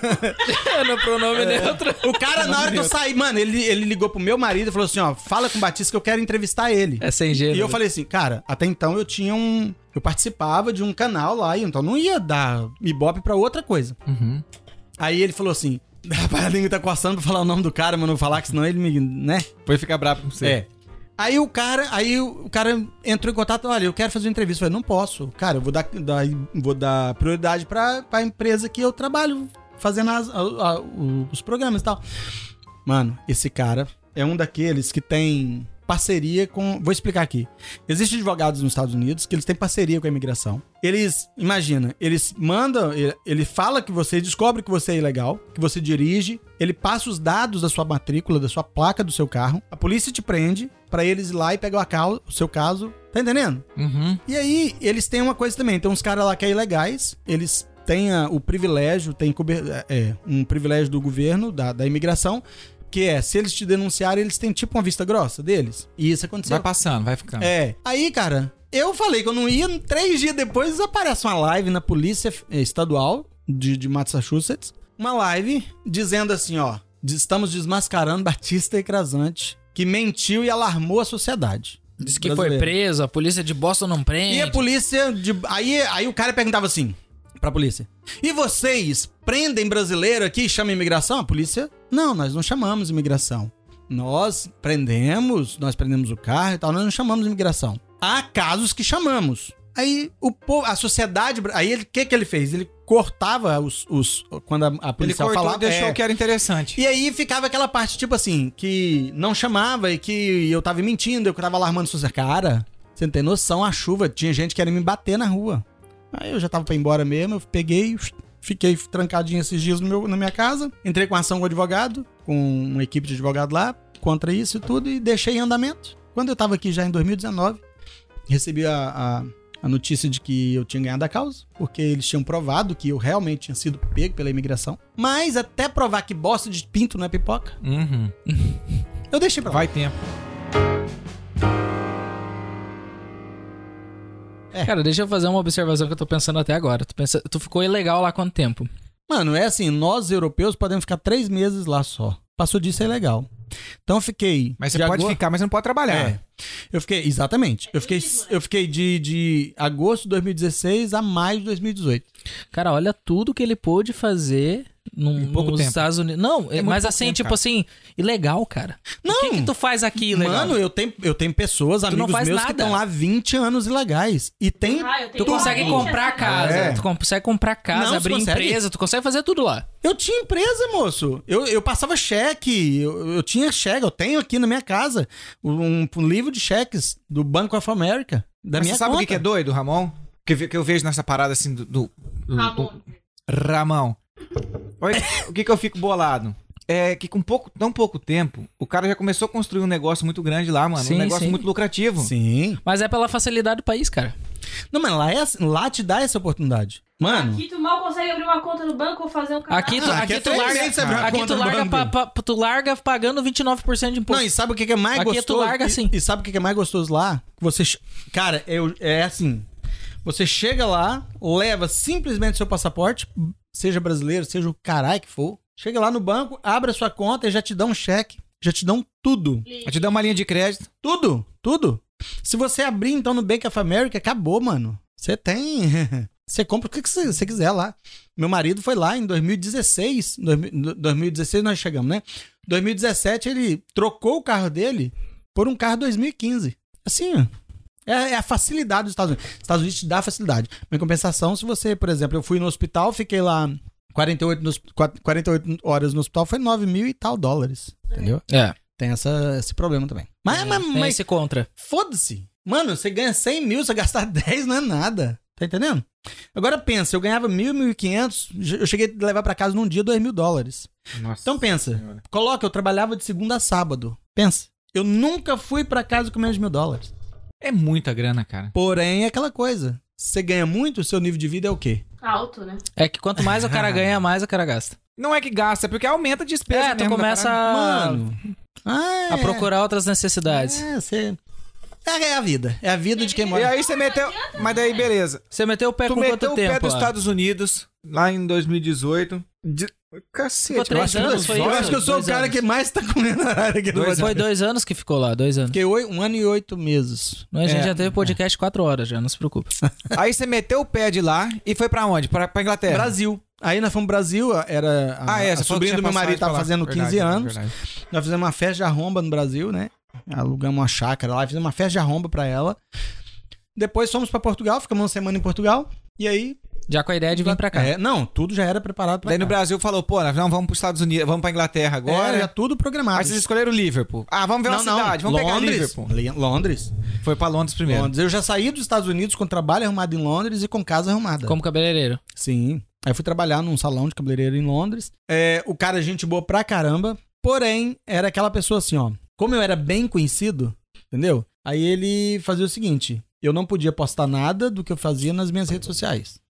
Speaker 2: É, No
Speaker 1: É.
Speaker 2: pronome neutro.
Speaker 1: O cara, na hora que eu saí, mano, ele, ele ligou pro meu marido e falou assim: ó, fala com o Batista que eu quero entrevistar ele.
Speaker 2: É sem gênero.
Speaker 1: E eu falei assim, cara, até então eu tinha um. Eu participava de um canal lá, e então não ia dar ibope pra outra coisa.
Speaker 3: Uhum.
Speaker 1: Aí ele falou assim: rapaz, a língua tá coçando pra falar o nome do cara, mas não vou falar, que senão ele me. né?
Speaker 3: Foi ficar bravo com você.
Speaker 1: É. Aí o cara, aí o o cara entrou em contato, olha, eu quero fazer uma entrevista. Eu falei, não posso. Cara, eu vou dar, dar- vou dar prioridade pra, pra empresa que eu trabalho, fazendo as- a- a- o- os programas e tal. Mano, esse cara é um daqueles que tem parceria com. Vou explicar aqui. Existem advogados nos Estados Unidos que eles têm parceria com a imigração. Eles, imagina, eles mandam, ele- ele fala que você descobre que você é ilegal, que você dirige, ele passa os dados da sua matrícula, da sua placa do seu carro, a polícia te prende pra eles ir lá e pegar o acau- o seu caso. Tá entendendo?
Speaker 3: Uhum.
Speaker 1: E aí, eles têm uma coisa também. Tem uns caras lá que é ilegais, eles têm a- o privilégio, tem é, um privilégio do governo, da, da imigração, que é, se eles te denunciarem, eles têm tipo uma vista grossa deles. E isso aconteceu.
Speaker 3: Vai passando, vai ficando.
Speaker 1: É. Aí, cara, eu falei que eu não ia. Três dias depois aparece uma live na polícia eh, estadual de, de Massachusetts. Uma live dizendo assim, ó. "De- Estamos desmascarando Batista e Crasante, que mentiu e alarmou a sociedade.
Speaker 2: Diz que foi
Speaker 1: brasileira."
Speaker 2: preso, a polícia de Boston não prende.
Speaker 1: E é a polícia. De... Aí, aí o cara perguntava assim pra polícia: E vocês prendem brasileiro aqui e chamam imigração? A polícia: Não, nós não chamamos imigração. Nós prendemos, nós prendemos o carro e tal, nós não chamamos imigração. Há casos que chamamos. Aí o povo, a sociedade. bra- Aí ele- o que, que ele fez? Ele cortava os. os quando a, a
Speaker 3: Ele
Speaker 1: policial
Speaker 3: cortou
Speaker 1: falava.
Speaker 3: e deixou
Speaker 1: é.
Speaker 3: o que era interessante.
Speaker 1: E aí ficava aquela parte, tipo assim, que não chamava e que eu tava mentindo, eu tava alarmando suas cara. Você não tem noção, a chuva, tinha gente querendo me bater na rua. Aí eu já tava pra ir embora mesmo, eu peguei, fiquei trancadinho esses dias no meu, na minha casa, entrei com ação com o advogado, com uma equipe de advogado lá, contra isso e tudo, e deixei em andamento. Quando eu tava aqui já em 2019, recebi a, a, a notícia de que eu tinha ganhado a causa, porque eles tinham provado que eu realmente tinha sido pego pela imigração. Mas até provar que bosta de pinto não é pipoca,
Speaker 3: Uhum.
Speaker 1: eu deixei pra lá.
Speaker 3: Vai tempo.
Speaker 2: Cara, deixa eu fazer uma observação que eu tô pensando até agora. Tu, pensa... tu ficou ilegal lá quanto tempo?
Speaker 1: Mano, é assim, nós europeus podemos ficar três meses lá só. Passou disso é legal. Então eu fiquei.
Speaker 3: Mas você
Speaker 1: de
Speaker 3: pode
Speaker 1: agora-
Speaker 3: ficar, mas você não pode trabalhar.
Speaker 1: É. Eu fiquei, exatamente. Eu fiquei, eu fiquei de, de agosto de 2016 a maio de 2018.
Speaker 2: Cara, olha tudo que ele pôde fazer num,
Speaker 3: Em pouco
Speaker 2: nos
Speaker 3: tempo.
Speaker 2: Estados Unidos.
Speaker 1: É
Speaker 2: Não,
Speaker 3: muito
Speaker 2: mas
Speaker 3: pouco
Speaker 2: assim,
Speaker 3: tempo,
Speaker 2: tipo
Speaker 3: cara.
Speaker 2: assim, ilegal, cara. O que,
Speaker 1: Não.
Speaker 2: que tu faz aqui ilegal?
Speaker 1: Mano, eu tenho, eu tenho pessoas,
Speaker 2: não
Speaker 1: amigos
Speaker 2: faz
Speaker 1: meus, que
Speaker 2: nada.
Speaker 1: estão lá 20 anos ilegais. E tem.
Speaker 4: Ah, eu
Speaker 2: Tu
Speaker 4: tenho
Speaker 2: consegue
Speaker 4: uma
Speaker 2: comprar
Speaker 4: mente,
Speaker 2: casa,
Speaker 1: É.
Speaker 2: tu consegue comprar casa,
Speaker 1: Não,
Speaker 2: abrir
Speaker 1: tu consegue.
Speaker 2: empresa, tu consegue fazer tudo lá.
Speaker 1: Eu tinha empresa, moço. Eu, eu passava cheque. Eu, eu tinha cheque. Eu tenho aqui na minha casa um, um livro de cheques do Banco of America. Da
Speaker 3: Mas
Speaker 1: minha
Speaker 3: você sabe o
Speaker 1: conta.
Speaker 3: que que é doido, Ramon? Que, eu ve- que eu vejo nessa parada assim do. do, do-
Speaker 4: Ramon.
Speaker 3: Ramão. Olha, o que que eu fico bolado? É que com pouco, tão pouco tempo, o cara já começou a construir um negócio muito grande lá, mano.
Speaker 2: Sim,
Speaker 3: um negócio
Speaker 2: sim.
Speaker 3: muito lucrativo.
Speaker 1: Sim.
Speaker 2: Mas é pela facilidade do país, cara.
Speaker 1: Não, mas lá, é, assim, lá te dá essa oportunidade. Mano.
Speaker 4: Aqui tu mal consegue abrir uma conta no banco ou fazer um canal.
Speaker 2: Aqui tu,
Speaker 1: Ah,
Speaker 2: aqui
Speaker 1: aqui é
Speaker 2: tu
Speaker 1: três meses você abre
Speaker 2: larga,
Speaker 1: uma
Speaker 2: aqui
Speaker 1: conta
Speaker 2: tu
Speaker 1: no
Speaker 2: larga,
Speaker 1: banco.
Speaker 2: pa- pa- tu larga pagando 29% de imposto.
Speaker 1: Não, e sabe o que que é mais
Speaker 2: Aqui tu
Speaker 1: gostoso?
Speaker 2: larga
Speaker 1: E-
Speaker 2: assim.
Speaker 1: E, sabe o que que é mais gostoso lá? Que Você, che- cara, eu, é assim. Você chega lá, leva simplesmente seu passaporte, seja brasileiro, seja o caralho que for. Chega lá no banco, abre a sua conta e já te dão um cheque, já te dão tudo.
Speaker 3: Eu te dou uma linha de crédito.
Speaker 1: Tudo, tudo. Se você abrir então no Bank of America, acabou, mano. Você tem. Você compra o que que você você quiser lá. Meu marido foi lá em 2016. dois mil- do- 2016 nós chegamos, né? 2017 ele trocou o carro dele por um carro 2015. Assim, ó. é, é a facilidade dos Estados Unidos. Os Estados Unidos te dá facilidade. Mas em compensação, se você, por exemplo, eu fui no hospital, fiquei lá 48, nos- 48 horas no hospital, foi 9 mil e tal dólares. Entendeu?
Speaker 2: É,
Speaker 1: É, Tem essa, esse problema também. Mas, mas,
Speaker 2: tem
Speaker 1: mas
Speaker 2: esse contra.
Speaker 1: Foda-se. Mano, você ganha 100 mil, você gastar 10 não é nada. Tá entendendo? Agora pensa, eu ganhava 1.000, 1.500, eu cheguei a levar pra casa num dia 2 mil dólares.
Speaker 3: Nossa.
Speaker 1: Então pensa,
Speaker 3: Senhora.
Speaker 1: coloca, eu trabalhava de segunda a sábado. Pensa, eu nunca fui pra casa com menos de mil dólares.
Speaker 3: É muita grana, cara.
Speaker 1: Porém, é aquela coisa, você ganha muito, o seu nível de vida é o quê?
Speaker 4: Alto, né?
Speaker 2: É que quanto mais o
Speaker 1: Ah.
Speaker 2: cara ganha, mais o cara gasta.
Speaker 3: Não é que gasta, é porque aumenta a despesa.
Speaker 2: É, tu
Speaker 3: mesmo da
Speaker 2: começa
Speaker 3: parada.
Speaker 2: a,
Speaker 1: Mano, ah,
Speaker 2: a procurar outras necessidades.
Speaker 1: É, você... É é a vida, é a vida de quem
Speaker 3: E
Speaker 1: mora.
Speaker 3: aí você meteu. Mas daí, beleza.
Speaker 2: Você meteu o pé
Speaker 3: tu
Speaker 2: É, com
Speaker 3: meteu
Speaker 2: quanto
Speaker 3: o
Speaker 2: tempo?
Speaker 3: pé dos
Speaker 2: ó?
Speaker 3: Estados Unidos lá em 2018. De...
Speaker 2: Ficou
Speaker 3: Cacete, eu
Speaker 2: três
Speaker 3: acho que
Speaker 2: anos,
Speaker 3: dois-
Speaker 2: foi
Speaker 1: Eu
Speaker 2: isso?
Speaker 1: acho que eu sou o
Speaker 2: Dois
Speaker 1: cara
Speaker 2: anos.
Speaker 1: que mais tá comendo horário aqui no
Speaker 3: Dois
Speaker 1: Brasil.
Speaker 2: Foi dois anos que ficou lá, dois anos.
Speaker 1: Fiquei oi- um ano e oito meses.
Speaker 2: A gente
Speaker 3: É.
Speaker 2: já teve podcast quatro horas, já, não se preocupe.
Speaker 3: Aí você meteu o pé de lá e foi pra onde? Pra, pra Inglaterra.
Speaker 1: Brasil. é. Aí nós fomos pro Brasil, era a,
Speaker 3: Ah, é,
Speaker 1: a
Speaker 3: você falou que
Speaker 1: sobrinha do
Speaker 3: tinha
Speaker 1: meu marido
Speaker 3: passagem
Speaker 1: tava
Speaker 3: pra lá.
Speaker 1: fazendo 15
Speaker 3: Verdade, é
Speaker 1: anos.
Speaker 3: verdade.
Speaker 1: Nós fizemos uma festa de arromba no Brasil, né? Alugamos uma chácara lá, fizemos uma festa de arromba pra ela. Depois fomos pra Portugal, ficamos uma semana em Portugal. E aí.
Speaker 2: Já com a ideia de vir pra cá.
Speaker 1: É, não, tudo já era preparado pra
Speaker 3: Daí
Speaker 1: cá.
Speaker 3: no Brasil falou, pô, nós não vamos pros Estados Unidos, vamos pra Inglaterra agora.
Speaker 1: Agora É, já tudo programado.
Speaker 3: Aí vocês escolheram o Liverpool. Ah, vamos ver uma cidade, vamos pegar
Speaker 1: Londres,
Speaker 3: Liverpool.
Speaker 1: Le- Londres.
Speaker 3: Foi pra Londres primeiro.
Speaker 1: Londres. Eu já saí dos Estados Unidos com trabalho arrumado em Londres e com casa arrumada.
Speaker 2: Como cabeleireiro.
Speaker 1: Sim. Aí fui trabalhar num salão de cabeleireiro em Londres. É, o cara, é gente boa pra caramba. Porém, era aquela pessoa assim, ó. Como eu era bem conhecido, entendeu? Aí ele fazia o seguinte: eu não podia postar nada do que eu fazia nas minhas redes sociais.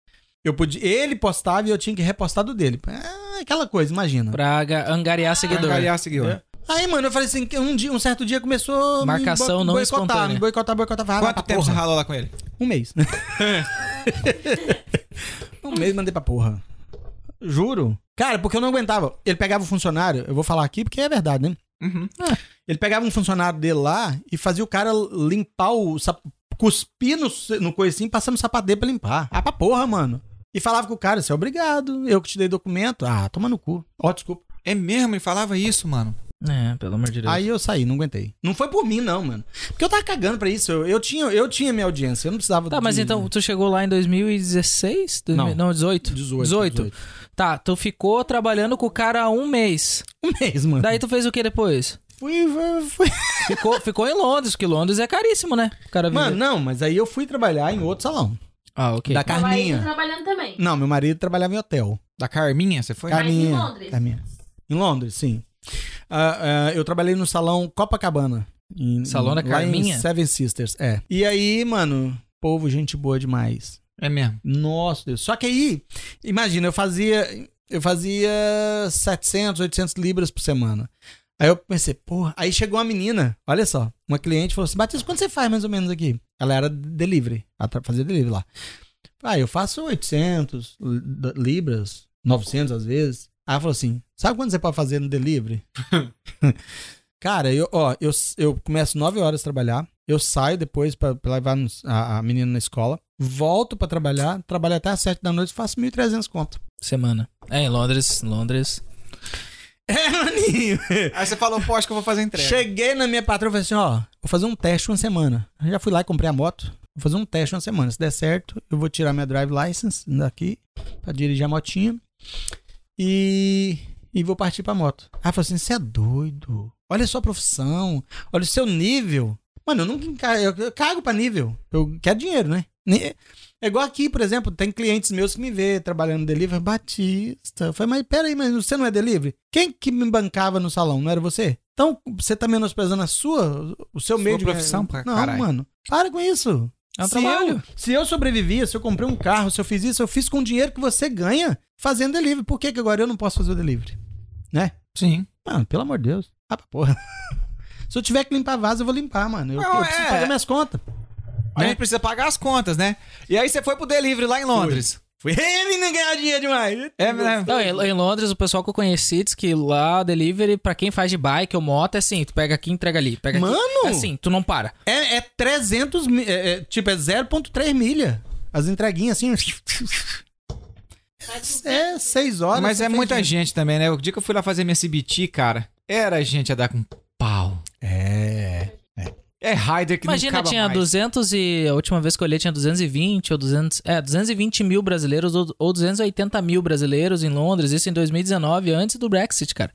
Speaker 1: Eu podia, ele postava e eu tinha que repostar do dele. É aquela coisa, imagina.
Speaker 2: Pra ga- angariar seguidor.
Speaker 3: Angariar seguidor.
Speaker 1: É. Aí, mano, eu falei assim, que um, dia, um certo dia começou a
Speaker 2: Marcação
Speaker 1: me bo-
Speaker 2: não
Speaker 1: boicotar,
Speaker 2: espontânea.
Speaker 1: me boicotar, boicotar, falar,
Speaker 3: Quanto
Speaker 1: "Ah,
Speaker 3: tempo você
Speaker 1: porra."
Speaker 3: ralou lá com ele?
Speaker 1: Um mês. um mês mandei pra porra. Juro. Cara, porque eu não aguentava. Ele pegava o funcionário, eu vou falar aqui porque é verdade, né?
Speaker 3: Uhum.
Speaker 1: Ele pegava um funcionário dele lá e fazia o cara limpar o. sap- cuspir no, no coicinho, passando o sapato dele pra limpar. Ah, pra porra, mano. E falava com o cara, assim, obrigado, eu que te dei documento. Ah, toma no cu. Ó, desculpa.
Speaker 3: É mesmo? Ele falava isso, mano.
Speaker 2: É, pelo amor de Deus.
Speaker 1: Aí eu saí, não aguentei. Não foi por mim, não, mano. Porque eu tava cagando pra isso. Eu, eu tinha, eu tinha minha audiência, eu não precisava
Speaker 2: Tá, mas
Speaker 1: de-
Speaker 2: então tu chegou lá em 2016? Dois
Speaker 1: Não.
Speaker 2: mil- não 18?
Speaker 1: 18,
Speaker 2: 18. Tá, tu ficou trabalhando com o cara há um mês.
Speaker 1: Um mês, mano.
Speaker 2: Daí tu fez o que depois?
Speaker 1: Fui, fui,
Speaker 2: Ficou, ficou em Londres, que Londres é caríssimo, né? O cara vive-
Speaker 1: Mano, não, mas aí eu fui trabalhar em outro salão.
Speaker 2: Ah, ok.
Speaker 1: Da
Speaker 4: Tava aí
Speaker 1: Carminha.
Speaker 4: Então
Speaker 1: Hum.
Speaker 4: trabalhando também.
Speaker 1: Não, meu marido trabalhava em hotel.
Speaker 3: Da Carminha, você foi?
Speaker 4: Car- em
Speaker 1: Carminha.
Speaker 4: Londres?
Speaker 1: Carminha. Em Londres, sim. Ah, ah, eu trabalhei no salão Copacabana. Em,
Speaker 2: Salão da
Speaker 1: lá em
Speaker 2: Carminha?
Speaker 1: Seven Sisters, é. E aí, mano, povo, gente boa demais.
Speaker 3: É mesmo.
Speaker 1: Nossa, Deus. Só que aí, imagina, eu fazia, eu fazia 700, 800 libras por semana. Aí eu pensei, porra. Aí chegou uma menina, olha só, uma cliente falou assim: Batista, quanto você faz mais ou menos aqui? Ela era delivery, ela tra- fazia delivery lá. Ah, eu faço 800 li- da- libras, 900 às vezes. Aí ela falou assim: sabe quanto você pode fazer no delivery? Cara, eu, ó, eu, s- eu começo 9 horas a trabalhar, eu saio depois pra, pra levar nos- a, a menina na escola, volto pra trabalhar, trabalho até às 7 da noite, faço 1.300 conto.
Speaker 2: Semana. É, em Londres, Londres.
Speaker 1: É, maninho!
Speaker 3: Aí você falou, pô, acho que eu vou fazer entrega.
Speaker 1: Cheguei na minha patroa e falei assim, ó, vou fazer um teste uma semana. Eu já fui lá e comprei a moto. Vou fazer um teste uma semana. Se der certo, eu vou tirar minha drive license daqui pra dirigir a motinha. E, e vou partir pra moto. Aí falou assim, você é doido. Olha a sua profissão. Olha o seu nível. Mano, eu nunca enca- eu, eu cago pra nível. Eu quero dinheiro, né? Ni- É igual aqui, por exemplo, tem clientes meus que me vê trabalhando no delivery, Batista. Eu falei, mas peraí, mas você não é delivery? Quem que me bancava no salão? Não era você? Então, você tá menosprezando a sua, o seu
Speaker 3: Sua
Speaker 1: meio de
Speaker 3: profissão, pra
Speaker 1: Não,
Speaker 3: caralho.
Speaker 1: mano. Para com isso.
Speaker 2: É um
Speaker 1: Se
Speaker 2: trabalho.
Speaker 1: eu- se eu sobrevivia, se eu comprei um carro, se eu fiz isso, eu fiz com o dinheiro que você ganha fazendo delivery. Por que, que agora eu não posso fazer o delivery?
Speaker 3: Sim.
Speaker 1: Mano, pelo amor de Deus. Ah, pra porra. se eu tiver que limpar vaso, eu vou limpar, mano. Eu,
Speaker 3: Não,
Speaker 1: eu preciso
Speaker 3: é.
Speaker 1: pagar minhas contas.
Speaker 3: A
Speaker 1: Né?
Speaker 3: gente precisa pagar as contas, né? E aí você foi pro delivery lá em Londres.
Speaker 1: Fui ele não ganhar dinheiro demais.
Speaker 3: É, né?
Speaker 2: Não, em, em Londres, o pessoal que eu conheci diz que lá, delivery, pra quem faz de bike ou moto, é assim, tu pega aqui, entrega ali. Pega
Speaker 1: Mano!
Speaker 2: Aqui, é assim, tu não para.
Speaker 1: É, é 300 mi- é, é, tipo, é 0.3 milha. As entreguinhas assim.
Speaker 4: Mas não-
Speaker 1: É 6 horas.
Speaker 3: Mas
Speaker 1: você
Speaker 3: é
Speaker 1: fez
Speaker 3: muita
Speaker 1: dinheiro.
Speaker 3: gente também, né? O dia que eu fui lá fazer minha CBT, cara, era gente a dar com pau.
Speaker 1: É.
Speaker 3: É Raider que não
Speaker 2: Imagina,
Speaker 3: acaba
Speaker 2: tinha
Speaker 3: mais.
Speaker 2: 200 e... A última vez que eu olhei tinha 220 ou 200... É, 220 mil brasileiros ou, ou 280 mil brasileiros em Londres. Isso em 2019, antes do Brexit, cara.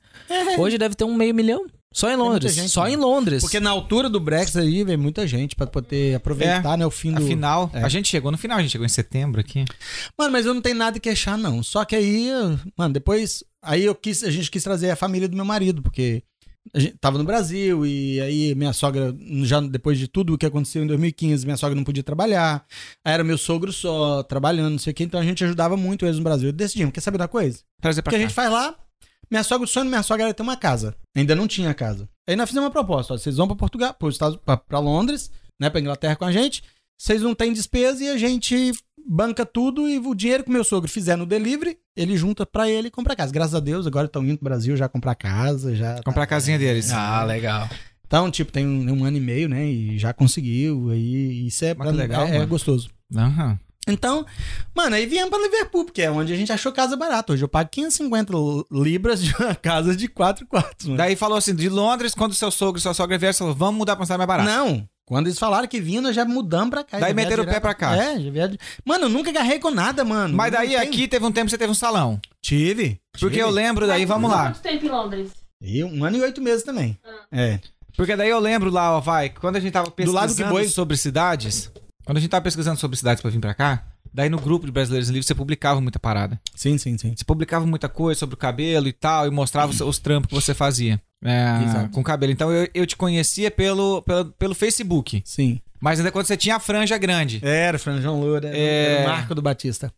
Speaker 2: Hoje deve ter um meio milhão. Só em Londres.
Speaker 1: muita gente,
Speaker 2: só
Speaker 1: né?
Speaker 2: em Londres.
Speaker 1: Porque na altura do Brexit aí vem muita gente pra poder aproveitar, né, o fim do...
Speaker 3: Afinal,
Speaker 1: É.
Speaker 3: a gente chegou no final, a gente chegou em setembro aqui.
Speaker 1: Mano, mas eu não tenho nada que queixar, não. Só que aí, mano, depois. Aí eu quis, a gente quis trazer a família do meu marido, porque a gente tava no Brasil e aí minha sogra, já depois de tudo o que aconteceu em 2015, minha sogra não podia trabalhar. Aí era meu sogro só trabalhando, não sei o quê. Então a gente ajudava muito eles no Brasil. Decidimos, quer saber da coisa?
Speaker 3: Trazer
Speaker 1: O
Speaker 3: pra
Speaker 1: que a
Speaker 3: cá.
Speaker 1: gente faz lá? Minha sogra, o sonho da minha sogra era ter uma casa. Ainda não tinha casa. Aí nós fizemos uma proposta: ó, vocês vão pra Portugal, pros Estados, pra, pra Londres, né, pra Inglaterra com a gente. Vocês não têm despesa e a gente banca tudo e o dinheiro que meu sogro fizer no delivery, ele junta pra ele e compra casa. Graças a Deus, agora estão indo pro Brasil já comprar casa, já. tá-
Speaker 3: Comprar a casinha deles.
Speaker 2: Ah, legal.
Speaker 1: Então, tipo, tem um, um ano e meio, né, e já conseguiu. Aí isso é,
Speaker 3: Mas que legal,
Speaker 1: é, é
Speaker 3: mano.
Speaker 1: gostoso.
Speaker 3: Aham.
Speaker 1: Então, mano, aí viemos pra Liverpool, porque é onde a gente achou casa barata. Hoje eu pago 550 libras de uma casa de 4 quartos. mano.
Speaker 3: Daí falou assim, de Londres, quando seu sogro e sua sogra vieram, você falou, vamos mudar pra uma cidade mais barata.
Speaker 1: Não, quando eles falaram que vinha, nós já mudamos pra cá.
Speaker 3: Daí
Speaker 1: já
Speaker 3: meteram o
Speaker 1: viajaram
Speaker 3: pé pra cá.
Speaker 1: É, já viajaram. Mano, eu nunca agarrei com nada, mano.
Speaker 3: Mas
Speaker 1: Não
Speaker 3: daí
Speaker 1: tem-
Speaker 3: aqui teve um tempo que você teve um salão.
Speaker 1: Tive.
Speaker 3: Porque
Speaker 1: tive.
Speaker 3: eu lembro daí, vamos lá.
Speaker 4: Quanto tempo em Londres?
Speaker 1: E um ano e oito meses também.
Speaker 4: Ah.
Speaker 1: É.
Speaker 3: Porque daí eu lembro lá, ó, vai, quando a gente tava pesquisando
Speaker 1: lado que boi.
Speaker 3: sobre cidades, quando a gente tava pesquisando sobre cidades pra vir pra cá, daí no grupo de Brasileiros em Livre você publicava muita parada.
Speaker 1: Sim, sim, sim.
Speaker 3: Você publicava muita coisa sobre o cabelo e tal, e mostrava os, os trampos que você fazia é,
Speaker 1: Exato.
Speaker 3: com o cabelo. Então eu, eu te conhecia pelo, pelo, pelo Facebook,
Speaker 1: Sim.
Speaker 3: mas ainda quando você tinha a franja grande.
Speaker 1: Era Franjão Loura, era,
Speaker 3: É.
Speaker 1: era o Marco do Batista.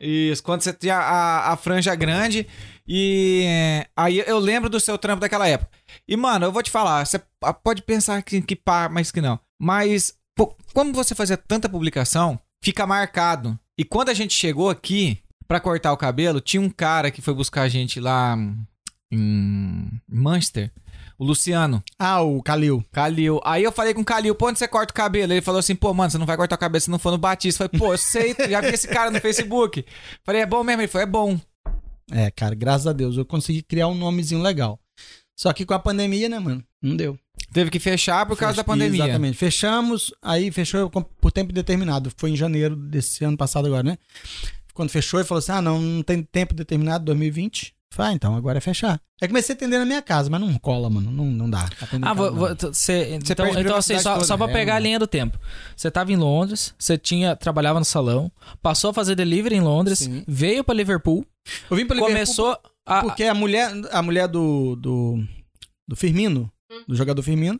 Speaker 3: Isso, quando você tinha a, a franja grande. E é, aí eu lembro do seu trampo daquela época. E, mano, eu vou te falar, você p- pode pensar que, que pá, mas que não. Mas, pô, como você fazia tanta publicação, fica marcado. E quando a gente chegou aqui pra cortar o cabelo, tinha um cara que foi buscar a gente lá hum, em Manchester, o Luciano.
Speaker 1: Ah, o Calil.
Speaker 3: Calil. Aí eu falei com o Calil, pô, onde você corta o cabelo? Ele falou assim, pô, mano, você não vai cortar o cabelo se não for no Batista. Eu falei, pô, eu sei, já vi esse cara no Facebook. Falei, é bom mesmo? Ele falou, é bom.
Speaker 1: É, cara, graças a Deus eu consegui criar um nomezinho legal. Só que com a pandemia, né, mano? Não deu.
Speaker 3: Teve que fechar por causa da pandemia.
Speaker 1: Exatamente. Fechamos, aí fechou com- por tempo determinado. Foi em janeiro desse ano passado agora, né? Quando fechou, ele falou assim: ah, não, não tem tempo determinado, 2020. Falei, ah, então agora é fechar. Aí comecei a atender na minha casa, mas não cola, mano. Não, não dá. Atender em
Speaker 2: Ah,
Speaker 1: casa
Speaker 2: vo-
Speaker 1: não.
Speaker 2: vo- tu- cê-
Speaker 3: Você
Speaker 2: então,
Speaker 3: perde
Speaker 2: então assim,
Speaker 3: privacidade
Speaker 2: só,
Speaker 3: toda,
Speaker 2: só pra
Speaker 1: né?
Speaker 2: pegar a linha do tempo. Você tava em Londres, você tinha, trabalhava no salão, passou a fazer delivery em Londres,
Speaker 1: Sim.
Speaker 2: veio pra Liverpool,
Speaker 1: Eu vim pra Liverpool
Speaker 2: começou a.
Speaker 1: porque a mulher, a mulher do, do, do Firmino, do jogador Firmino,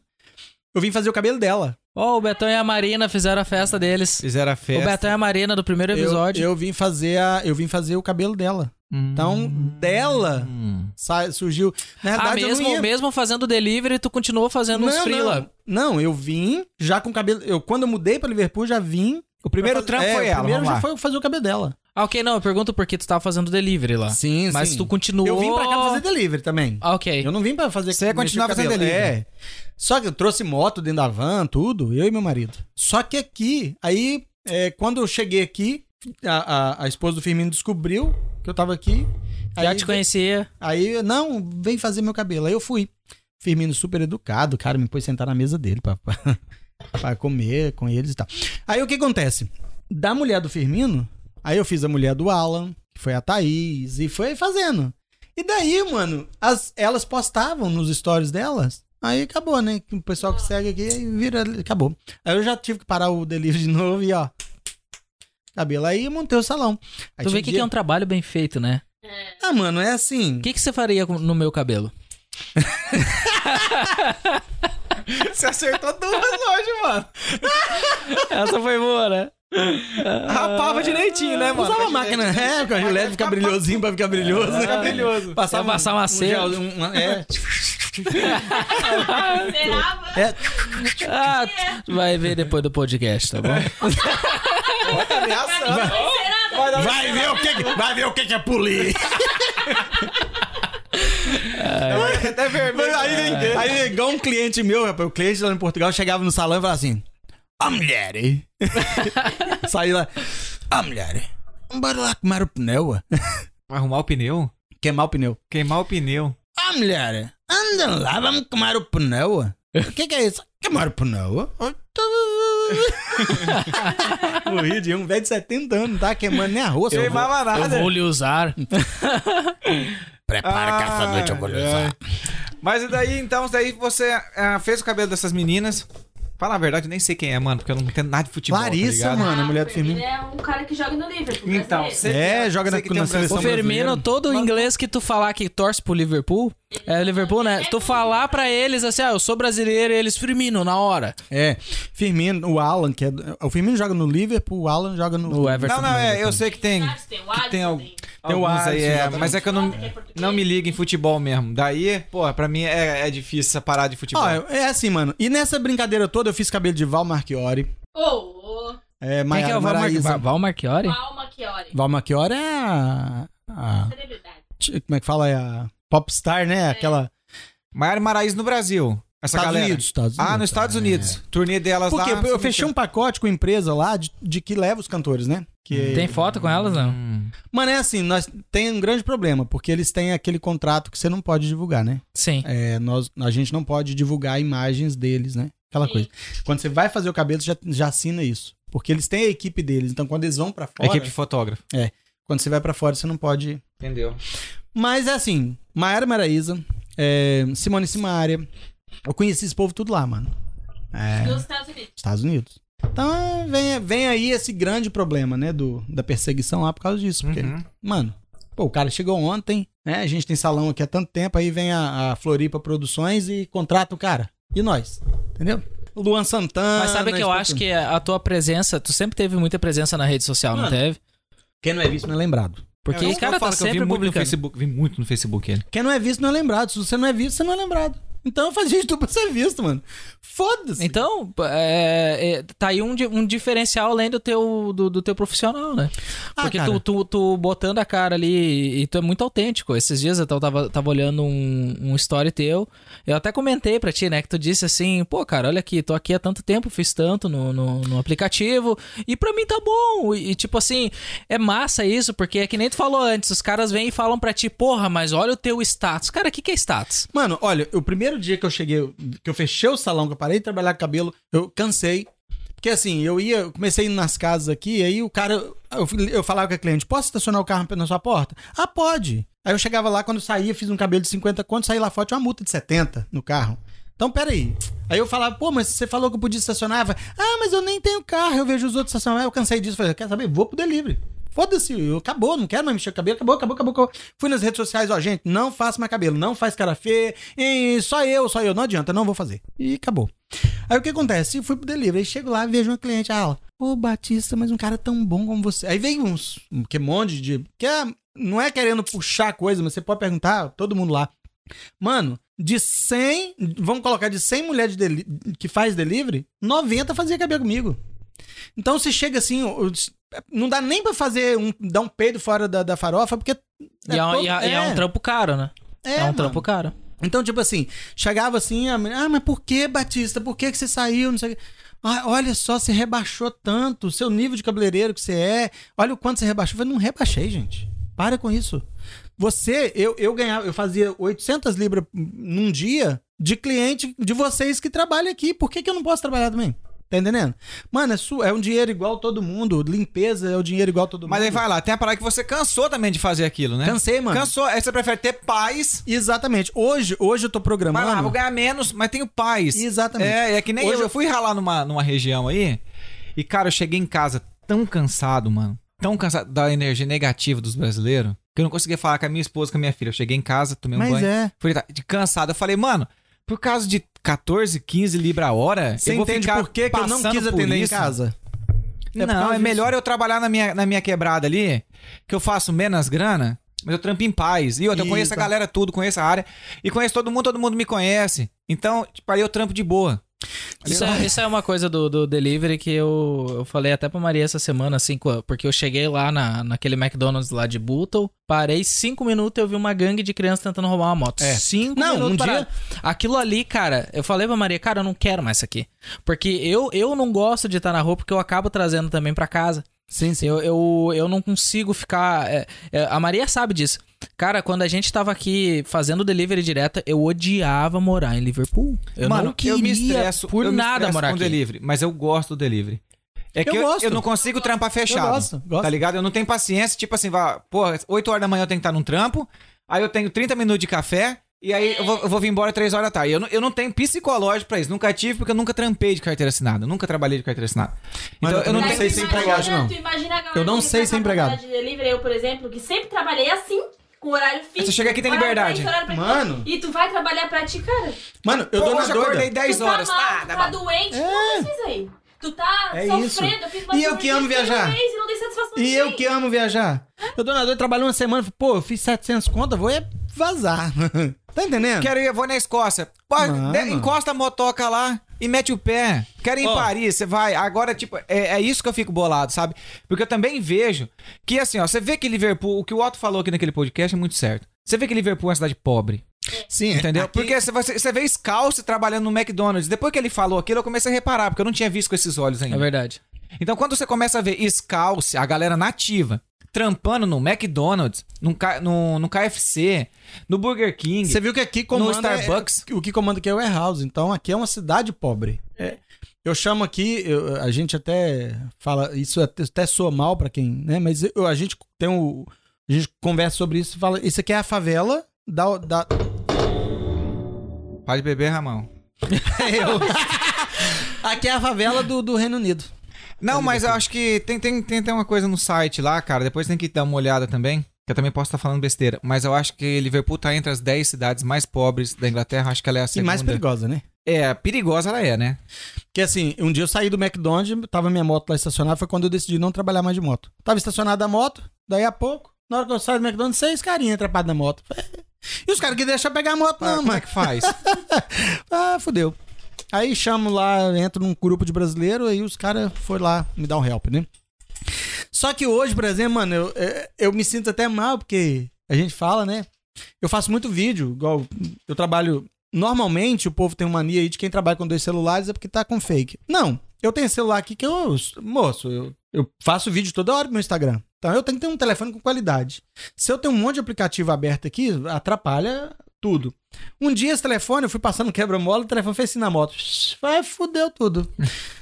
Speaker 1: eu vim fazer o cabelo dela.
Speaker 2: Ó, o Betão e a Marina fizeram a festa deles.
Speaker 3: Fizeram a
Speaker 2: O
Speaker 3: festa.
Speaker 2: Betão e a Marina do primeiro
Speaker 1: Eu-
Speaker 2: episódio.
Speaker 1: eu vim fazer a, eu vim fazer o cabelo dela.
Speaker 3: Hum.
Speaker 1: Então, dela
Speaker 3: Hum.
Speaker 1: sai- surgiu. Na
Speaker 2: ah,
Speaker 1: verdade, eu não
Speaker 2: mesmo,
Speaker 1: ia...
Speaker 2: mesmo fazendo delivery, tu continuou
Speaker 3: Tá
Speaker 2: fazendo uns freela.
Speaker 1: Não, não, eu vim já com o cabelo. Eu, quando eu mudei pra Liverpool, já vim.
Speaker 3: O primeiro
Speaker 1: pra
Speaker 3: trampo
Speaker 1: fazer- é,
Speaker 3: foi
Speaker 1: o
Speaker 3: ela,
Speaker 1: primeiro
Speaker 3: vamos
Speaker 1: já
Speaker 3: lá.
Speaker 1: foi fazer o cabelo dela.
Speaker 2: Ah, ok, não, eu pergunto porque tu tava fazendo delivery
Speaker 3: Ah.
Speaker 2: lá.
Speaker 1: Sim,
Speaker 2: Mas tu continuou.
Speaker 1: Eu vim pra cá pra fazer delivery também.
Speaker 2: Ah, ok.
Speaker 1: Eu não vim pra fazer
Speaker 3: Você ia continuar
Speaker 1: mexer o
Speaker 3: fazendo
Speaker 1: cabelo. É.
Speaker 3: delivery.
Speaker 1: Só que eu trouxe moto dentro da van, tudo, eu e meu marido. Só que aqui, aí, é, quando eu cheguei aqui, a, a- a esposa do Firmino descobriu que eu tava aqui.
Speaker 2: Já
Speaker 1: aí
Speaker 2: te
Speaker 1: veio-
Speaker 2: conhecia.
Speaker 1: Aí, não, vem fazer meu cabelo. Aí eu fui. Firmino super educado, o cara me pôs sentar na mesa dele pra, pra, pra comer com eles e tal. Aí o que acontece? Da mulher do Firmino, aí eu fiz a mulher do Alan, que foi a Thaís, e foi fazendo. E daí, mano, as- elas postavam nos stories delas. Aí acabou, né? O pessoal que segue aqui aí vira. Acabou. Aí eu já tive que parar o delivery de novo e ó. Cabelo aí e montei o salão. Aí tinha
Speaker 2: tu vê o que,
Speaker 1: dia-
Speaker 2: que é um trabalho bem feito, né?
Speaker 1: Ah, mano, é assim.
Speaker 2: O que, que você faria com- no meu cabelo?
Speaker 3: Você acertou duas hoje, mano.
Speaker 2: Essa foi boa, né?
Speaker 3: Rapava direitinho, né, mano?
Speaker 1: Usava a máquina, é, com a Gillette ficar brilhosinho pra ficar brilhoso. né?
Speaker 3: Maravilhoso.
Speaker 1: Passava
Speaker 2: Ia passar uma cera.
Speaker 1: gel, um- um- é.
Speaker 4: Serava?
Speaker 2: Ah, tu vai ver depois do podcast, tá bom?
Speaker 1: Vai ver o que, que- vai ver o que, que é polir.
Speaker 3: É, Até vermelho. né?
Speaker 1: aí, vem- aí vem igual um cliente meu, rapaz, o cliente lá em Portugal chegava no salão e falava assim: A mulher. hein?" Saí lá, a mulher. Bora lá queimar o pneu.
Speaker 3: Arrumar o pneu?
Speaker 1: Queimar o pneu.
Speaker 3: Queimar o pneu.
Speaker 1: Ah, mulher, anda lá, vamos queimar o pneu. O que, que é isso? Queimar o pneu? o Rio de um velho de 70 anos, não tá queimando nem arroz.
Speaker 3: Eu Queimava
Speaker 2: Eu
Speaker 3: nada.
Speaker 2: vou lhe usar.
Speaker 1: Prepara
Speaker 3: Ah,
Speaker 1: que essa noite eu vou lhe usar.
Speaker 3: Mas e daí, então, daí você ah, fez o cabelo dessas meninas. Fala a verdade, eu nem sei quem é, mano, porque eu não entendo nada de futebol.
Speaker 1: Larissa,
Speaker 3: tá ligado?
Speaker 1: mano. a mulher do
Speaker 4: Firmino é um cara que joga no Liverpool.
Speaker 3: Então,
Speaker 4: brasileiro.
Speaker 3: você-
Speaker 1: É, joga na,
Speaker 3: Sei que tem
Speaker 1: na
Speaker 3: um
Speaker 1: seleção
Speaker 2: O Firmino,
Speaker 1: brasileira.
Speaker 2: todo inglês que tu falar que torce pro Liverpool, é Liverpool, né? Se tu falar pra eles assim, ah, eu sou brasileiro, e eles Firmino na hora.
Speaker 1: É. Firmino, o Alan, que é. O Firmino joga no Liverpool, o Alan joga no.
Speaker 2: No Everton.
Speaker 3: Não, não, é, eu sei que tem.
Speaker 4: Tem o
Speaker 3: Que tem
Speaker 4: Alisson,
Speaker 3: al-
Speaker 4: tem-
Speaker 3: alguns aí,
Speaker 1: Alisson,
Speaker 3: é,
Speaker 1: joga
Speaker 3: mas é que eu não,
Speaker 4: Jota, que é português.
Speaker 3: não me ligo em futebol mesmo. Daí, pô, pra mim é, é difícil essa parada de futebol.
Speaker 1: Ó, é assim, mano. E nessa brincadeira toda eu fiz cabelo de Val Marchiori.
Speaker 4: Ô, ô,
Speaker 1: É,
Speaker 2: Quem
Speaker 1: Maiara
Speaker 2: que é o Val, Mar...
Speaker 1: Maraíza.
Speaker 2: Val- Val Marchiori?
Speaker 4: Palma Chiori.
Speaker 1: Val Marchiori é a, a-
Speaker 4: Celebridade.
Speaker 1: t- Como é que fala? É a popstar, né? Aquela.
Speaker 3: Maiara Maraíza no Brasil. Essa
Speaker 1: Estados
Speaker 3: galera.
Speaker 1: Unidos, Estados Unidos.
Speaker 3: Ah, nos Estados Unidos. Turnê delas lá.
Speaker 1: Porque eu
Speaker 3: sumiu.
Speaker 1: fechei um pacote com empresa lá de, de que leva os cantores, né? Que...
Speaker 2: Uhum. Tem foto com elas, não?
Speaker 3: Hum.
Speaker 1: Mano, é assim, nós tem um grande problema, porque eles têm aquele contrato que você não pode divulgar, né?
Speaker 2: Sim.
Speaker 1: É, nós, a gente não pode divulgar imagens deles, né? Aquela
Speaker 4: Sim.
Speaker 1: coisa. Quando você vai fazer o cabelo, você já, já assina isso. Porque eles têm a equipe deles, então quando eles vão pra fora,
Speaker 3: Equipe de fotógrafo.
Speaker 1: quando você vai pra fora, você não pode.
Speaker 3: Entendeu?
Speaker 1: Mas é assim, Maiara Maraíza, é, Simone Simaria, eu conheci esse povo tudo lá, mano. É.
Speaker 4: Dos Estados Unidos.
Speaker 1: Estados Unidos. Então é, vem, vem aí esse grande problema, né? Do, da perseguição lá por causa disso. Porque,
Speaker 3: Uhum.
Speaker 1: mano, pô, o cara chegou ontem, né? A gente tem salão aqui há tanto tempo, aí vem a, a Floripa Produções e contrata o cara. E nós? Entendeu? Luan Santana.
Speaker 2: Mas
Speaker 3: Ah,
Speaker 2: sabe que
Speaker 3: é
Speaker 2: eu acho que a tua presença, tu sempre teve muita presença na rede social, não
Speaker 1: Mano.
Speaker 2: teve?
Speaker 1: Quem não é visto não é lembrado.
Speaker 2: Porque
Speaker 3: Eu-
Speaker 2: o cara
Speaker 3: eu falo
Speaker 2: tá
Speaker 3: que eu vi
Speaker 2: sempre
Speaker 3: muito no
Speaker 2: publicando.
Speaker 3: Facebook, vi muito no Facebook ele.
Speaker 1: Quem não é visto não é lembrado. Se você não é visto, você não é lembrado. Então eu fazia de tudo pra ser visto, mano. Foda-se.
Speaker 2: Então, é, é, tá aí um, di- um diferencial além do teu, do, do teu profissional, né?
Speaker 1: Ah,
Speaker 2: Porque
Speaker 1: cara.
Speaker 2: tu, tu, tu botando a cara ali e tu é muito autêntico. Esses dias eu tava- tava, tava olhando um, um story teu. Eu até comentei pra ti, né? Que tu disse assim, pô, cara, olha aqui, tô aqui há tanto tempo, fiz tanto no, no, no aplicativo. E pra mim tá bom. E, e, tipo assim, é massa isso, porque é que nem tu falou antes, os caras vêm e falam pra ti, porra, mas olha o teu status. Cara, o que, que é status?
Speaker 1: Mano, olha, o primeiro dia que eu cheguei, que eu fechei o salão, que eu parei de trabalhar com cabelo, eu cansei. Porque assim, eu ia, eu comecei indo nas casas aqui, aí o cara, eu, fui- eu falava com a cliente, posso estacionar o carro na sua porta? Ah, pode. Aí eu chegava lá, quando eu saía, fiz um cabelo de 50 conto, saí lá fora, tinha uma multa de 70 no carro. Então, peraí. Aí eu falava, pô, mas você falou que eu podia estacionar? Ela, ah, mas eu nem tenho carro, eu vejo os outros estacionar. Eu cansei disso, falei, quer saber? Vou pro delivery. Foda-se, eu- acabou, não quero mais mexer o cabelo, acabou, acabou, acabou, acabou. Fui nas redes sociais, ó, gente, não faço mais cabelo, não faz cara feia, e só eu, só eu, não adianta, não vou fazer. E acabou. Aí o que acontece? Eu fui pro delivery, aí chego lá, vejo uma cliente, ah, ela, ô Batista, mas um cara tão bom como você. Aí veio uns, um que monte de. Que é, não é querendo puxar coisa, mas você pode perguntar, todo mundo lá. Mano, de 100, vamos colocar de 100 mulheres de deli- que faz delivery, 90 fazia cabelo comigo. Então você chega assim, o- não dá nem pra fazer um, dar um peido fora da, da farofa, porque.
Speaker 2: E é, um- e é- e é um trampo caro, né? É, um
Speaker 1: mano.
Speaker 2: trampo caro.
Speaker 1: Então, tipo assim, chegava assim, a menina, ah, mas por que, Batista? Por que, que você saiu? Não sei o quê. Ah, olha só, você rebaixou tanto, o seu nível de cabeleireiro que você é, olha o quanto você rebaixou. Eu falei, não rebaixei, gente. Para com isso. Você, eu, eu ganhava, eu fazia 800 libras num dia de cliente de vocês que trabalham aqui. Por que, que eu não posso trabalhar também? Tá entendendo? Mano, é, su- é um dinheiro igual todo mundo. Limpeza é o dinheiro igual todo mundo.
Speaker 3: Mas aí vai lá, tem a parada que você cansou também de fazer aquilo, né?
Speaker 1: Cansei, mano.
Speaker 3: Cansou. Aí você prefere ter paz.
Speaker 1: Exatamente. Hoje, hoje eu tô
Speaker 3: Vai
Speaker 1: programando.
Speaker 3: lá, vou ganhar menos, mas tenho paz.
Speaker 1: Exatamente.
Speaker 3: É, é que nem
Speaker 1: Hoje
Speaker 3: eu. Eu fui ralar numa, numa região aí e, cara, eu cheguei em casa tão cansado, mano. Tão cansado da energia negativa dos brasileiros que eu não conseguia falar com a minha esposa, com a minha filha. Eu cheguei em casa, tomei um
Speaker 1: Mas
Speaker 3: banho.
Speaker 1: é.
Speaker 3: Fui deitar- de cansado. Eu falei, mano, por causa de 14, 15 libra a hora,
Speaker 1: Você
Speaker 3: eu vou
Speaker 1: entende
Speaker 3: ficar
Speaker 1: por que, que eu não
Speaker 3: passando
Speaker 1: quis
Speaker 3: por
Speaker 1: atender em
Speaker 3: isso?
Speaker 1: casa? É por
Speaker 3: não,
Speaker 1: causa
Speaker 3: é
Speaker 1: disso.
Speaker 3: melhor eu trabalhar na minha, na minha quebrada ali, que eu faço menos grana, mas eu trampo em paz. E outra, eu conheço a
Speaker 1: Isso.
Speaker 3: galera tudo, conheço a área. E conheço todo mundo, todo mundo me conhece. Então, tipo, aí eu trampo de boa.
Speaker 2: Isso é, isso é uma coisa do, do delivery que eu, eu falei até pra Maria essa semana, assim, co- porque eu cheguei lá na, naquele McDonald's lá de Bootle, parei cinco minutos e eu vi uma gangue de crianças tentando roubar uma moto.
Speaker 1: É.
Speaker 2: Cinco
Speaker 1: Não,
Speaker 2: minutos.
Speaker 1: um
Speaker 2: parado. Aquilo ali, cara, eu falei pra Maria, cara, eu não quero mais isso aqui. Porque eu, eu não gosto de estar na rua porque eu acabo trazendo também pra casa.
Speaker 1: Sim, sim.
Speaker 2: Eu, eu, eu não consigo ficar. é, é, a Maria sabe disso. Cara, quando a gente tava aqui fazendo delivery direto, eu odiava morar em Liverpool. Eu
Speaker 3: Mano,
Speaker 2: não queria
Speaker 3: eu me estresso,
Speaker 2: por
Speaker 3: eu me
Speaker 2: nada
Speaker 3: estresso
Speaker 2: morar
Speaker 3: com
Speaker 2: aqui.
Speaker 3: delivery, mas eu gosto do delivery. É que eu,
Speaker 1: gosto.
Speaker 3: eu não consigo trampar fechado.
Speaker 1: gosto, gosto.
Speaker 3: Tá ligado? Eu não tenho tá paciência, tipo assim, vá, pô, 8 horas da manhã eu tenho que estar num trampo, aí eu tenho 30 minutos de café, E aí eu vou, eu vou vir embora três horas da tarde. Eu não, eu não tenho psicológico pra isso. Nunca tive, porque eu nunca trampei de carteira assinada. Nunca trabalhei de carteira assinada.
Speaker 1: Mas
Speaker 3: então
Speaker 1: eu
Speaker 3: eu não
Speaker 1: também
Speaker 4: Aí
Speaker 3: tenho.
Speaker 4: tu
Speaker 1: sei se é
Speaker 4: imagina-
Speaker 1: empregado, não.
Speaker 4: tu imagina a galera
Speaker 1: Eu não
Speaker 4: que
Speaker 1: sei se é
Speaker 4: faz
Speaker 1: empregado.
Speaker 4: faculdade de delivery, eu, por exemplo, que sempre trabalhei assim, com horário fixo.
Speaker 3: Você chega aqui e tem
Speaker 4: horário
Speaker 3: liberdade.
Speaker 4: pra isso, horário pra aquilo.
Speaker 1: Mano.
Speaker 4: E tu vai trabalhar pra ti, cara.
Speaker 1: Mano, eu dou
Speaker 3: Pô,
Speaker 1: na
Speaker 3: hoje eu acordei
Speaker 1: doida.
Speaker 3: 10
Speaker 4: tu
Speaker 3: horas.
Speaker 4: tá mal,
Speaker 3: Tá,
Speaker 4: tu
Speaker 3: tá
Speaker 4: tá,
Speaker 3: bom.
Speaker 4: doente, tu não precisa ir. Tu tá
Speaker 1: É
Speaker 4: sofrendo,
Speaker 1: isso.
Speaker 4: eu fiz uma
Speaker 1: E eu que
Speaker 4: cirurgia
Speaker 1: amo
Speaker 4: de seis
Speaker 1: viajar.
Speaker 4: meses, não dei satisfação
Speaker 1: E
Speaker 4: a
Speaker 1: eu
Speaker 4: ninguém.
Speaker 1: que amo viajar. Eu dou na doida, trabalho uma semana, falo, pô, eu fiz 700 conta, vou é vazar. tá entendendo?
Speaker 3: Quero ir, vou na Escócia. Pô,
Speaker 1: Mano.
Speaker 3: de- encosta a motoca lá e mete o pé. Quero ir em
Speaker 2: Ó.
Speaker 3: Paris, você vai. Agora, tipo, é, é isso que eu fico bolado, sabe? Porque eu também vejo que, assim, ó, você vê que Liverpool, o que o Otto falou aqui naquele podcast é muito certo. Você vê que Liverpool é uma cidade pobre,
Speaker 1: Sim,
Speaker 3: é-
Speaker 1: é
Speaker 3: entendeu?
Speaker 1: aqui-
Speaker 3: Porque você, você, você vê Scalce trabalhando no McDonald's. Depois que ele falou aquilo, eu comecei a reparar, porque eu não tinha visto com esses olhos ainda.
Speaker 2: É verdade.
Speaker 3: Então, quando você começa a ver Scalce, a galera nativa, trampando no McDonald's, no, no, no KFC, no Burger King.
Speaker 1: Você viu que aqui comanda.
Speaker 3: No Starbucks.
Speaker 1: é- o que comanda aqui é o warehouse. Então aqui é uma cidade pobre. É, Eu chamo aqui, eu- a gente até fala, isso é até, até soa mal pra quem, né? Mas eu- a gente tem o. A gente conversa sobre isso e fala. Isso aqui é a favela da. da
Speaker 3: Pode beber, Ramão.
Speaker 1: eu. aqui é a favela do, do Reino Unido.
Speaker 3: Não, mas eu acho que tem, tem, tem até uma coisa no site lá, cara. Depois tem que dar uma olhada também. Que eu também posso estar falando besteira. Mas eu acho que Liverpool tá entre as 10 cidades mais pobres da Inglaterra. Acho que ela é a
Speaker 1: E
Speaker 3: segunda.
Speaker 1: mais perigosa, né?
Speaker 3: É, perigosa ela é, né?
Speaker 1: Porque assim, um dia eu saí do McDonald's, tava minha moto lá estacionada, foi quando eu decidi não trabalhar mais de moto. Tava estacionada a moto, daí a pouco, na hora que eu saio do McDonald's, seis carinhas atrapados na moto. "É." E os caras que deixam eu pegar a moto,
Speaker 3: Ah,
Speaker 1: não,
Speaker 3: como
Speaker 1: mano.
Speaker 3: é que faz?
Speaker 1: Ah, fudeu. Aí chamo lá, entro num grupo de brasileiro, aí os caras foram lá me dar um help, né? Só que hoje, por exemplo, mano, eu, é, eu me sinto até mal, porque a gente fala, né? Eu faço muito vídeo, igual eu trabalho. Normalmente o povo tem uma mania aí de quem trabalha com dois celulares é porque tá com fake. Não, eu tenho celular aqui que eu. Moço, eu, eu faço vídeo toda hora pro meu Instagram. Então eu tenho que ter um telefone com qualidade. Se eu tenho um monte de aplicativo aberto aqui, atrapalha tudo. Um dia esse telefone, eu fui passando quebra-mola, o telefone fez assim na moto. Vai, fudeu tudo.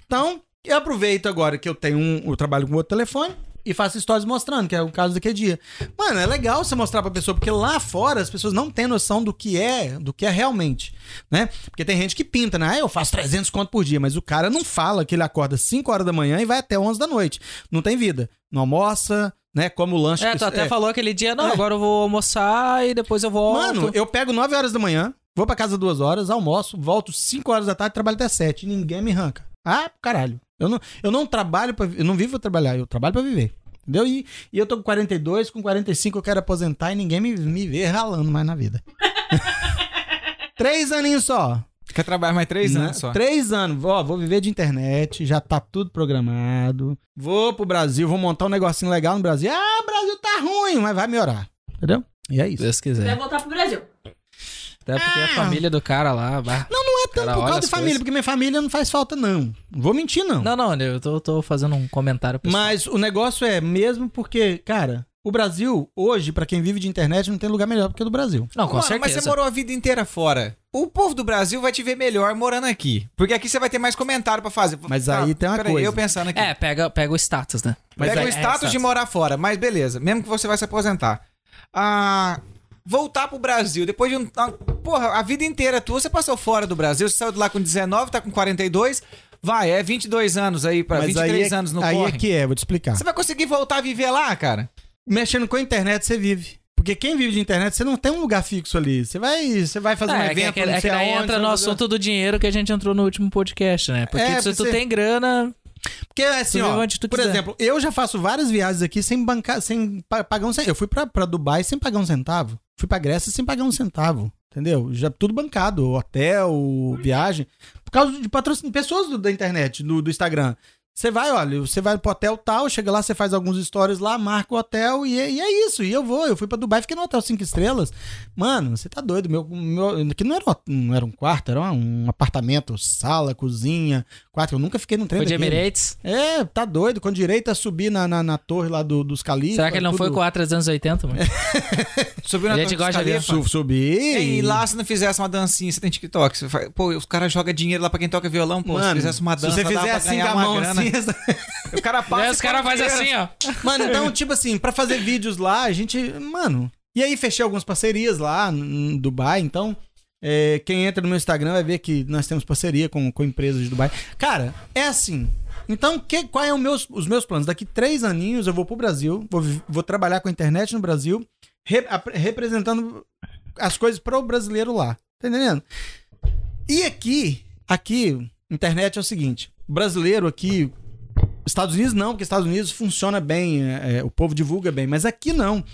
Speaker 1: Então, eu aproveito agora que eu tenho um. Eu trabalho com outro telefone e faço stories mostrando, que é o caso daquele dia. Mano, é legal você mostrar pra pessoa, porque lá fora as pessoas não têm noção do que é, do que é realmente, né? Porque tem gente que pinta, né? Ah, eu faço 300 conto por dia, mas o cara não fala que ele acorda 5 horas da manhã e vai até 11 da noite. Não tem vida. Não almoça, né? Como o lanche.
Speaker 2: É,
Speaker 1: que-
Speaker 2: tu até
Speaker 1: é.
Speaker 2: falou aquele dia, não,
Speaker 1: É.
Speaker 2: agora eu vou almoçar e depois eu volto.
Speaker 1: Mano, eu pego 9 horas da manhã, vou pra casa 2 horas, almoço, volto 5 horas da tarde, trabalho até 7. Ninguém me arranca. Ah, caralho. Eu não, eu não trabalho pra. Eu não vivo pra trabalhar, eu trabalho pra viver. Entendeu? E, e eu tô com 42, com 45 eu quero aposentar e ninguém me, me vê ralando mais na vida. Três aninhos só.
Speaker 3: Quer trabalhar mais três
Speaker 1: Né?
Speaker 3: anos só?
Speaker 1: Três anos. Ó, vou viver de internet, já tá tudo programado. Vou pro Brasil, vou montar um negocinho legal no Brasil. Ah, o Brasil tá ruim, mas vai melhorar. Entendeu? E é
Speaker 2: Se
Speaker 1: isso.
Speaker 2: Deus
Speaker 4: Vai
Speaker 2: quiser.
Speaker 4: voltar pro Brasil.
Speaker 2: Até porque a família do cara lá. bah.
Speaker 1: É tanto
Speaker 2: Cara,
Speaker 1: por
Speaker 2: olha
Speaker 1: causa
Speaker 2: as
Speaker 1: de família,
Speaker 2: coisas.
Speaker 1: porque minha família não faz falta, não. Não vou mentir, não.
Speaker 2: Não, não, eu tô, tô fazendo um comentário pessoal.
Speaker 1: Mas o negócio é mesmo porque, cara, o Brasil, hoje, pra quem vive de internet, não tem lugar melhor do que o do Brasil.
Speaker 2: Não, com
Speaker 3: Mano,
Speaker 2: certeza.
Speaker 3: Mas você morou a vida inteira fora. O povo do Brasil vai te ver melhor morando aqui. Porque aqui você vai ter mais comentário pra fazer. Tá,
Speaker 1: Mas aí tem uma
Speaker 3: peraí,
Speaker 1: coisa.
Speaker 3: eu pensando aqui.
Speaker 2: É, pega, pega o status, né?
Speaker 1: Mas
Speaker 3: Pega
Speaker 1: aí-
Speaker 3: o
Speaker 1: é
Speaker 3: status de morar fora, mas beleza, mesmo que você vai se aposentar. Ah, voltar pro Brasil, depois de um. ah, Porra, a vida inteira é tua, você passou fora do Brasil, você saiu de lá com 19, tá com 42, vai, é 22 anos aí, pra
Speaker 1: aí,
Speaker 3: 23
Speaker 1: é-
Speaker 3: anos no
Speaker 1: aí
Speaker 3: corre.
Speaker 1: é que é, vou te explicar.
Speaker 3: Você vai conseguir voltar a viver lá, cara?
Speaker 1: Mexendo com a internet, você vive. Porque quem vive de internet, você não tem um lugar fixo ali. Você vai, você vai fazer um
Speaker 2: é,
Speaker 1: evento,
Speaker 2: que, é,
Speaker 1: não
Speaker 2: que
Speaker 1: sei
Speaker 2: daí
Speaker 1: aonde,
Speaker 2: entra
Speaker 1: você
Speaker 2: no
Speaker 1: vai fazer-
Speaker 2: assunto do dinheiro que a gente entrou no último podcast, né? Porque
Speaker 1: É,
Speaker 2: se tu
Speaker 1: porque você-
Speaker 2: tem grana,
Speaker 1: Porque assim,
Speaker 2: Tu vive
Speaker 1: ó,
Speaker 2: onde tu
Speaker 1: por
Speaker 2: quiser.
Speaker 1: exemplo, eu já faço várias viagens aqui sem bancar, sem pa- pagar um centavo. Eu fui pra, pra Dubai sem pagar um centavo. Fui pra Grécia sem pagar um centavo. Entendeu? Já tudo bancado, hotel, viagem. Por causa de patrocínio, pessoas do- da internet, do, do Instagram. Você vai, olha, você vai pro hotel tal, chega lá, você faz alguns stories lá, marca o hotel e, é- e é isso. E eu vou, eu fui pra Dubai, fiquei no hotel cinco estrelas. Mano, você tá doido, meu, meu que não era, um- não era um quarto, era um apartamento, sala, cozinha, quarto. Eu nunca fiquei num trem
Speaker 2: foi de
Speaker 1: daquele.
Speaker 2: Emirates.
Speaker 1: É, tá doido. Com direito a subir na, na, na torre lá do, dos califas.
Speaker 2: Será que ele não foi
Speaker 1: tudo.
Speaker 2: com o A380, mano?
Speaker 3: Subiu
Speaker 2: A
Speaker 3: na Torre
Speaker 2: gente
Speaker 3: dos
Speaker 2: gosta de
Speaker 3: Califa.
Speaker 1: Su- subir?
Speaker 3: E É, lá, se não fizesse uma dancinha, você tem TikTok. Você faz- pô, os caras jogam dinheiro lá pra quem toca violão, pô. se fizesse uma dança,
Speaker 1: se você
Speaker 3: dá
Speaker 1: fizer
Speaker 3: pra
Speaker 1: assim com
Speaker 3: ganhar
Speaker 1: a
Speaker 3: uma
Speaker 1: mão
Speaker 3: grana.
Speaker 1: assim...
Speaker 3: O cara
Speaker 2: Daí
Speaker 3: passa.
Speaker 2: os caras fazem assim, ó.
Speaker 1: mano, então, tipo assim, pra fazer vídeos lá, a gente... Mano, E aí fechei algumas parcerias lá n- em Dubai, então. é, quem entra no meu Instagram vai ver que nós temos parceria com, com empresas de Dubai. Cara, é assim. Então, que, qual é o meus, os meus planos? Daqui três aninhos eu vou pro Brasil, vou, vi- vou trabalhar com a internet no Brasil, re- ap- representando as coisas pro brasileiro lá. Tá entendendo? E aqui, aqui, internet é o seguinte: brasileiro aqui, Estados Unidos não, porque Estados Unidos funciona bem, é, é, o povo divulga bem, mas aqui não.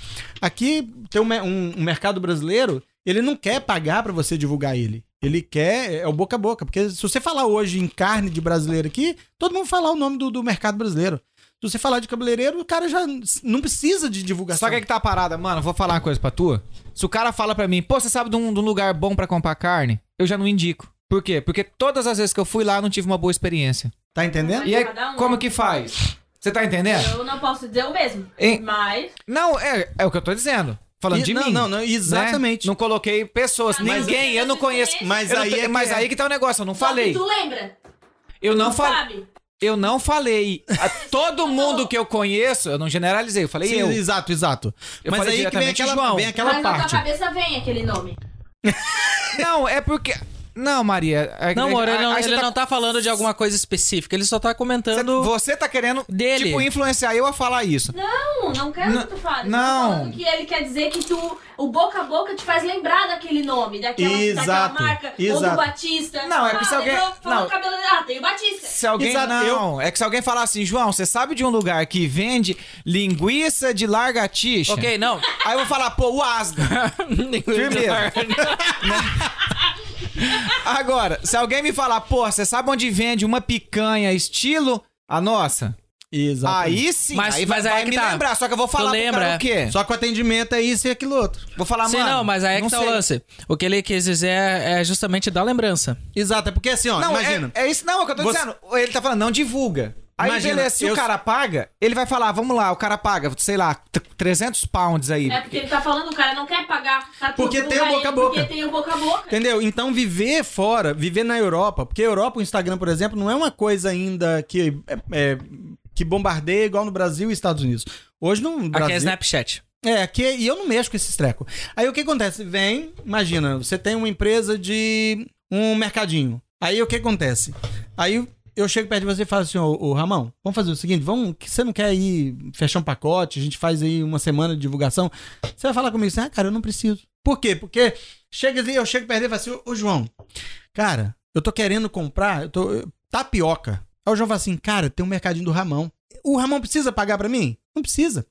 Speaker 1: Aqui tem um, mer- um- um mercado brasileiro, ele não quer pagar pra você divulgar ele. Ele quer, é o boca a boca, porque se você falar hoje em carne de brasileiro aqui, todo mundo fala o nome do, do mercado brasileiro. Se você falar de cabeleireiro, o cara já n- não precisa de divulgação.
Speaker 3: Só que é que tá a parada, mano, vou falar uma coisa pra tu. Se o cara fala pra mim, pô, você sabe de um, de um lugar bom pra comprar carne? Eu já não indico. Por quê? Porque todas as vezes que eu fui lá, eu não tive uma boa experiência.
Speaker 1: Tá entendendo?
Speaker 3: E aí,
Speaker 4: Cada um,
Speaker 3: como
Speaker 4: né?
Speaker 3: que faz? Você tá
Speaker 1: É.
Speaker 3: entendendo?
Speaker 4: Eu não posso dizer o mesmo.
Speaker 3: Hein?
Speaker 4: Mas.
Speaker 3: Não, é, é o que eu tô dizendo. Falando
Speaker 1: E-
Speaker 3: de
Speaker 1: não,
Speaker 3: mim.
Speaker 1: não, não, exatamente.
Speaker 3: Né? Não coloquei pessoas,
Speaker 4: Ah, Mas-
Speaker 3: ninguém, eu não conheço.
Speaker 1: Mas
Speaker 3: Eu não
Speaker 1: aí
Speaker 3: tô-
Speaker 1: é que
Speaker 3: mas
Speaker 1: é.
Speaker 3: aí que tá o negócio, eu não
Speaker 4: Só que
Speaker 3: falei.
Speaker 4: Tu lembra?
Speaker 3: Eu não
Speaker 4: Tu
Speaker 3: falei.
Speaker 4: Sabe?
Speaker 3: Eu não falei. A- Todo mundo que eu conheço, eu não generalizei, eu falei
Speaker 1: Sim,
Speaker 3: eu.
Speaker 1: Exato, exato.
Speaker 3: Eu
Speaker 1: Mas
Speaker 3: falei
Speaker 1: aí que vem
Speaker 3: diretamente
Speaker 1: aquela,
Speaker 3: João.
Speaker 1: vem aquela
Speaker 4: mas na
Speaker 1: parte.
Speaker 4: tua cabeça vem aquele nome.
Speaker 3: Não, é porque. Não, Maria. é-
Speaker 2: Não, amor,
Speaker 3: é-
Speaker 2: ele, não,
Speaker 3: aí você
Speaker 2: ele
Speaker 3: tá-
Speaker 2: não tá falando de alguma coisa específica, ele só tá comentando.
Speaker 3: Você tá querendo,
Speaker 2: Dele.
Speaker 3: tipo, influenciar eu a falar isso.
Speaker 4: Não, não quero
Speaker 3: Não-
Speaker 4: que tu fale.
Speaker 3: não.
Speaker 4: Tô falando que ele quer dizer que tu. O boca a boca te faz lembrar daquele nome, daquela,
Speaker 1: Exato,
Speaker 4: daquela marca. Ou
Speaker 1: exato.
Speaker 4: do Batista.
Speaker 3: Não, é
Speaker 4: ah,
Speaker 3: porque se alguém-
Speaker 4: lembrou, Falou
Speaker 3: não.
Speaker 4: cabelo. Ah, tem o Batista.
Speaker 3: Se alguém
Speaker 1: Exato,
Speaker 3: não, é que se alguém falar assim, João, você sabe de um lugar que vende linguiça de largatixa?
Speaker 2: Ok, não.
Speaker 3: Aí eu vou falar, pô, o Asga. Firmeza. Agora, se alguém me falar, pô, você sabe onde vende uma picanha estilo a nossa?
Speaker 1: Exato.
Speaker 3: Aí sim,
Speaker 2: Mas-
Speaker 3: aí vai,
Speaker 2: mas aí
Speaker 3: vai
Speaker 2: é que
Speaker 3: me
Speaker 2: tá.
Speaker 3: lembrar, só que eu vou falar
Speaker 2: Tu
Speaker 3: pro
Speaker 2: lembra,
Speaker 3: cara
Speaker 2: é.
Speaker 3: o quê?
Speaker 1: Só que o atendimento é isso e aquilo outro.
Speaker 3: Vou falar,
Speaker 2: Sim,
Speaker 3: mano,
Speaker 2: não, mas aí é que tá
Speaker 3: sei.
Speaker 2: o lance. O que ele quis dizer é é justamente dar lembrança.
Speaker 1: Exato, é porque assim, ó,
Speaker 3: Não,
Speaker 1: imagina.
Speaker 3: É, é isso, não, é o que eu tô
Speaker 1: Você-
Speaker 3: dizendo. Ele tá falando, não divulga. Aí,
Speaker 1: Imagina,
Speaker 3: beleza, se
Speaker 1: eu-
Speaker 3: o cara paga, ele vai falar, vamos lá, o cara paga, sei lá, t- 300 pounds aí.
Speaker 4: É porque ele tá falando, o cara não quer pagar. Tá
Speaker 1: Porque
Speaker 4: tudo
Speaker 1: tem o
Speaker 4: pra ele,
Speaker 1: boca a boca.
Speaker 4: Porque tem o boca a boca.
Speaker 1: Entendeu? Então viver fora, viver na Europa, porque a Europa, o Instagram, por exemplo, não é uma coisa ainda que é, é, que bombardeia igual no Brasil e Estados Unidos. Hoje no Brasil.
Speaker 2: Aqui é Snapchat.
Speaker 1: É, aqui e eu não mexo com esses trecos. Aí o que acontece? Vem, imagina, você tem uma empresa de um mercadinho. Aí o que acontece? Aí eu chego perto de você e falo assim, ô, ô, Ramão, vamos fazer o seguinte, vamos, que você não quer ir fechar um pacote, a gente faz aí uma semana de divulgação. Você vai falar comigo assim, ah, cara, eu não preciso. Por quê? Porque chega ali, eu chego perto dele e falo assim, ô, ô João, cara, eu tô querendo comprar, eu tô. tapioca. Aí o João fala assim, cara, tem um mercadinho do Ramão. O Ramão precisa pagar pra mim? Não precisa.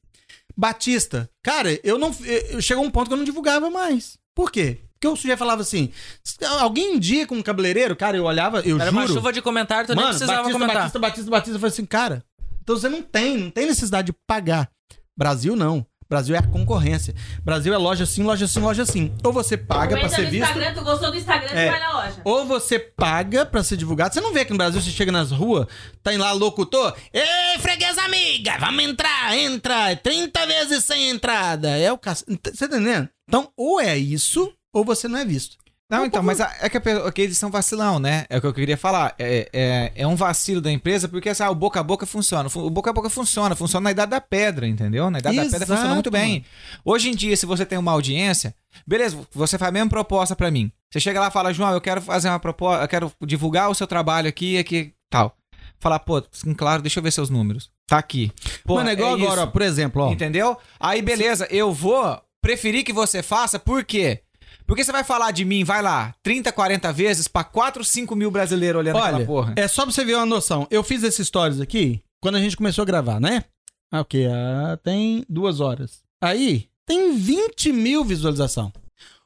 Speaker 1: Batista, cara, eu não. eu- eu- Chegou um ponto que eu não divulgava mais. Por quê? Porque o sujeito falava assim: "Se alguém indica um cabeleireiro, cara, eu olhava, eu
Speaker 2: Era
Speaker 1: juro.
Speaker 2: uma chuva de comentário, tu nem
Speaker 1: Mano,
Speaker 2: precisava
Speaker 1: Batista,
Speaker 2: comentar.
Speaker 1: Batista, Batista, Batista, eu falei assim, cara, então você não tem, não tem necessidade de pagar. Brasil não. Brasil é a concorrência. Brasil é loja assim, loja assim, loja assim. Ou você paga pra
Speaker 4: Entra
Speaker 1: ser
Speaker 4: é no
Speaker 1: visto,
Speaker 4: Instagram, tu gostou do Instagram,
Speaker 1: É.
Speaker 4: tu vai na loja.
Speaker 1: ou você paga pra ser divulgado. Você não vê que no Brasil você chega nas ruas, tem lá locutor. Ei, freguês amiga, vamos entrar, entra. 30 vezes sem entrada. É o caso. Você tá entendendo? Então, ou é isso, ou você não é visto.
Speaker 3: Não, então, mas a- é que, a pe- é que eles são vacilão, né? É o que eu queria falar. É, é, é um vacilo da empresa, porque assim, ah, o boca a boca funciona. Fu- O boca a boca funciona, funciona na idade da pedra, entendeu? Na idade da pedra
Speaker 1: Exato,
Speaker 3: funciona muito bem.
Speaker 1: mano.
Speaker 3: Hoje em dia, se você tem uma audiência, beleza, você faz a mesma proposta pra mim. Você chega lá e fala, João, eu quero fazer uma proposta, eu quero divulgar o seu trabalho aqui, aqui, tal. Falar, pô, sim, claro, deixa eu ver seus números. Tá aqui. Pô,
Speaker 1: Mano, é igual
Speaker 3: isso.
Speaker 1: agora, ó, por exemplo, ó.
Speaker 3: Entendeu? Aí, beleza, eu vou preferir que você faça, por quê? Porque você vai falar de mim, vai lá, 30, 40 vezes pra 4, 5 mil brasileiros olhando aquela
Speaker 1: Olha,
Speaker 3: porra.
Speaker 1: é só pra você ver uma noção. Eu fiz esses stories aqui quando a gente começou a gravar, né? Ah, o quê? Ah, tem duas horas. Aí, tem 20 mil visualização.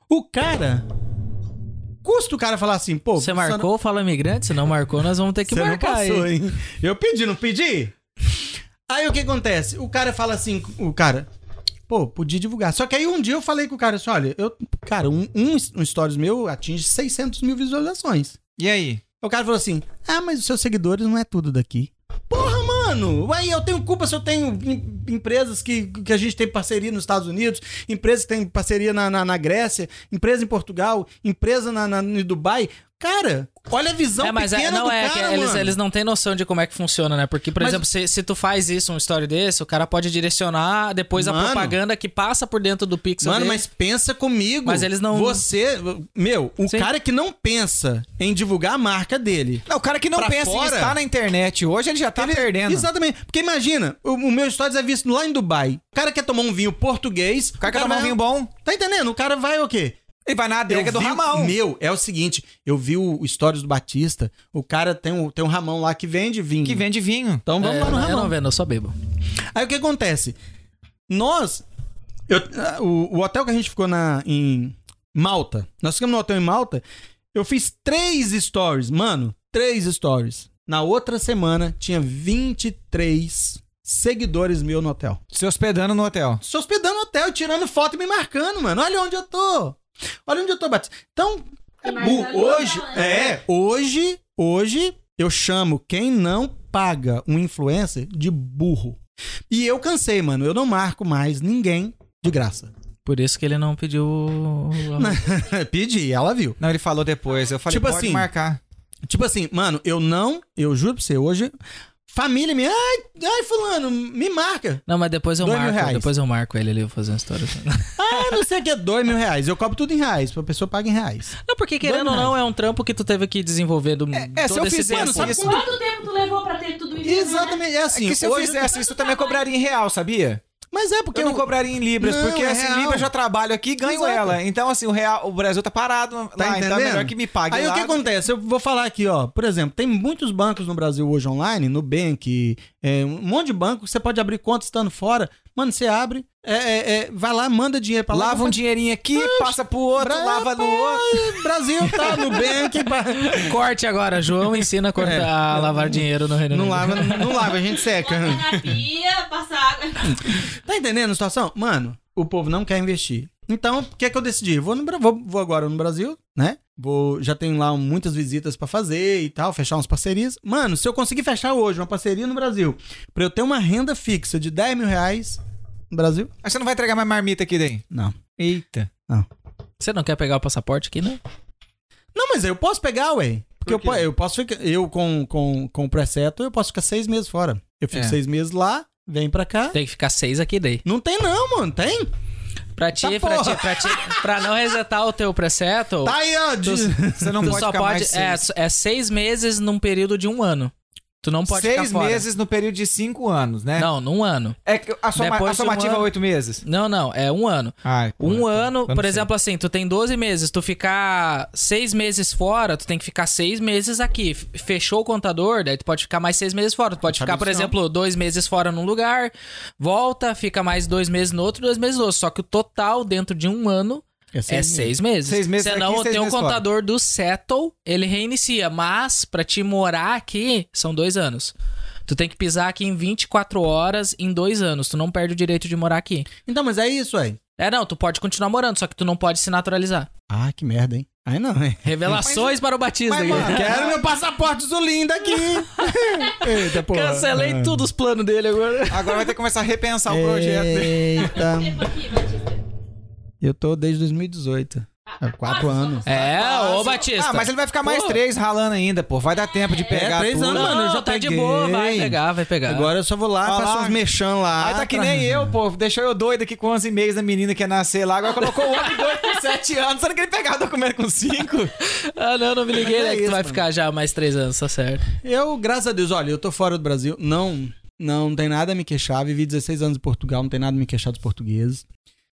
Speaker 1: O cara. Custa o cara falar assim, pô.
Speaker 2: Você marcou o Fala Imigrante? Se não marcou, nós vamos ter que
Speaker 1: Você não
Speaker 2: marcar aí.
Speaker 1: passou, hein? Eu pedi, não pedi? Aí o que acontece? O cara fala assim, o cara, pô, podia divulgar. Só que aí um dia eu falei com o cara assim, olha, eu, cara, um, um, um stories meu atinge 600 mil visualizações.
Speaker 3: E aí?
Speaker 1: O cara falou assim, ah, mas os seus seguidores não é tudo daqui. Porra, mano! Aí eu tenho culpa se eu tenho em- empresas que, que a gente tem parceria nos Estados Unidos, empresas que tem parceria na, na, na Grécia, empresa em Portugal, empresa na, na- em Dubai. Cara, olha a visão
Speaker 2: É, mas é-
Speaker 1: pequena
Speaker 2: não
Speaker 1: do
Speaker 2: é, que
Speaker 1: cara,
Speaker 2: eles,
Speaker 1: mano.
Speaker 2: eles não têm noção de como é que funciona, né? Porque, por
Speaker 1: Mas-
Speaker 2: exemplo, se, se tu faz isso, um story desse, o cara pode direcionar depois a
Speaker 1: Mano.
Speaker 2: propaganda que passa por dentro do pixel
Speaker 1: Mano,
Speaker 2: dele.
Speaker 1: mas pensa comigo.
Speaker 2: Mas eles não-
Speaker 1: Você. Meu, o
Speaker 2: Sim.
Speaker 1: cara que não pensa em divulgar a marca dele.
Speaker 3: Não, o cara que não
Speaker 1: Pra
Speaker 3: pensa
Speaker 1: fora?
Speaker 3: em estar na internet hoje, ele já tá perdendo.
Speaker 1: Exatamente. Porque imagina, o, o meu stories é visto lá em Dubai. O cara quer tomar um vinho português.
Speaker 3: O cara que tomar um
Speaker 1: vai-
Speaker 3: vinho bom,
Speaker 1: Tá entendendo? O cara vai o quê?
Speaker 3: ele vai na adega
Speaker 1: Eu
Speaker 3: do
Speaker 1: vi-
Speaker 3: ramal.
Speaker 1: Meu, é o seguinte, eu vi o o stories do Batista, o cara tem um, tem um Ramão lá que vende vinho.
Speaker 3: Que vende vinho.
Speaker 1: Então
Speaker 2: É,
Speaker 1: vamos lá no
Speaker 2: eu
Speaker 1: Ramão.
Speaker 2: não vendo, eu só bebo.
Speaker 1: Aí o que acontece? Nós. eu- ah, o, o hotel que a gente ficou na, em Malta. Nós ficamos no hotel em Malta. Eu fiz três stories, mano. Três stories. Na outra semana tinha 23 seguidores mil no hotel.
Speaker 3: Se hospedando no hotel.
Speaker 1: Se hospedando no hotel, tirando foto e me marcando, mano. Olha onde eu tô. Olha onde eu tô, Batista. Então,
Speaker 4: Mas
Speaker 1: bu-
Speaker 3: é
Speaker 4: ali
Speaker 1: hoje.
Speaker 4: não, né?
Speaker 1: É, hoje, hoje, eu chamo quem não paga um influencer de burro. E eu cansei, mano. Eu não marco mais ninguém de graça.
Speaker 2: Por isso que ele não pediu. o-
Speaker 1: Pedi, ela viu.
Speaker 3: Não, ele falou depois. Eu falei,
Speaker 1: Tipo
Speaker 3: pode
Speaker 1: assim,
Speaker 3: marcar.
Speaker 1: Tipo assim, mano, eu não, eu juro pra você, hoje. Família minha, ai, ai, fulano, me marca.
Speaker 2: Não, mas depois eu
Speaker 1: Dois mil
Speaker 2: marco.
Speaker 1: reais.
Speaker 2: Depois eu marco ele ali, eu vou fazer uma história.
Speaker 1: Ah, não sei o que, é dois mil reais. Eu cobro tudo em reais, pra pessoa paga em reais.
Speaker 2: não, porque querendo ou
Speaker 1: Dois
Speaker 2: não, é um trampo que tu teve que desenvolver do.
Speaker 3: é, se
Speaker 2: todo
Speaker 3: eu
Speaker 2: esse
Speaker 3: fizer,
Speaker 2: tempo.
Speaker 1: Mano, sabe
Speaker 3: isso-
Speaker 1: quanto-
Speaker 4: Quanto tempo tu levou pra ter tudo isso? né?
Speaker 1: Exatamente, é assim.
Speaker 3: É que se eu
Speaker 1: hoje-
Speaker 3: fizesse isso, eu também cobraria em real, sabia?
Speaker 1: Mas é porque
Speaker 3: eu não cobraria em libras,
Speaker 1: Não,
Speaker 3: porque
Speaker 1: é
Speaker 3: assim,
Speaker 1: real.
Speaker 3: libras eu já trabalho aqui e ganho
Speaker 1: Exato.
Speaker 3: ela. Então, assim, o, real, o Brasil tá parado
Speaker 1: Tá
Speaker 3: lá, então é
Speaker 1: entendendo?
Speaker 3: melhor que me pague
Speaker 1: Aí
Speaker 3: lá.
Speaker 1: o que acontece? Eu vou falar aqui, ó. Por exemplo, tem muitos bancos no Brasil hoje online, Nubank, é, um monte de banco que você pode abrir conta estando fora. Mano, você abre, é, é, é, vai lá, manda dinheiro pra lá.
Speaker 3: Lava um dinheirinho aqui, passa pro outro,
Speaker 1: Bra-
Speaker 3: lava no outro.
Speaker 1: Brasil, tá? Nubank. pá.
Speaker 2: um Corte agora, João ensina a, cortar,
Speaker 1: É.
Speaker 2: a lavar dinheiro no Reino
Speaker 1: Não
Speaker 2: Unido.
Speaker 1: lava, não lava, a gente seca.
Speaker 4: Bota na pia, passa água.
Speaker 1: Tá entendendo a situação? Mano, o povo não quer investir. Então, o que é que eu decidi? Vou, no Bra- vou, vou agora no Brasil, né? Vou, já tenho lá muitas visitas pra fazer e tal, fechar umas parcerias. Mano, se eu conseguir fechar hoje uma parceria no Brasil, pra eu ter uma renda fixa de 10 mil reais no Brasil,
Speaker 3: Mas você não vai entregar mais marmita aqui daí?
Speaker 1: não.
Speaker 3: Eita.
Speaker 2: Você não quer pegar o passaporte aqui, né?
Speaker 1: Não, mas eu posso pegar, ué. Porque eu,
Speaker 3: Por quê?
Speaker 1: po- eu posso ficar. Eu com, com, com o preceto, eu posso ficar seis meses fora. Eu fico
Speaker 3: É.
Speaker 1: seis meses lá, vem pra cá.
Speaker 2: Tem que ficar seis aqui daí.
Speaker 1: Não tem, não, mano. Tem?
Speaker 2: Pra ti,
Speaker 1: Tá
Speaker 2: pra
Speaker 1: porra.
Speaker 2: ti, pra ti. Pra não resetar o teu preceto.
Speaker 1: Tá aí, ó. de-
Speaker 3: Você não
Speaker 2: tu
Speaker 3: pode
Speaker 2: só
Speaker 3: ficar
Speaker 2: pode.
Speaker 3: mais
Speaker 2: É,
Speaker 3: seis,
Speaker 2: é seis meses num período de um ano. Tu não pode
Speaker 3: seis
Speaker 2: ficar fora.
Speaker 3: meses no período de cinco anos, né?
Speaker 2: Não, num ano.
Speaker 3: É que a, soma,
Speaker 2: Depois
Speaker 3: a
Speaker 2: de um
Speaker 3: somativa é
Speaker 2: ano-
Speaker 3: oito meses.
Speaker 2: Não, não, é um ano.
Speaker 3: Ai, pô,
Speaker 2: Um
Speaker 3: então,
Speaker 2: ano,
Speaker 3: eu não
Speaker 2: por
Speaker 3: sei.
Speaker 2: exemplo, assim, tu tem 12 meses, tu ficar seis meses fora, tu tem que ficar seis meses aqui. F- Fechou o contador, daí tu pode ficar mais seis meses fora. Tu pode
Speaker 1: Sabe
Speaker 2: ficar, por
Speaker 1: disso não.
Speaker 2: exemplo, dois meses fora num lugar, volta, fica mais dois meses no outro, dois meses no outro. Só que o total dentro de um ano é seis meses.
Speaker 3: Seis meses
Speaker 2: Senão
Speaker 3: aqui,
Speaker 2: eu
Speaker 3: seis
Speaker 2: tenho um
Speaker 3: meses
Speaker 2: contador do Settle, ele reinicia. Mas pra te morar aqui, são dois anos. Tu tem que pisar aqui em 24 horas em dois anos. Tu não perde o direito de morar aqui.
Speaker 1: Então, mas é isso, ué.
Speaker 2: É, não, tu pode continuar morando, só que tu não pode se naturalizar.
Speaker 1: Ah, que merda, hein? Aí não, hein?
Speaker 2: Revelações para o batismo.
Speaker 3: mas, mano,
Speaker 1: Quero meu passaporte azulinho daqui. Eita, porra.
Speaker 2: Cancelei
Speaker 1: É.
Speaker 2: todos os planos dele agora.
Speaker 3: Agora vai ter que começar a repensar Tá o projeto.
Speaker 1: Eita.
Speaker 4: Tempo aqui, Batista.
Speaker 1: Eu tô desde 2018. Há quatro anos.
Speaker 2: É, ô Batista. É,
Speaker 3: Ah, mas ele vai ficar mais
Speaker 2: Pô.
Speaker 3: três ralando ainda, pô. Vai dar tempo de pegar
Speaker 1: três
Speaker 3: tudo.
Speaker 1: anos,
Speaker 2: Não,
Speaker 1: mano, eu já
Speaker 2: tá de
Speaker 1: peguei.
Speaker 2: boa, vai pegar, vai pegar.
Speaker 1: Agora eu só vou lá,
Speaker 3: Olha
Speaker 1: faço
Speaker 3: lá.
Speaker 1: uns mexão lá.
Speaker 3: Aí tá que
Speaker 1: pra-
Speaker 3: nem eu, pô. Deixou eu doido aqui com 11 meses da menina que ia nascer lá. Agora colocou o outro doido com 7 anos. Sendo que ele pegava o documento com 5.
Speaker 2: Ah, não, não me liguei,
Speaker 1: Mas é
Speaker 2: né? Que tu
Speaker 1: isso,
Speaker 2: vai
Speaker 1: mano.
Speaker 2: ficar já mais três anos, tá certo.
Speaker 1: Eu, graças a Deus, olha, eu tô fora do Brasil. Não, não tem nada a me queixar. Vivi 16 anos em Portugal, não tem nada a me queixar dos portugueses.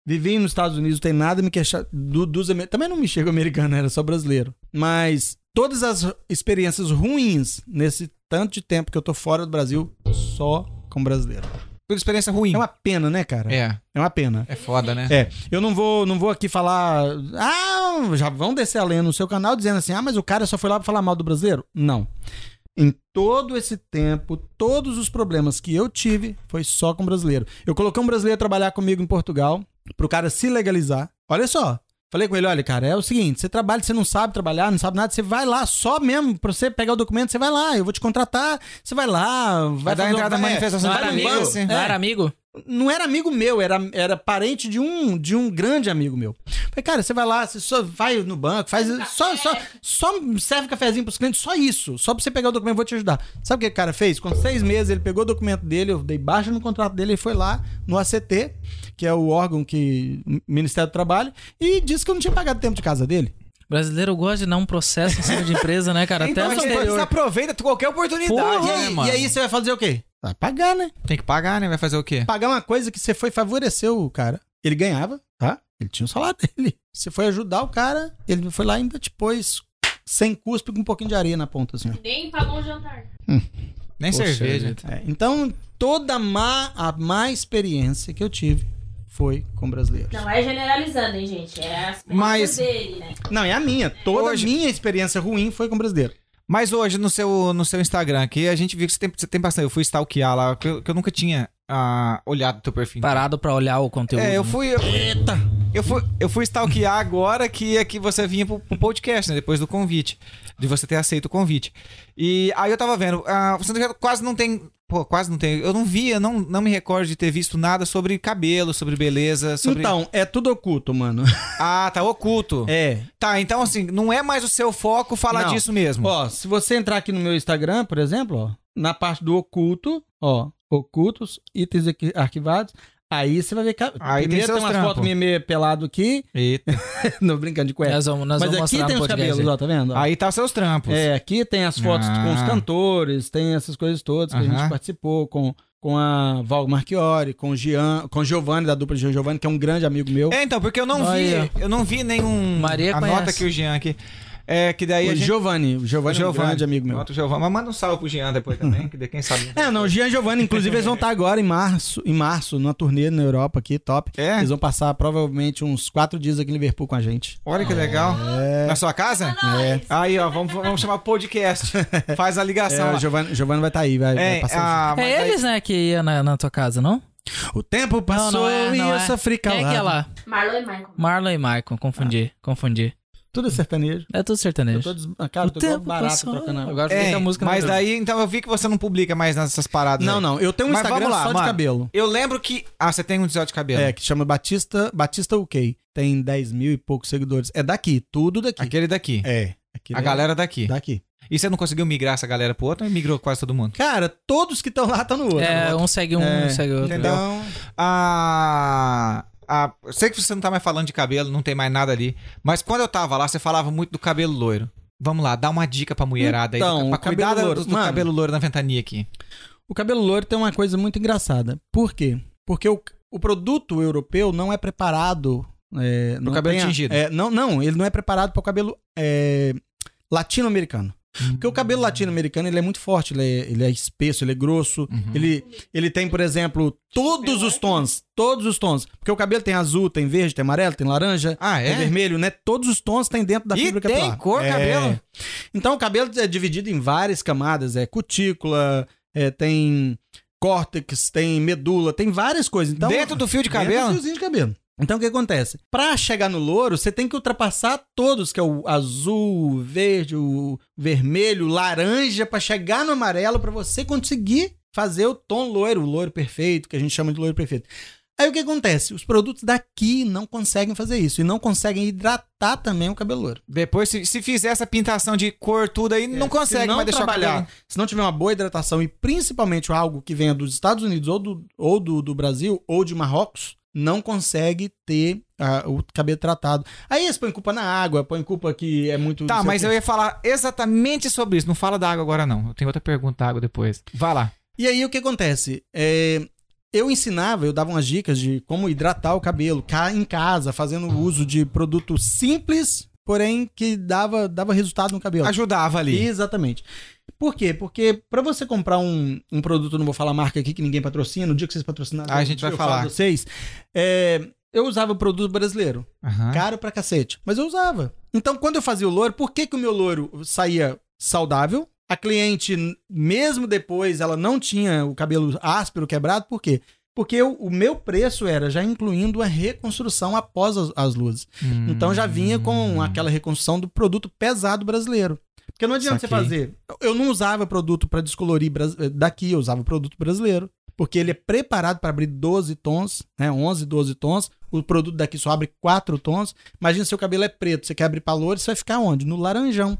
Speaker 1: Vivi nos Estados Unidos, não tem nada a me queixar do- dos amer- Também não me chega americano, era só brasileiro. Mas todas as experiências ruins nesse tanto de tempo que eu tô fora do Brasil, só com brasileiro.
Speaker 3: Por experiência ruim.
Speaker 1: É uma pena, né, cara?
Speaker 3: É,
Speaker 1: é uma pena.
Speaker 3: é foda, né?
Speaker 1: É, eu não vou, não vou aqui falar. Ah, já vão descer a lenha no seu canal dizendo assim: ah, mas o cara só foi lá pra falar mal do brasileiro? Não. Em todo esse tempo, todos os problemas que eu tive foi só com brasileiro. Eu coloquei um brasileiro a trabalhar comigo em Portugal, pro cara se legalizar. Olha só. Falei com ele, olha, cara, é o seguinte, você trabalha, você não sabe trabalhar, não sabe nada, você vai lá, só mesmo, pra você pegar o documento, você vai lá, eu vou te contratar, você vai lá, vai,
Speaker 3: Vai dar
Speaker 1: fazer um-
Speaker 3: entrada na
Speaker 1: é,
Speaker 3: manifestação
Speaker 2: Não
Speaker 1: vai
Speaker 2: era
Speaker 1: no
Speaker 2: amigo?
Speaker 1: banco,
Speaker 3: É.
Speaker 2: Não era amigo?
Speaker 1: Não era amigo meu, era, era parente de um, de um grande amigo meu. Falei, cara, você vai lá, você só vai no banco, faz. Só, só, só serve cafezinho pros clientes, só isso. Só pra você pegar o documento, eu vou te ajudar. Sabe o que o cara fez? Com seis meses, ele pegou o documento dele, eu dei baixa no contrato dele, ele foi lá no ACT, que é o órgão que. Ministério do Trabalho, e disse que eu não tinha pagado o tempo de casa dele.
Speaker 2: Brasileiro gosta de dar um processo em cima de empresa, né, cara?
Speaker 3: Então,
Speaker 2: Até no
Speaker 1: assim,
Speaker 3: mas
Speaker 2: exterior.
Speaker 3: aproveita qualquer oportunidade,
Speaker 1: e,
Speaker 3: né,
Speaker 1: aí,
Speaker 3: mano?
Speaker 1: e aí você vai fazer o quê? Vai pagar, né?
Speaker 3: Tem que pagar, né? Vai fazer o quê?
Speaker 1: pagar uma coisa que você foi favorecer o cara. Ele ganhava, tá? Ele tinha o salário dele. Você foi ajudar o cara, ele foi lá e ainda te pôs sem cuspe com um pouquinho de areia na ponta, assim. ó.
Speaker 4: Nem pagou um jantar.
Speaker 3: Nem
Speaker 2: Poxa
Speaker 3: cerveja.
Speaker 2: vida.
Speaker 1: É, então, toda má, a má experiência que eu tive foi com brasileiros.
Speaker 4: Não é generalizando, hein, gente? É as costas
Speaker 3: Mas-
Speaker 4: dele, né?
Speaker 1: Não, é a minha. Toda
Speaker 3: Hoje-
Speaker 1: minha experiência ruim foi com brasileiro.
Speaker 3: Mas hoje, no seu, no seu Instagram aqui, a gente viu que você tem, você tem bastante. Eu fui stalkear lá, que eu, que eu nunca tinha ah, olhado o teu perfil.
Speaker 2: Parado pra olhar o conteúdo.
Speaker 3: É, eu
Speaker 2: né?
Speaker 3: fui. Eu, Eita! Eu fui, eu fui stalkear agora que é que você vinha pro, pro podcast, né? Depois do convite. De você ter aceito o convite. E aí eu tava vendo. ah, você não- quase não tem. Pô, quase não tem. Eu não via, não, não me recordo de ter visto nada sobre cabelo, sobre beleza, sobre.
Speaker 1: Então, é tudo oculto, mano.
Speaker 3: Ah, tá oculto.
Speaker 1: É.
Speaker 3: Tá, então assim, não é mais o seu foco falar
Speaker 1: Não.
Speaker 3: disso mesmo.
Speaker 1: Ó, se você entrar aqui no meu Instagram, por exemplo, ó, na parte do oculto, ó, ocultos, itens aqui- arquivados, aí você vai ver que a-
Speaker 3: Aí
Speaker 1: primeiro
Speaker 3: tem
Speaker 1: tem,
Speaker 3: seus
Speaker 1: umas
Speaker 3: trampos.
Speaker 1: fotos minha meio pelado aqui,
Speaker 3: Eita.
Speaker 1: não brincando de cueca.
Speaker 2: Nós vamos, nós
Speaker 1: Mas
Speaker 2: vamos
Speaker 1: aqui
Speaker 2: mostrar um
Speaker 1: tem
Speaker 2: no
Speaker 1: os
Speaker 2: podcast.
Speaker 1: cabelos, ó, tá vendo? ó?
Speaker 3: Aí tá os seus trampos.
Speaker 1: é, aqui tem as fotos
Speaker 3: Ah.
Speaker 1: com os cantores, tem essas coisas todas que a
Speaker 3: Aham.
Speaker 1: gente participou com com a Val Marchiori, com o Gian, com o Giovanni da dupla de Giovanni, que é um grande amigo meu.
Speaker 3: É, então, porque eu não
Speaker 2: Olha.
Speaker 3: vi, eu não vi nenhum.
Speaker 2: Maria
Speaker 3: Anota
Speaker 2: conhece.
Speaker 3: aqui o Jean aqui. É, que daí
Speaker 1: o
Speaker 3: a gente.
Speaker 1: Giovanni, o Giovanni é um
Speaker 3: Giovanni.
Speaker 1: grande amigo meu.
Speaker 3: Anota o Giovanni. Mas manda um salve pro Jean depois também, que de quem sabe.
Speaker 1: É, não, o Gian e Giovanni, inclusive, eles vão estar agora em março, em março, numa turnê na Europa aqui, top.
Speaker 3: É?
Speaker 1: Eles vão passar provavelmente uns quatro dias aqui em Liverpool com a gente.
Speaker 3: Olha que legal. Na sua casa?
Speaker 4: É.
Speaker 3: Aí, ó, vamos, vamos chamar podcast. Faz a
Speaker 1: É,
Speaker 3: ligação.
Speaker 1: o
Speaker 3: lá.
Speaker 1: Giovanni, Giovanni vai estar aí, vai, vai
Speaker 3: É,
Speaker 1: passar. um
Speaker 3: ah, mas
Speaker 2: É
Speaker 3: aí-
Speaker 2: eles, né, que ia na, na tua casa, não?
Speaker 1: junto. O tempo passou e eu sofri
Speaker 2: Quem
Speaker 1: calado.
Speaker 2: é que é lá?
Speaker 4: Marlon e Michael.
Speaker 2: Marlon e Michael,
Speaker 3: Ah.
Speaker 2: confundi, confundi.
Speaker 1: Tudo é sertanejo.
Speaker 2: É tudo
Speaker 1: Eu
Speaker 2: sertanejo.
Speaker 1: tô des... ah, Cara, eu tô igual barato trocando né? a-
Speaker 2: Agora
Speaker 3: É,
Speaker 2: fica a música na
Speaker 3: mas
Speaker 2: cabeça.
Speaker 3: daí, então eu vi que você não publica mais nessas paradas.
Speaker 1: Não,
Speaker 3: aí.
Speaker 1: não, eu tenho um
Speaker 3: Mas
Speaker 1: Instagram
Speaker 3: vamos lá,
Speaker 1: só de
Speaker 3: mano.
Speaker 1: cabelo.
Speaker 3: Eu lembro que. Ah, você tem um episódio de cabelo.
Speaker 1: É, que chama Batista, Batista UK. Tem 10 mil e poucos seguidores. É daqui, tudo daqui.
Speaker 3: Aquele daqui.
Speaker 1: É. aquele
Speaker 3: A galera daqui.
Speaker 1: é daqui.
Speaker 3: E você não conseguiu migrar essa galera pro outro? Aí Migrou quase todo mundo.
Speaker 1: Cara, todos que estão lá estão no outro.
Speaker 2: É, um segue um,
Speaker 1: É,
Speaker 2: um segue outro.
Speaker 3: entendeu?
Speaker 1: Então,
Speaker 3: Ah, ah, eu sei que você não tá mais falando de cabelo, não tem mais nada ali. Mas quando eu tava lá, você falava muito do cabelo loiro. Vamos lá, dá uma dica pra mulherada aí.
Speaker 1: Então,
Speaker 3: do ca- Pra
Speaker 1: o cabelo
Speaker 3: cuidar do,
Speaker 1: loiro,
Speaker 3: do
Speaker 1: mano.
Speaker 3: cabelo loiro na ventania aqui.
Speaker 1: O cabelo loiro tem uma coisa muito engraçada. Por quê? Porque o, o produto europeu não é preparado. É, não
Speaker 3: cabelo
Speaker 1: tem a-
Speaker 3: tingido.
Speaker 1: é, não, não, ele não é preparado para o cabelo é, latino-americano. Porque o cabelo latino-americano ele é muito forte, ele é, ele é espesso, ele é grosso.
Speaker 3: Uhum.
Speaker 1: Ele, ele tem, por exemplo, todos os tons. Todos os tons. Porque o cabelo tem azul, tem verde, tem amarelo, tem laranja.
Speaker 3: Ah,
Speaker 1: Tem
Speaker 3: é?
Speaker 1: vermelho, né? Todos os tons tem dentro da
Speaker 3: E
Speaker 1: fibra
Speaker 3: tem
Speaker 1: capilar.
Speaker 3: cor, cabelo?
Speaker 1: Então o cabelo é dividido em várias camadas, é cutícula, é, tem córtex, tem medula, tem várias coisas. Então,
Speaker 3: Dentro do fio de
Speaker 1: Dentro do
Speaker 3: cabelo?
Speaker 1: fiozinho de cabelo. Então o que acontece? Pra chegar no louro, você tem que ultrapassar todos, que é o azul, o verde, o vermelho, o laranja, pra chegar no amarelo, pra você conseguir fazer o tom loiro, o loiro perfeito, que a gente chama de loiro perfeito. Aí o que acontece? Os produtos daqui não conseguem fazer isso e não conseguem hidratar também o cabelo loiro.
Speaker 3: Depois, se, se fizer essa pintação de cor tudo aí, É, não consegue
Speaker 1: É, se não
Speaker 3: mais deixar o
Speaker 1: trabalhar,
Speaker 3: cabelo.
Speaker 1: se não tiver uma boa hidratação e principalmente algo que venha dos Estados Unidos ou do, ou do, do Brasil ou de Marrocos, não consegue ter ah, o cabelo tratado. Aí eles põem culpa na água, põem culpa que é muito.
Speaker 3: Tá, mas eu ia falar exatamente sobre isso. Não fala da água agora, não. Eu tenho outra pergunta da água depois. Vai lá.
Speaker 1: E aí o que acontece? É, eu ensinava, eu dava umas dicas de como hidratar o cabelo cá em casa, fazendo uso de produto simples, porém que dava, dava resultado no
Speaker 3: Então.
Speaker 1: cabelo.
Speaker 3: Ajudava ali.
Speaker 1: Exatamente. Por quê? Porque pra você comprar um, um produto, não vou falar a marca aqui que ninguém patrocina, no dia que vocês patrocinarem,
Speaker 3: Ah, a gente vai
Speaker 1: eu
Speaker 3: falar.
Speaker 1: falo de vocês. É, eu usava produto brasileiro,
Speaker 3: Aham.
Speaker 1: caro pra cacete, mas eu usava. Então, quando eu fazia o louro, por que, que o meu louro saía saudável? A cliente, n- mesmo depois, ela não tinha o cabelo áspero, quebrado, por quê? Porque eu- o meu preço era já incluindo a reconstrução após as- as luzes.
Speaker 3: Hum.
Speaker 1: Então já vinha com aquela reconstrução do produto pesado brasileiro. Porque não adianta você
Speaker 3: Saquei.
Speaker 1: eh, fazer. Eu não usava produto para descolorir bras- daqui, eu usava produto brasileiro. porque ele é preparado para abrir 12 tons, né? 11, 12 tons. O produto daqui só abre 4 tons. Imagina seu cabelo é preto, você quer abrir pra louro, você vai ficar onde? No laranjão.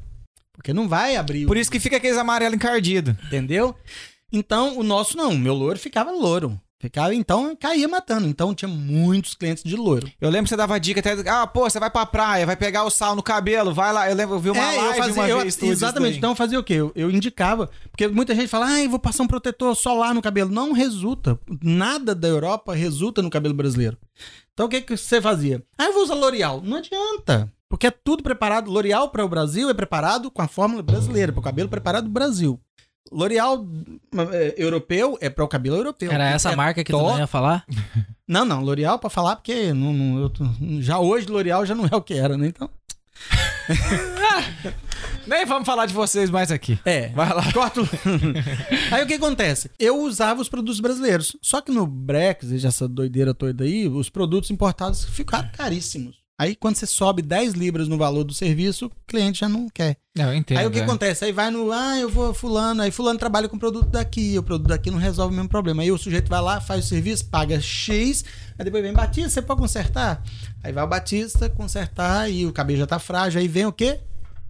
Speaker 1: Porque não vai abrir, o-
Speaker 3: Por isso que fica aqueles amarelo encardido.
Speaker 1: entendeu? Então, o nosso não, meu louro ficava louro. Ficava, então, caía matando. Então, tinha muitos clientes de louro.
Speaker 3: Eu lembro que você dava dica até. Ah, pô, você vai pra praia, vai pegar o sal no cabelo, vai lá. Eu lembro, eu vi uma
Speaker 1: É,
Speaker 3: live
Speaker 1: eu fazia,
Speaker 3: uma
Speaker 1: eu-
Speaker 3: vez. tudo isso
Speaker 1: exatamente.
Speaker 3: daí.
Speaker 1: Então eu fazia o quê? Eu, eu indicava. Porque muita gente fala, ah, eu vou passar um protetor solar no cabelo. Não resulta. Nada da Europa resulta no cabelo brasileiro. Então o que, que você fazia? Ah, eu vou usar L'Oreal. Não adianta. Porque é tudo preparado. L'Oreal para o Brasil é preparado com a fórmula brasileira, para o cabelo preparado do Brasil. L'Oreal eh, europeu é para o cabelo europeu.
Speaker 2: Era
Speaker 1: É
Speaker 2: essa marca que tu
Speaker 1: top.
Speaker 2: não ia falar?
Speaker 1: Não, não, L'Oreal pra falar, porque não, não, eu tô- já hoje L'Oreal já não é o que era, né? Então.
Speaker 3: Nem vamos falar de vocês mais aqui.
Speaker 1: É.
Speaker 3: Vai lá.
Speaker 1: então- Corta o... aí o que acontece? Eu usava os produtos brasileiros. Só que no Brexit, essa doideira toda aí, os produtos importados ficaram caríssimos. Aí quando você sobe 10 libras no valor do serviço, o cliente já não quer.
Speaker 3: Não, eu entendo.
Speaker 1: aí o que
Speaker 3: é.
Speaker 1: acontece? Aí vai no, ah, eu vou fulano, aí fulano trabalha com produto daqui, o produto daqui não resolve o mesmo problema. Aí o sujeito vai lá, faz o serviço, paga X, aí depois vem Batista, você pode consertar? Aí vai o Batista consertar e o cabelo já tá frágil, aí vem o quê?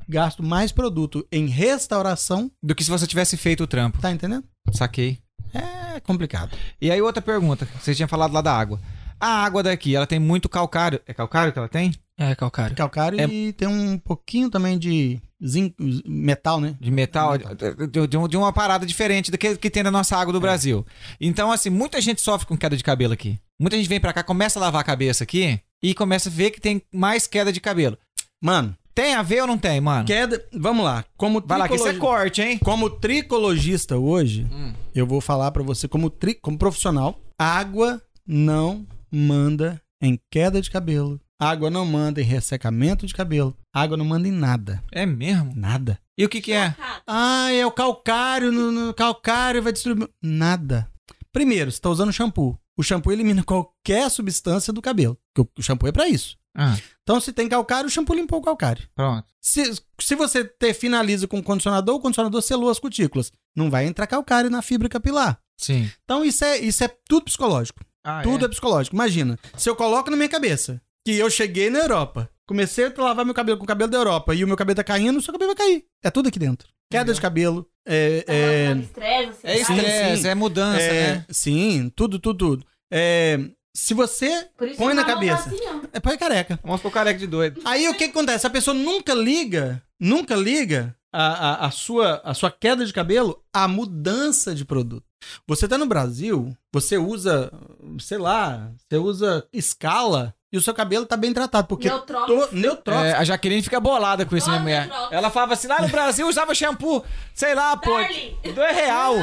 Speaker 1: Gasto mais produto em restauração
Speaker 3: Do que se você tivesse feito o trampo.
Speaker 1: Tá entendendo?
Speaker 3: Saquei.
Speaker 1: É complicado.
Speaker 3: E aí, outra pergunta. Você tinha falado lá da água. A água daqui, ela tem muito calcário. É calcário que ela tem?
Speaker 2: É, calcário.
Speaker 1: Calcário
Speaker 3: É-
Speaker 1: e tem um pouquinho também de zinco, z- metal, né?
Speaker 3: De metal, É. de, de- de um- de uma parada diferente do que, que tem na nossa água do Brasil. Então, assim, muita gente sofre com queda de cabelo aqui. Muita gente vem pra cá, começa a lavar a cabeça aqui e começa a ver que tem mais queda de cabelo.
Speaker 1: Mano,
Speaker 3: Tem a ver ou não tem, mano?
Speaker 1: queda. Vamos lá. Como
Speaker 3: Vai lá, que Hum. isso é
Speaker 1: tricologi-
Speaker 3: corte, hein?
Speaker 1: Como tricologista hoje, eu vou falar pra você, como, tri... como profissional, água não manda em queda de cabelo. Água não manda em ressecamento de cabelo. Água não manda em nada.
Speaker 3: É mesmo?
Speaker 1: Nada.
Speaker 3: E o que que é?
Speaker 4: Chocada.
Speaker 1: Ah, é o calcário, no, no calcário vai destruir. Nada. Primeiro, você tá usando shampoo. O shampoo elimina qualquer substância do cabelo. Porque o shampoo é pra isso.
Speaker 3: Ah,
Speaker 1: Então, se tem calcário, o shampoo limpou o calcário.
Speaker 3: pronto.
Speaker 1: Se, se você ter, finaliza com condicionador, o condicionador selou as cutículas. Não vai entrar calcário na fibra capilar.
Speaker 3: Sim.
Speaker 1: Então, isso é, isso é tudo psicológico.
Speaker 3: Ah,
Speaker 1: Tudo é? psicológico. Imagina, se eu coloco na minha cabeça que eu cheguei na Europa, comecei a lavar meu cabelo com o cabelo da Europa e o meu cabelo tá caindo, o seu cabelo vai cair. É tudo aqui dentro. Queda de cabelo, é, é,
Speaker 4: Tá estresse, assim,
Speaker 3: É
Speaker 4: sabe?
Speaker 3: estresse,
Speaker 1: sim.
Speaker 3: é mudança,
Speaker 1: é,
Speaker 3: né?
Speaker 1: sim, tudo, tudo, tudo. É, se você
Speaker 4: Por isso
Speaker 1: põe
Speaker 4: que
Speaker 1: na
Speaker 4: a mão tá
Speaker 1: cabeça.
Speaker 4: assim, ó.
Speaker 1: é pai careca.
Speaker 3: Vamos pro careca de doido.
Speaker 1: Aí o que que acontece? A pessoa nunca liga, nunca liga a, a, a sua, a sua queda de cabelo à mudança de produto. Você tá no Brasil, você usa, sei lá, você usa escala e o seu cabelo tá bem tratado, porque
Speaker 4: Neutrófilo.
Speaker 1: to, neutrófilo.
Speaker 3: É, a Jaqueline fica bolada com isso, né,
Speaker 4: Olha,
Speaker 3: mulher?
Speaker 4: Trox.
Speaker 3: Ela falava assim, lá no Brasil usava shampoo, sei lá, pô,
Speaker 4: Darling.
Speaker 3: dois Então é real.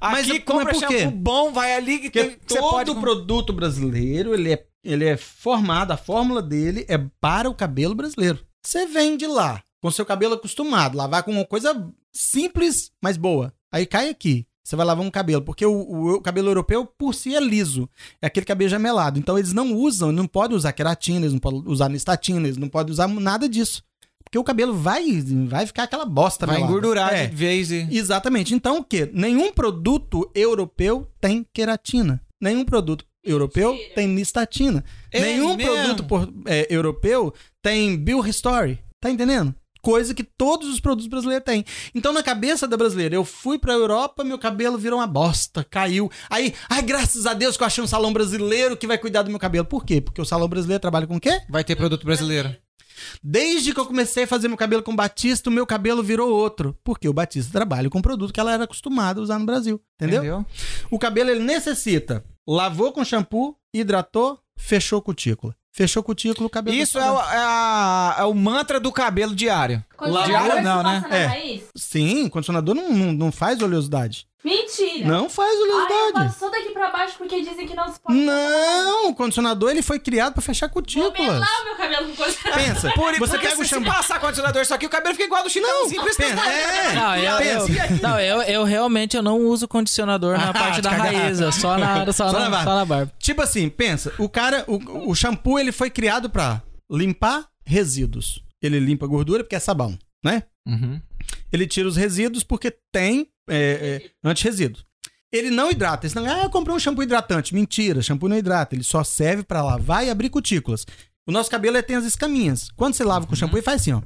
Speaker 1: mas
Speaker 3: Aqui
Speaker 1: é-
Speaker 3: compra
Speaker 1: mas por quê?
Speaker 3: shampoo bom, vai ali que
Speaker 1: Porque
Speaker 3: tem, você
Speaker 1: todo
Speaker 3: pode...
Speaker 1: produto brasileiro, ele é, ele é formado, a fórmula dele é para o cabelo brasileiro. Você vem de lá, com seu cabelo acostumado, lavar com uma coisa simples, mas boa. Aí cai aqui. Você vai lavar um cabelo, porque o, o- o cabelo europeu por si é liso, é aquele cabelo gemelado. Então eles não usam, não podem usar queratina, eles não podem usar nistatina, eles não podem usar nada disso. Porque o cabelo vai, vai ficar aquela bosta,
Speaker 3: Vai
Speaker 1: melada.
Speaker 3: engordurar né?
Speaker 1: É.
Speaker 3: de vez e...
Speaker 1: Exatamente. Então o quê? Nenhum produto europeu tem queratina. Nenhum produto europeu
Speaker 4: Mentira.
Speaker 1: tem nistatina.
Speaker 3: É
Speaker 1: Nenhum
Speaker 3: mesmo?
Speaker 1: produto por- é, europeu tem Bill History. Tá entendendo? Coisa que todos os produtos brasileiros têm. Então, na cabeça da brasileira, eu fui pra Europa, meu cabelo virou uma bosta, caiu. Aí, ai, graças a Deus que eu achei um salão brasileiro que vai cuidar do meu cabelo. Por quê? Porque o salão brasileiro trabalha com o quê?
Speaker 3: Vai ter produto brasileiro.
Speaker 1: Desde que eu comecei a fazer meu cabelo com Batista, o meu cabelo virou outro. Porque o Batista trabalha com um produto que ela era acostumada a usar no Brasil. Entendeu? O cabelo ele necessita. Lavou com shampoo, hidratou, fechou cutícula. Fechou cutícula, o cabelo.
Speaker 3: Isso
Speaker 1: tá
Speaker 3: é o,
Speaker 1: bom.
Speaker 3: é a- é o mantra do cabelo diário.
Speaker 4: Condicionador que
Speaker 3: não, né?
Speaker 4: se passa na
Speaker 1: É.
Speaker 4: raiz?
Speaker 1: Sim, condicionador não, não, não faz oleosidade.
Speaker 4: Mentira.
Speaker 1: Não faz
Speaker 4: Ai, É. Ah, eu
Speaker 1: oleosidade.
Speaker 4: passo só daqui pra baixo porque dizem que não se pode.
Speaker 1: Não, o condicionador ele foi criado pra fechar
Speaker 4: Vou
Speaker 1: cutículas.
Speaker 4: melar o meu cabelo com coisa.
Speaker 1: Pensa,
Speaker 3: Por, assim,
Speaker 1: você
Speaker 3: porque
Speaker 1: pega o
Speaker 3: se
Speaker 1: shampoo.
Speaker 3: passar condicionador, só que o cabelo fica igual ao do chitãozinho. por isso que
Speaker 1: pensa,
Speaker 3: tá-
Speaker 1: é.
Speaker 2: Não, eu,
Speaker 1: Pensa.
Speaker 2: eu- não, eu- eu realmente eu não uso condicionador na
Speaker 1: Ah,
Speaker 2: parte
Speaker 1: te
Speaker 2: da
Speaker 1: cagaram.
Speaker 2: raiz, é só na, só,
Speaker 1: Só
Speaker 2: na,
Speaker 1: na barba.
Speaker 2: só na barba.
Speaker 1: Tipo assim, pensa, o cara, o, o shampoo ele foi criado pra limpar resíduos. Ele limpa gordura porque é sabão, né?
Speaker 3: Uhum.
Speaker 1: Ele tira os resíduos porque tem é, é, antirresíduo. Ele não hidrata. Eles não, ah, eu comprei um shampoo hidratante. Mentira, shampoo não hidrata. Ele só serve pra lavar e abrir cutículas. O nosso cabelo ele tem as escaminhas. Quando você lava com
Speaker 3: Uhum.
Speaker 1: shampoo, ele faz assim, ó.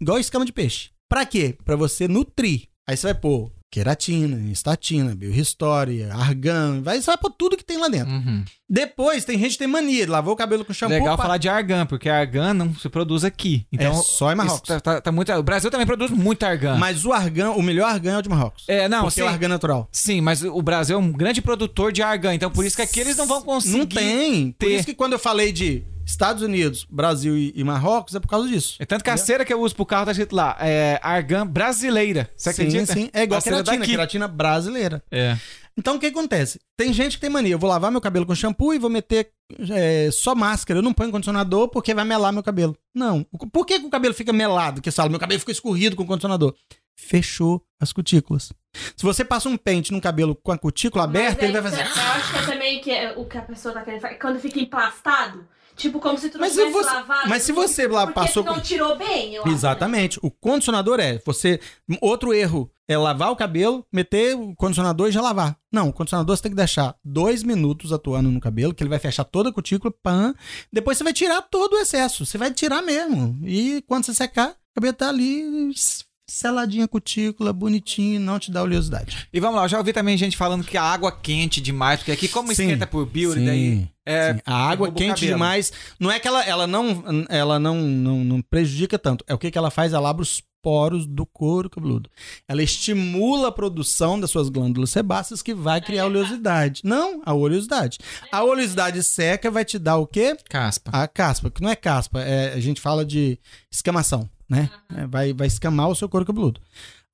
Speaker 1: Igual escama de peixe. Pra quê? Pra você nutrir. Aí você vai pôr queratina, estatina, biorrestore, argan. Vai, você vai pôr tudo que tem lá dentro.
Speaker 3: Uhum.
Speaker 1: Depois, tem gente que tem mania. Lavou o cabelo com shampoo.
Speaker 3: Legal
Speaker 1: pá.
Speaker 3: falar de argan, porque argan não se produz aqui. Então,
Speaker 1: É só em Marrocos.
Speaker 3: isso Tá, tá- tá muito, o Brasil também produz muito argan.
Speaker 1: Mas o argan, o melhor argan é o de Marrocos.
Speaker 3: é, não,
Speaker 1: porque
Speaker 3: sim,
Speaker 1: é o argan natural.
Speaker 3: sim, mas o Brasil é um grande produtor de argan, então por isso que aqui eles não vão conseguir.
Speaker 1: Não tem. Por
Speaker 3: ter.
Speaker 1: isso que quando eu falei de Estados Unidos, Brasil e, e Marrocos, é por causa disso.
Speaker 3: É tanto que a cera que eu uso pro carro tá escrito lá, é argan brasileira. Você acredita?
Speaker 1: Sim, sim. É igual
Speaker 3: A
Speaker 1: a
Speaker 3: cera
Speaker 1: queratina,
Speaker 3: daqui.
Speaker 1: queratina brasileira.
Speaker 3: É.
Speaker 1: Então, o que acontece? Tem gente que tem mania. Eu vou lavar meu cabelo com shampoo e vou meter é, só máscara. Eu não ponho condicionador porque vai melar meu cabelo. Não. O- Por que, que o cabelo fica melado? Que fala, meu cabelo fica escorrido com condicionador. Fechou as cutículas. Se você passa um pente num cabelo com a cutícula aberta, Tá ele vai
Speaker 4: Mas aí,
Speaker 1: fazer...
Speaker 4: Eu acho que é também que é o que a pessoa tá querendo fazer. Quando fica emplastado, tipo como se tu não
Speaker 1: Mas se
Speaker 4: tivesse
Speaker 1: você-
Speaker 4: lavado.
Speaker 1: mas se você lá
Speaker 4: porque
Speaker 1: passou
Speaker 4: tu não
Speaker 1: com-
Speaker 4: tirou bem, eu acho, né?
Speaker 1: Exatamente. O condicionador é você. Outro erro é lavar o cabelo, meter o condicionador e já lavar. Não, o condicionador você tem que deixar dois minutos atuando no cabelo, que ele vai fechar toda a cutícula, pan. Depois você vai tirar todo o excesso. Você vai tirar mesmo. E quando você secar, o cabelo tá ali s- seladinha a cutícula, bonitinho, não te dá oleosidade.
Speaker 3: E vamos lá, eu já ouvi também gente falando que a água quente demais, porque aqui como
Speaker 1: Sim,
Speaker 3: esquenta por biuri,
Speaker 1: Sim,
Speaker 3: daí é
Speaker 1: sim. A água
Speaker 3: derruba o
Speaker 1: quente
Speaker 3: cabelo.
Speaker 1: demais. Não é que ela, ela, não, ela não, não, não prejudica tanto. É o que, que ela faz? Ela abre os poros do couro cabeludo. Ela estimula a produção das suas glândulas sebáceas que vai criar oleosidade. Não, a oleosidade. A oleosidade seca vai te dar o quê?
Speaker 3: caspa.
Speaker 1: A caspa, que não é caspa, é, a gente fala de escamação, né? É, vai, vai escamar o seu couro cabeludo.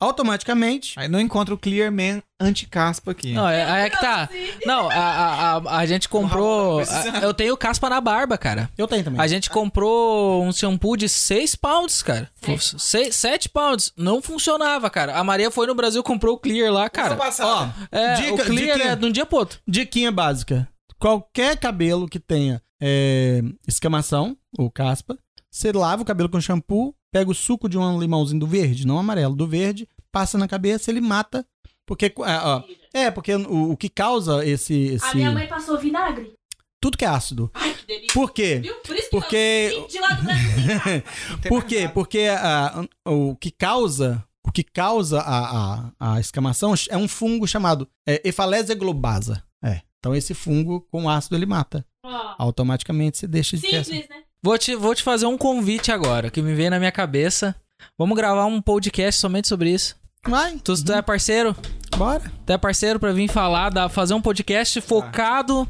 Speaker 1: Automaticamente,
Speaker 3: Aí não encontra o Clear Man anti-caspa aqui.
Speaker 2: Não, é, aí é que tá. Não, a, a, a, a gente comprou.
Speaker 3: Precisa.
Speaker 2: a- eu tenho caspa na barba, cara.
Speaker 1: eu tenho também.
Speaker 2: A gente comprou um shampoo de 6 pounds, cara. 7 pounds. Não funcionava, cara. A Maria foi no Brasil, comprou o Clear lá, cara.
Speaker 1: Ó,
Speaker 3: né?
Speaker 2: É,
Speaker 1: dica-
Speaker 2: o Clear
Speaker 1: dica-
Speaker 2: é de um dia pro outro.
Speaker 1: Diquinha básica. Qualquer cabelo que tenha é, escamação ou caspa, você lava o cabelo com shampoo, pega o suco de um limãozinho do verde, não amarelo, do verde, passa na cabeça, ele mata. Porque. ah, ó, é, porque o, o que causa esse.
Speaker 4: A
Speaker 1: esse-
Speaker 4: minha mãe passou vinagre.
Speaker 1: Tudo que é ácido.
Speaker 4: Ai, que delícia.
Speaker 1: Por quê?
Speaker 4: Viu? Por isso que
Speaker 1: Porque-
Speaker 4: eu vim de lá do Brasil.
Speaker 1: Por quê? Porque ah, o que causa. O que causa a, a, a escamação é um fungo chamado é, Efalésia globasa. É. Então esse fungo com ácido ele mata.
Speaker 4: Ó,
Speaker 1: Automaticamente você deixa de ter essa-
Speaker 4: Simples, né?
Speaker 2: Vou te, vou te fazer um convite agora, que me veio na minha cabeça. Vamos gravar um podcast somente sobre isso.
Speaker 1: Vai,
Speaker 2: Tu, tu é parceiro?
Speaker 1: bora.
Speaker 2: Tu é parceiro pra vir falar, da, fazer um
Speaker 1: Tá.
Speaker 2: podcast focado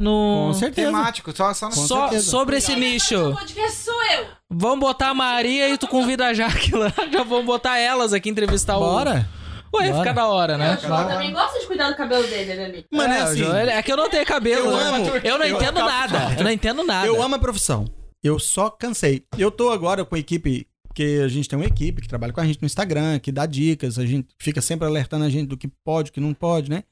Speaker 2: no.
Speaker 1: Com certeza.
Speaker 3: Temático, só, só no...
Speaker 1: Com
Speaker 2: Só
Speaker 1: certeza.
Speaker 2: sobre esse
Speaker 4: O
Speaker 2: nicho.
Speaker 4: podcast sou eu.
Speaker 2: Vamos botar a Maria e tu convida a Jaque lá. Já vamos botar elas aqui entrevistar
Speaker 1: Bora.
Speaker 2: o. Ué,
Speaker 1: Bora.
Speaker 2: fica da hora,
Speaker 4: Né?
Speaker 2: né?
Speaker 4: O João também gosta de cuidar do cabelo dele, né, amigo?
Speaker 1: Mano, é,
Speaker 2: o
Speaker 1: assim.
Speaker 2: Joel- é que eu não tenho cabelo.
Speaker 1: Eu
Speaker 2: né?
Speaker 1: amo.
Speaker 2: Eu não
Speaker 1: Eu-
Speaker 2: entendo nada. Eu não entendo nada.
Speaker 1: Eu amo a profissão. Eu só cansei. Eu tô agora com a equipe, porque a gente tem uma equipe que trabalha com a gente no Instagram, que dá dicas, a gente fica sempre alertando a gente do que pode, o que não pode, né?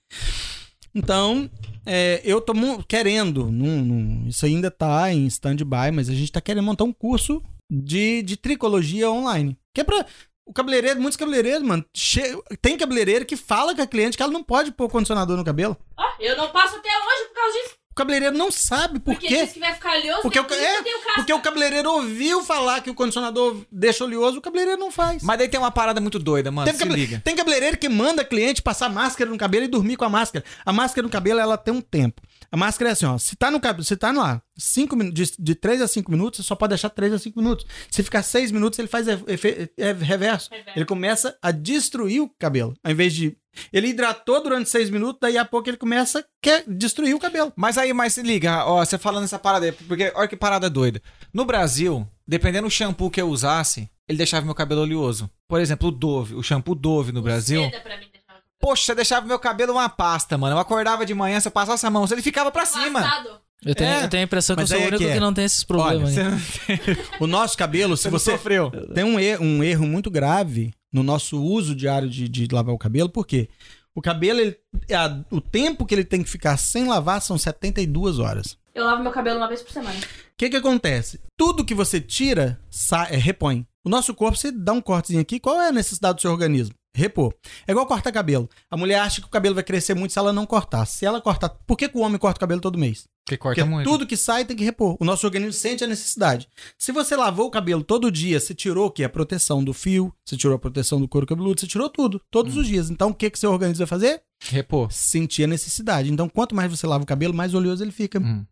Speaker 1: Então, é, eu tô mu- querendo, num- num- isso ainda tá em stand-by, mas a gente tá querendo montar um curso de, de tricologia online. Que é pra. O cabeleireiro, muitos cabeleireiros, mano, che- tem cabeleireiro que fala com a cliente que ela não pode pôr condicionador no cabelo.
Speaker 4: Ó, eu não passo até hoje por causa disso.
Speaker 1: O cabeleireiro não sabe por
Speaker 4: Porque
Speaker 1: quê.
Speaker 4: diz que vai ficar oleoso.
Speaker 1: Porque
Speaker 4: né?
Speaker 1: o
Speaker 4: Por
Speaker 1: ca-
Speaker 4: isso
Speaker 1: é,
Speaker 4: que tem o caso.
Speaker 1: Porque o cabeleireiro ouviu falar que o condicionador deixa oleoso, o cabeleireiro não faz.
Speaker 3: Mas daí tem uma parada muito doida, mano.
Speaker 1: Tem,
Speaker 3: se
Speaker 1: cabele-
Speaker 3: liga.
Speaker 1: tem cabeleireiro que manda cliente passar máscara no cabelo e dormir com a máscara. A máscara no cabelo, ela tem um tempo. A máscara é assim, ó. Se tá no cabelo, se tá no ar, cinco, minu- de, de 3 a 5 minutos, você só pode deixar 3 a 5 minutos. Se ficar 6 minutos, ele faz efe- efe- é, reverso.
Speaker 4: Reverso.
Speaker 1: Ele começa a destruir o cabelo. Ao invés de. Ele hidratou durante 6 minutos, daí a pouco ele começa a que- destruir o cabelo.
Speaker 3: Mas aí, mas se liga, ó, você falando essa parada aí, porque olha que parada doida. No Brasil, dependendo do shampoo que eu usasse, ele deixava meu cabelo oleoso. Por exemplo, o Dove, o shampoo Dove no Brasil.
Speaker 4: Seda pra mim deixar
Speaker 3: Poxa, deixava meu cabelo uma pasta, mano. Eu acordava de manhã, se eu passasse a mão, ele ficava pra cima.
Speaker 4: Passado.
Speaker 2: Eu tenho,
Speaker 1: É.
Speaker 2: eu tenho a impressão que eu
Speaker 1: Mas
Speaker 2: sou o
Speaker 1: aí é
Speaker 2: único que,
Speaker 1: que é.
Speaker 2: não tem esses problemas. né?
Speaker 3: Você não-
Speaker 1: O nosso cabelo, se
Speaker 3: você não
Speaker 1: você.
Speaker 3: sofreu.
Speaker 1: Tem um, er- um erro muito grave no nosso uso diário de, de lavar o cabelo, por quê? O cabelo, ele- a- o tempo que ele tem que ficar sem lavar são 72 horas.
Speaker 4: Eu lavo meu cabelo uma vez por semana.
Speaker 1: O que, que acontece? Tudo que você tira, sa- é, repõe. O nosso corpo, você dá um cortezinho aqui, qual é a necessidade do seu organismo? repor. É igual cortar cabelo. A mulher acha que o cabelo vai crescer muito se ela não cortar. Se ela cortar, por que, que o homem corta o cabelo todo mês?
Speaker 3: Porque é
Speaker 1: Porque
Speaker 3: corta muito.
Speaker 1: tudo que sai tem que repor. O nosso organismo sente a necessidade. Se você lavou o cabelo todo dia, você tirou o quê? A proteção do fio, você tirou a proteção do couro cabeludo, você tirou tudo, todos
Speaker 3: Hum.
Speaker 1: os dias. Então o que, que seu organismo vai fazer?
Speaker 3: Repor.
Speaker 1: Sentir a necessidade. Então quanto mais você lava o cabelo, mais oleoso ele fica.
Speaker 3: Hum.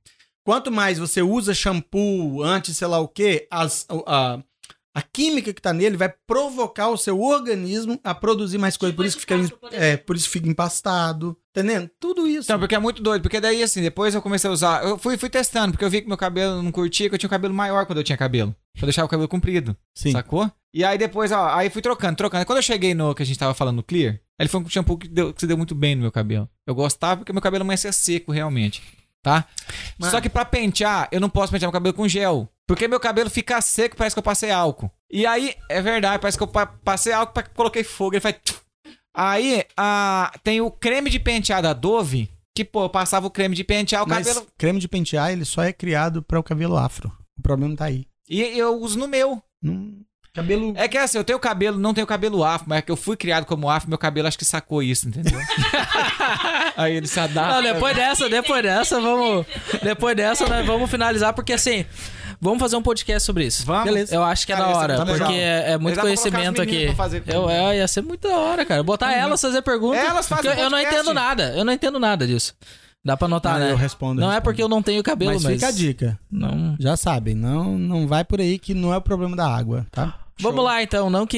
Speaker 1: Quanto mais você usa shampoo, antes sei lá o quê, as- a, a química que tá nele vai provocar o seu organismo a produzir mais coisa.
Speaker 4: Tipo
Speaker 1: Por isso que fica,
Speaker 4: espaço, por
Speaker 1: é,
Speaker 4: exemplo.
Speaker 1: por isso que fica empastado. Entendendo? Tudo isso.
Speaker 3: Então, porque é muito doido, porque daí assim, depois eu comecei a usar. Eu fui, fui testando, porque eu vi que meu cabelo não curtia, que eu tinha um cabelo maior quando eu tinha cabelo. Eu deixava o cabelo comprido,
Speaker 1: Sim.
Speaker 3: sacou? E aí depois, ó, aí fui trocando, trocando. Quando eu cheguei no que a gente tava falando no Clear, ele foi um shampoo que, deu, que se deu muito bem no meu cabelo. Eu gostava porque meu cabelo amanhecia seco, realmente. Tá?
Speaker 1: Mas-
Speaker 3: Só que pra pentear, eu não posso pentear meu cabelo com gel. Porque meu cabelo fica seco, parece que eu passei álcool. E aí, é verdade, parece que eu pa- passei álcool, pa- coloquei fogo, ele faz. tchuf. Aí, a, tem o creme de pentear da Dove, que, pô, eu passava o creme de pentear, o
Speaker 1: Mas
Speaker 3: cabelo.
Speaker 1: creme de pentear, ele só é criado para o cabelo afro. O problema tá aí.
Speaker 3: E eu uso no meu.
Speaker 1: Não- Cabelo.
Speaker 3: É que assim, eu tenho cabelo, não tenho cabelo afro, mas é que eu fui criado como afro, meu cabelo acho que sacou isso, entendeu? aí ele se
Speaker 2: Não,
Speaker 3: adapta.
Speaker 2: depois dessa, depois dessa, vamos. Depois dessa, nós vamos finalizar, porque assim, vamos fazer um podcast sobre isso.
Speaker 3: Vamos.
Speaker 1: Beleza.
Speaker 2: Eu acho que é
Speaker 3: Cara,
Speaker 2: da
Speaker 3: ia ser
Speaker 2: hora,
Speaker 3: muito legal.
Speaker 2: porque é, é muito
Speaker 3: Mas dá pra colocar
Speaker 2: conhecimento
Speaker 3: as meninas
Speaker 2: aqui.
Speaker 3: pra fazer com-
Speaker 2: Eu, é, ia ser muito da hora, cara. Botar elas fazer perguntas.
Speaker 3: Elas fazem
Speaker 2: porque eu, eu não
Speaker 3: podcast. Ah,
Speaker 2: entendo nada. Eu não entendo nada disso. Dá pra notar,
Speaker 1: Não,
Speaker 2: né?
Speaker 1: eu respondo, eu
Speaker 2: não é
Speaker 1: respondo.
Speaker 2: porque eu não tenho cabelo,
Speaker 1: mas
Speaker 2: mas.
Speaker 1: fica a dica.
Speaker 2: Não.
Speaker 1: Já sabem, não, não vai por aí que não é o problema da água, tá?
Speaker 2: Vamos lá então, não que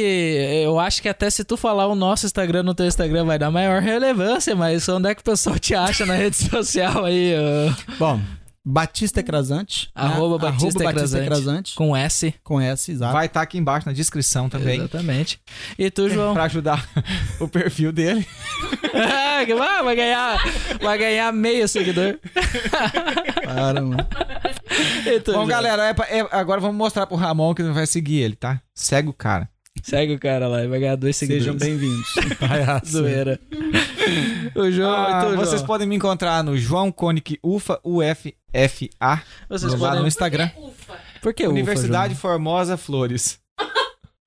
Speaker 2: eu acho que até se tu falar o nosso Instagram no teu Instagram vai dar maior relevância, mas onde é que o pessoal te acha na rede social aí? ô?
Speaker 1: Bom, Batista Crasante. né? é
Speaker 2: Arroba Batista Crasante.
Speaker 1: Crasante.
Speaker 2: Com S.
Speaker 1: Com S,
Speaker 2: Tá.
Speaker 1: exato.
Speaker 3: Vai estar aqui embaixo na descrição também.
Speaker 2: Exatamente. E tu, João?
Speaker 3: Pra ajudar o perfil dele.
Speaker 2: Ah, que vai vai ganhar, vai ganhar meio seguidor.
Speaker 1: Para, mano.
Speaker 2: E tu,
Speaker 3: Bom,
Speaker 2: João?
Speaker 3: galera, é pra- é- agora vamos mostrar pro Ramon que não vai seguir ele, tá? Segue o cara.
Speaker 2: Segue o cara lá, ele vai ganhar dois seguidores.
Speaker 1: Sejam bem-vindos.
Speaker 2: Zoeira. O João,
Speaker 3: Ah,
Speaker 2: e tu, João?
Speaker 3: vocês podem me encontrar no João Conic Ufa, UFFA,
Speaker 2: Vocês
Speaker 3: lá
Speaker 2: podem-
Speaker 3: no Instagram.
Speaker 4: Ufa.
Speaker 2: Por que o
Speaker 3: Universidade Formosa Flores.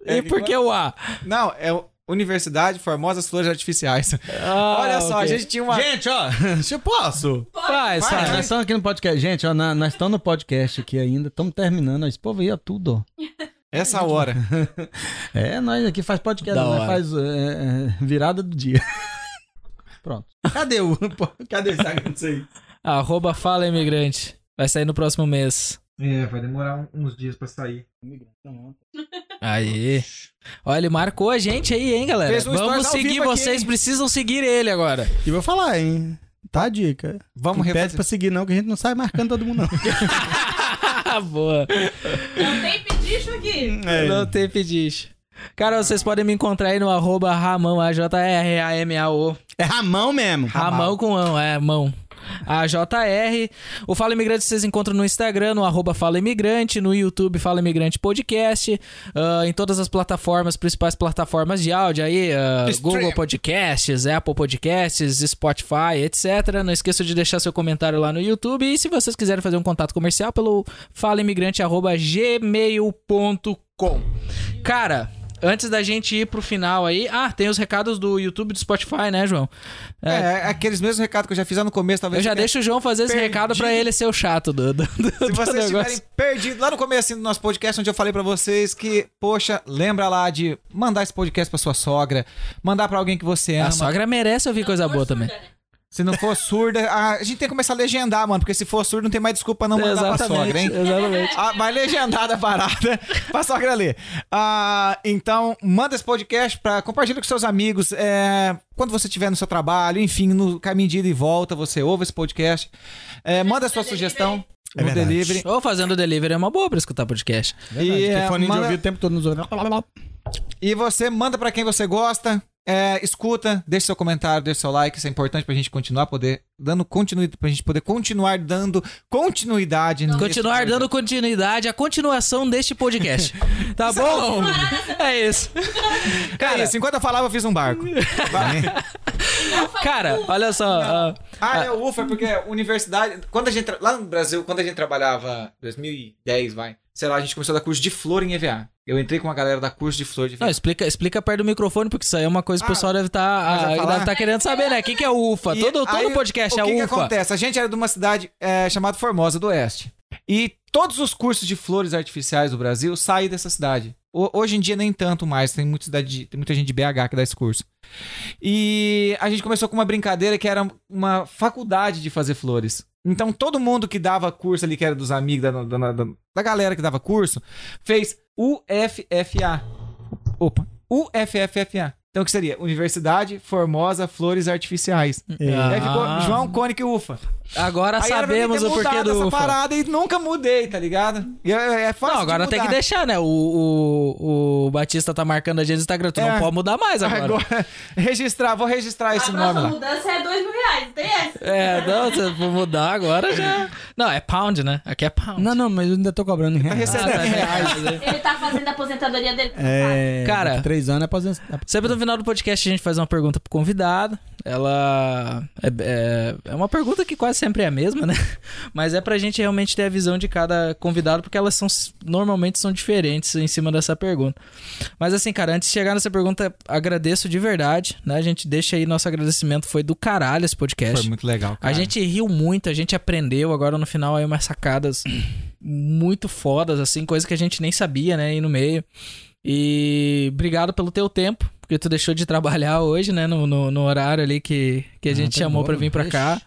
Speaker 3: É,
Speaker 2: E por que o A?
Speaker 3: Não, é o- Universidade Formosas Flores Artificiais.
Speaker 2: Ah,
Speaker 3: Olha só, a
Speaker 2: ok.
Speaker 3: gente tinha é uma.
Speaker 1: Gente, ó, se eu posso.
Speaker 2: Faz,
Speaker 3: Vai, né?
Speaker 2: faz.
Speaker 3: vai.
Speaker 1: Ah, Nós estamos aqui no podcast. Gente, ó, na- nós estamos no podcast aqui ainda. Estamos terminando. Esse povo aí é tudo, ó.
Speaker 3: Essa hora.
Speaker 1: É, nós aqui faz podcast,
Speaker 2: Da
Speaker 1: nós
Speaker 2: hora.
Speaker 1: faz é, é, virada do dia. Pronto. Cadê o cadê o Instagram disso aí?
Speaker 2: Arroba Fala Imigrante. Vai sair no próximo mês.
Speaker 3: É, vai demorar uns dias pra sair.
Speaker 2: Aí. Olha, ele marcou a gente aí, hein, galera?
Speaker 3: Fez um stories
Speaker 2: Vamos
Speaker 3: ao
Speaker 2: seguir,
Speaker 3: vivo aqui,
Speaker 2: vocês
Speaker 3: hein?
Speaker 2: precisam seguir ele agora.
Speaker 1: E vou falar, hein? Tá a dica.
Speaker 3: Vamos
Speaker 1: não pede
Speaker 3: refazer.
Speaker 1: pra seguir não, que a gente não sai marcando todo mundo não.
Speaker 2: Boa.
Speaker 4: Não tem pedicho aqui.
Speaker 2: Não tem pedido. Cara, vocês podem me encontrar aí no arroba Ramão, A-J-R-A-M-A-O.
Speaker 1: É Ramão mesmo.
Speaker 2: Ramão com ão, é, mão. A-J-R. O Fala Imigrante vocês encontram no Instagram, no arroba Fala Imigrante, no YouTube Fala Imigrante Podcast, ah, em todas as plataformas, principais plataformas de áudio aí, ah,
Speaker 3: Stream.
Speaker 2: Google Podcasts, Apple Podcasts, Spotify, etc. Não esqueça de deixar seu comentário lá no YouTube e se vocês quiserem fazer um contato comercial pelo falaimigrante.gmail.com. Cara... Antes da gente ir pro final aí. Ah, tem os recados do YouTube e do Spotify, né, João?
Speaker 3: É, é aqueles mesmos recados que eu já fiz lá no começo, talvez.
Speaker 2: Eu já
Speaker 3: você
Speaker 2: deixo o João fazer esse
Speaker 3: perdido.
Speaker 2: recado pra ele ser o chato do, do, do,
Speaker 3: Se
Speaker 2: do
Speaker 3: vocês estiverem
Speaker 2: negócio.
Speaker 3: perdidos, lá no começo assim, do nosso podcast, onde eu falei pra vocês que, poxa, lembra lá de mandar esse podcast pra sua sogra, mandar pra alguém que você ama.
Speaker 2: É, A sogra merece ouvir coisa boa também.
Speaker 3: Se não for surda, a a gente tem que começar a legendar, mano, porque se for surdo não tem mais desculpa não mandar pra sogra, hein?
Speaker 2: exatamente.
Speaker 3: Ah, vai legendada a parada pra sogra ler. Ah, então, manda esse podcast pra. Compartilha com seus amigos. é, quando você estiver no seu trabalho, enfim, no caminho de ida e volta, você ouve esse podcast. É, manda a sua sugestão
Speaker 1: É
Speaker 3: no
Speaker 1: verdade.
Speaker 3: delivery.
Speaker 2: Ou fazendo delivery é uma boa pra escutar podcast.
Speaker 1: E
Speaker 3: é,
Speaker 1: fone
Speaker 3: manda-
Speaker 1: de ouvido o tempo todo nos olhando.
Speaker 3: E você manda pra quem você gosta. é, escuta, deixa seu comentário, deixa seu like, isso é importante pra gente continuar poder dando continuidade, pra gente poder continuar dando continuidade. nesse
Speaker 2: Continuar dando continuidade à continuação deste podcast. Tá bom? É isso.
Speaker 3: Cara, isso, enquanto eu falava, eu fiz um barco. Vai.
Speaker 2: Cara, olha só. ah,
Speaker 3: ah, é o UFA, porque é universidade. Quando a gente. tra- Lá no Brasil, quando a gente trabalhava. 2010, vai. sei lá, a gente começou a dar curso de flor em EVA. Eu entrei com uma galera da curso de flor de
Speaker 2: Não,
Speaker 3: EVA.
Speaker 2: explica, explica perto do microfone, porque isso aí é uma coisa que o
Speaker 3: Ah,
Speaker 2: pessoal deve
Speaker 3: mas vai
Speaker 2: estar
Speaker 3: falar?
Speaker 2: deve tá querendo saber, né? O que, que é o UFA?
Speaker 3: E
Speaker 2: todo
Speaker 3: aí,
Speaker 2: todo podcast é
Speaker 3: o que, que
Speaker 2: UFA.
Speaker 3: acontece? A gente era de uma cidade é, chamada Formosa do Oeste. E todos os cursos de flores artificiais do Brasil saem dessa cidade. Ho- hoje em dia nem tanto mais, tem muita, cidade de- tem muita gente de BH que dá esse curso. E a gente começou com uma brincadeira que era uma faculdade de fazer flores. Então todo mundo que dava curso ali, que era dos amigos, da, da- da- da- da galera que dava curso, fez UFFA. Opa, UFFFA. Então o que seria? Universidade Formosa Flores Artificiais.
Speaker 1: É.
Speaker 3: Aí
Speaker 2: Ah.
Speaker 3: ficou João Cônico Ufa.
Speaker 2: Agora
Speaker 3: Aí era pra mim ter
Speaker 2: sabemos o porquê
Speaker 3: mudado
Speaker 2: do
Speaker 3: essa
Speaker 2: UFA.
Speaker 3: parada e nunca mudei, tá ligado? E É, é fácil
Speaker 2: Não, agora
Speaker 3: de
Speaker 2: tem que
Speaker 3: mudar.
Speaker 2: deixar, né? O, o, o Batista tá marcando a gente no Instagram, tu não
Speaker 3: É.
Speaker 2: pode mudar mais agora.
Speaker 3: Agora, registrar, vou registrar esse
Speaker 4: a
Speaker 3: nome
Speaker 4: próxima
Speaker 3: lá.
Speaker 4: mudança é dois mil reais, não tem essa?
Speaker 2: É, não, se eu for mudar agora já. Não, é pound, né? Aqui é pound.
Speaker 1: Não, não, mas eu ainda tô cobrando em reais.
Speaker 2: Ah, tá,
Speaker 3: né?
Speaker 2: reais.
Speaker 4: Ele tá fazendo a aposentadoria dele.
Speaker 1: É,
Speaker 2: Cara-
Speaker 1: daqui três anos é aposent...
Speaker 2: Sempre no final do podcast a gente faz uma pergunta pro convidado. Ela. É, é, é uma pergunta que quase sempre é a mesma, né? Mas é pra gente realmente ter a visão de cada convidado, porque elas são normalmente são diferentes em cima dessa pergunta. Mas assim, cara, antes de chegar nessa pergunta, agradeço de verdade, né? A gente deixa aí nosso agradecimento. Foi do caralho esse podcast.
Speaker 3: Foi muito legal,
Speaker 2: A
Speaker 3: cara.
Speaker 2: gente riu muito, a gente aprendeu agora no final aí umas sacadas muito fodas, assim, coisa que a gente nem sabia, né, aí no meio. E obrigado pelo teu tempo, porque tu deixou de trabalhar hoje, né, no, no, no horário ali que, que a
Speaker 1: Ah,
Speaker 2: gente
Speaker 1: tá
Speaker 2: chamou
Speaker 1: bom,
Speaker 2: pra vir pra cá.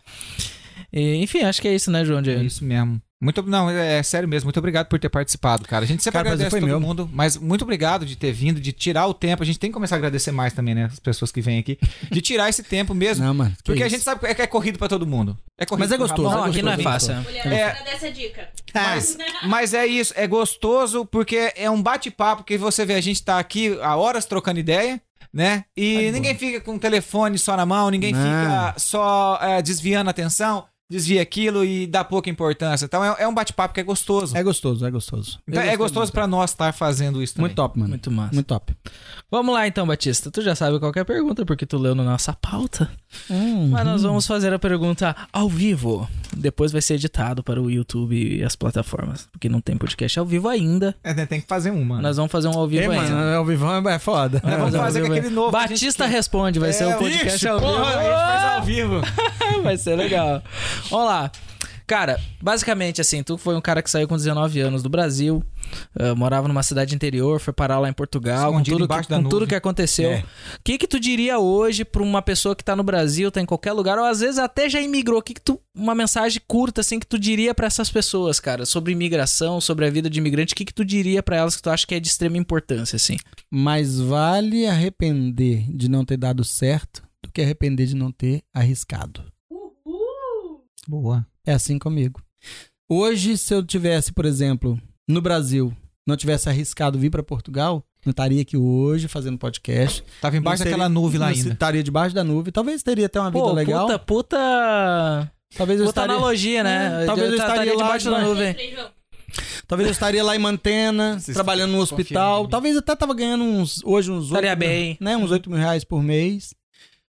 Speaker 2: E, enfim, acho que é isso, né, João
Speaker 3: É
Speaker 2: Diego?
Speaker 3: isso mesmo. Muito, não, é, é sério mesmo. Muito obrigado por ter participado, cara. A gente sempre
Speaker 1: Cara, o prazer
Speaker 3: agradece
Speaker 1: foi
Speaker 3: todo
Speaker 1: meu.
Speaker 3: mundo, mas muito obrigado de ter vindo, de tirar o tempo. A gente tem que começar a agradecer mais também, né? As pessoas que vêm aqui. De tirar esse tempo mesmo.
Speaker 1: Não, mano. que
Speaker 3: porque a
Speaker 1: isso.
Speaker 3: gente sabe que é, que é corrido pra todo mundo. É corrido
Speaker 1: Mas é
Speaker 3: pro
Speaker 1: gostoso,
Speaker 3: rabão,
Speaker 2: Não, aqui não é
Speaker 1: gostoso,
Speaker 2: fácil. né?
Speaker 4: Mulher,
Speaker 3: É.
Speaker 4: é. dessa dica.
Speaker 3: Mas, mas é isso, é gostoso porque é um bate-papo que você vê a gente tá aqui há horas trocando ideia, né? E ninguém fica com o telefone só na mão, ninguém
Speaker 1: Não.
Speaker 3: fica só é, desviando a atenção, desvia aquilo e dá pouca importância. Então é, é um bate-papo que é gostoso.
Speaker 1: É gostoso, é gostoso.
Speaker 3: então,
Speaker 1: Eu
Speaker 3: é
Speaker 1: gostei
Speaker 3: gostoso
Speaker 1: muito.
Speaker 3: pra nós estar fazendo isso também.
Speaker 1: Muito top, mano.
Speaker 2: Muito massa.
Speaker 1: Muito top.
Speaker 2: Vamos lá então, Batista. Tu já sabe qualquer pergunta, porque tu leu na nossa pauta. Mas nós vamos fazer a pergunta ao vivo. Depois vai ser editado para o YouTube e as plataformas, porque não tem podcast ao vivo ainda.
Speaker 3: É, né, tem que fazer um, mano.
Speaker 2: Nós vamos fazer um ao vivo
Speaker 1: Ei,
Speaker 2: ainda.
Speaker 1: mano, é o vivão é foda.
Speaker 3: Nós vamos fazer com aquele novo. que a gente-
Speaker 2: Batista responde, vai ser o podcast
Speaker 1: Ixi,
Speaker 2: ao vivo.
Speaker 3: Porra, a gente faz ao vivo.
Speaker 2: Vai ser legal. Vamos lá. Cara, basicamente assim, tu foi um cara que saiu com 19 anos do Brasil, ah, morava numa cidade interior, foi parar lá em Portugal, com
Speaker 3: Escondido
Speaker 2: tudo,
Speaker 3: embaixo
Speaker 2: que,
Speaker 3: da
Speaker 2: com tudo
Speaker 3: nuvem.
Speaker 2: que aconteceu. O
Speaker 1: É.
Speaker 2: que que tu diria hoje pra uma pessoa que tá no Brasil, tá em qualquer lugar, ou às vezes até já imigrou? Que que tu, uma mensagem curta assim que tu diria pra essas pessoas, cara, sobre imigração, sobre a vida de imigrante, o que que tu diria pra elas que tu acha que é de extrema importância assim?
Speaker 1: Mas vale arrepender de não ter dado certo do que arrepender de não ter arriscado.
Speaker 4: Uhul!
Speaker 3: Boa.
Speaker 1: É assim comigo. Hoje, se eu tivesse, por exemplo, no Brasil, não tivesse arriscado vir pra Portugal, não estaria aqui hoje fazendo podcast.
Speaker 3: Tava embaixo
Speaker 1: Não seria-
Speaker 3: daquela nuvem lá
Speaker 1: não
Speaker 3: ainda.
Speaker 1: Estaria debaixo da nuvem. Talvez teria até uma vida
Speaker 2: Pô,
Speaker 1: legal.
Speaker 2: puta, puta,
Speaker 1: Talvez eu
Speaker 2: puta
Speaker 1: estaria...
Speaker 2: analogia, né?
Speaker 1: É, talvez eu
Speaker 2: ta-
Speaker 1: estaria lá
Speaker 2: debaixo da
Speaker 1: debaixo-
Speaker 2: nuvem.
Speaker 4: Sempre, João.
Speaker 1: Talvez eu estaria lá em Mantena,
Speaker 3: Vocês
Speaker 1: trabalhando no
Speaker 3: confiam em
Speaker 1: hospital.
Speaker 3: mim.
Speaker 1: Talvez eu até tava ganhando uns hoje uns
Speaker 2: Estaria
Speaker 1: oito mil-
Speaker 2: bem.
Speaker 1: né, uns 8 mil reais por mês.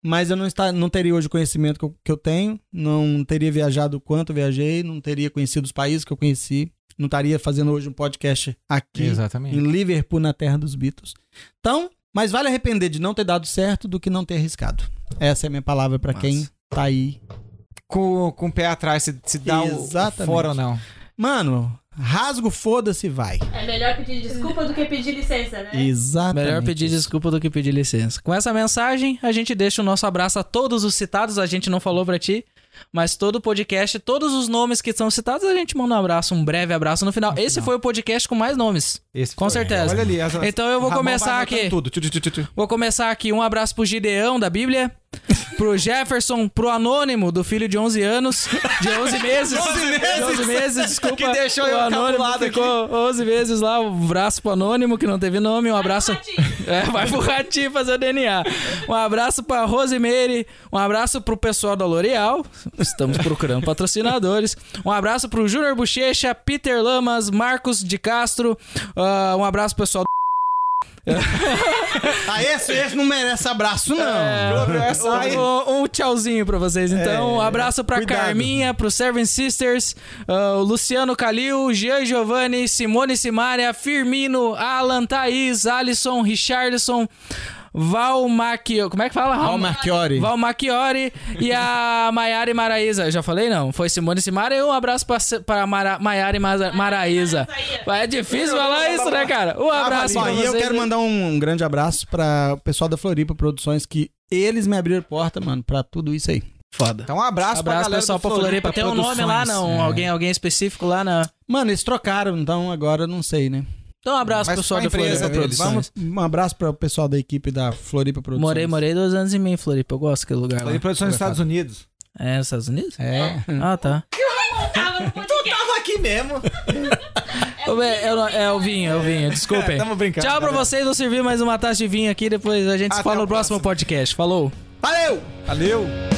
Speaker 1: Mas eu não, está, não teria hoje o conhecimento que eu, que eu tenho, não teria viajado o quanto eu viajei, não teria conhecido os países que eu conheci, não estaria fazendo hoje um podcast aqui
Speaker 3: Exatamente.
Speaker 1: em Liverpool, na terra dos Beatles. Então, mas vale arrepender de não ter dado certo do que não ter arriscado. Essa é a minha palavra pra
Speaker 2: Massa.
Speaker 1: quem tá aí.
Speaker 3: Com, com o pé atrás, se, se dá o- o
Speaker 1: Exatamente.
Speaker 3: fora ou não.
Speaker 1: Mano, rasgo, foda-se, e vai.
Speaker 4: É melhor pedir desculpa do que pedir licença, né?
Speaker 1: Exatamente.
Speaker 2: É. Melhor pedir desculpa do que pedir licença. Com essa mensagem, a gente deixa o nosso abraço a todos os citados. A gente não falou pra ti, mas todo podcast, todos os nomes que são citados, a gente manda um abraço, um breve abraço no final. Esse foi o podcast com mais nomes.
Speaker 3: Esse
Speaker 2: Com
Speaker 3: foi.
Speaker 2: certeza.
Speaker 3: Olha ali. as- as-
Speaker 2: Então eu vou
Speaker 3: Ramon
Speaker 2: começar
Speaker 3: vai anotando
Speaker 2: aqui.
Speaker 3: Tudo. Tu, tu, tu, tu, tu.
Speaker 2: Vou começar aqui. Um abraço pro Gideão da Bíblia, pro Jefferson, pro Anônimo, do filho de 11 anos, de 11 meses.
Speaker 3: 11 meses.
Speaker 2: De 11 meses, desculpa.
Speaker 3: Que deixou eu
Speaker 2: o Anônimo
Speaker 3: encabulado aqui.
Speaker 2: ficou 11 meses lá. Um abraço pro Anônimo, que não teve nome. Um abraço. É, vai pro Ratinho fazer o DNA. Um abraço pra Rosemary. Um abraço pro pessoal da L'Oreal. Estamos procurando patrocinadores. Um abraço pro Júnior Bochecha, Peter Lamas, Marcos de Castro. ah, um abraço pro pessoal do.
Speaker 1: Ah, esse, esse não merece abraço, não.
Speaker 2: É,
Speaker 1: é
Speaker 2: Um, um tchauzinho pra vocês, então. um abraço pra
Speaker 1: cuidado.
Speaker 2: Carminha, pro Servant Sisters, ah, o Luciano Calil, Jean Giovanni, Simone Simária, Firmino, Alan, Thaís, Alisson, Richardson, Val Macchio. Como é que fala?
Speaker 1: Val Marchiori.
Speaker 2: Val Marchiori e a Maiara e Maraísa. Já falei, não? Foi Simone Simária e um abraço pra, Se- pra Mara, Maiara e Maza- Maraísa. É difícil falar isso, né, cara? Um abraço pra
Speaker 1: Bom, e
Speaker 2: vocês.
Speaker 1: Ah, Tá, eu quero mandar um, um grande abraço pra o pessoal da Floripa Produções, que eles me abriram porta, mano, pra tudo isso aí.
Speaker 2: Foda.
Speaker 3: Então, um abraço, pra
Speaker 2: Abraço,
Speaker 3: galera
Speaker 2: pessoal,
Speaker 3: do É.
Speaker 2: pra Floripa. Tem um nome lá,
Speaker 1: Produções.
Speaker 2: não? Alguém, alguém específico lá, não?
Speaker 1: Mano, eles trocaram, então agora eu não sei, né?
Speaker 2: Então, um abraço,
Speaker 3: Mas
Speaker 2: pessoal,
Speaker 3: pra
Speaker 2: da
Speaker 3: empresa
Speaker 2: Floripa
Speaker 3: deles.
Speaker 2: Produções.
Speaker 1: Vamos, um abraço pro pessoal da equipe da Floripa Produções.
Speaker 2: Morei, morei dois anos em mim, Floripa. Eu gosto daquele lugar lá.
Speaker 3: É. Floripa Produções dos Estados Unidos.
Speaker 2: É, nos Estados Unidos?
Speaker 1: É.
Speaker 2: Ah, tá.
Speaker 4: Tava no podcast.
Speaker 3: Tava aqui mesmo.
Speaker 2: Ô, Bê, eu não- É o vinho, é o vinho, desculpem.
Speaker 3: Tamo brincando.
Speaker 2: Tchau pra vocês, vou servir mais uma taça de vinho aqui, depois a gente se
Speaker 3: Até
Speaker 2: fala
Speaker 3: a
Speaker 2: no próximo podcast. Falou!
Speaker 1: Valeu!
Speaker 3: Valeu.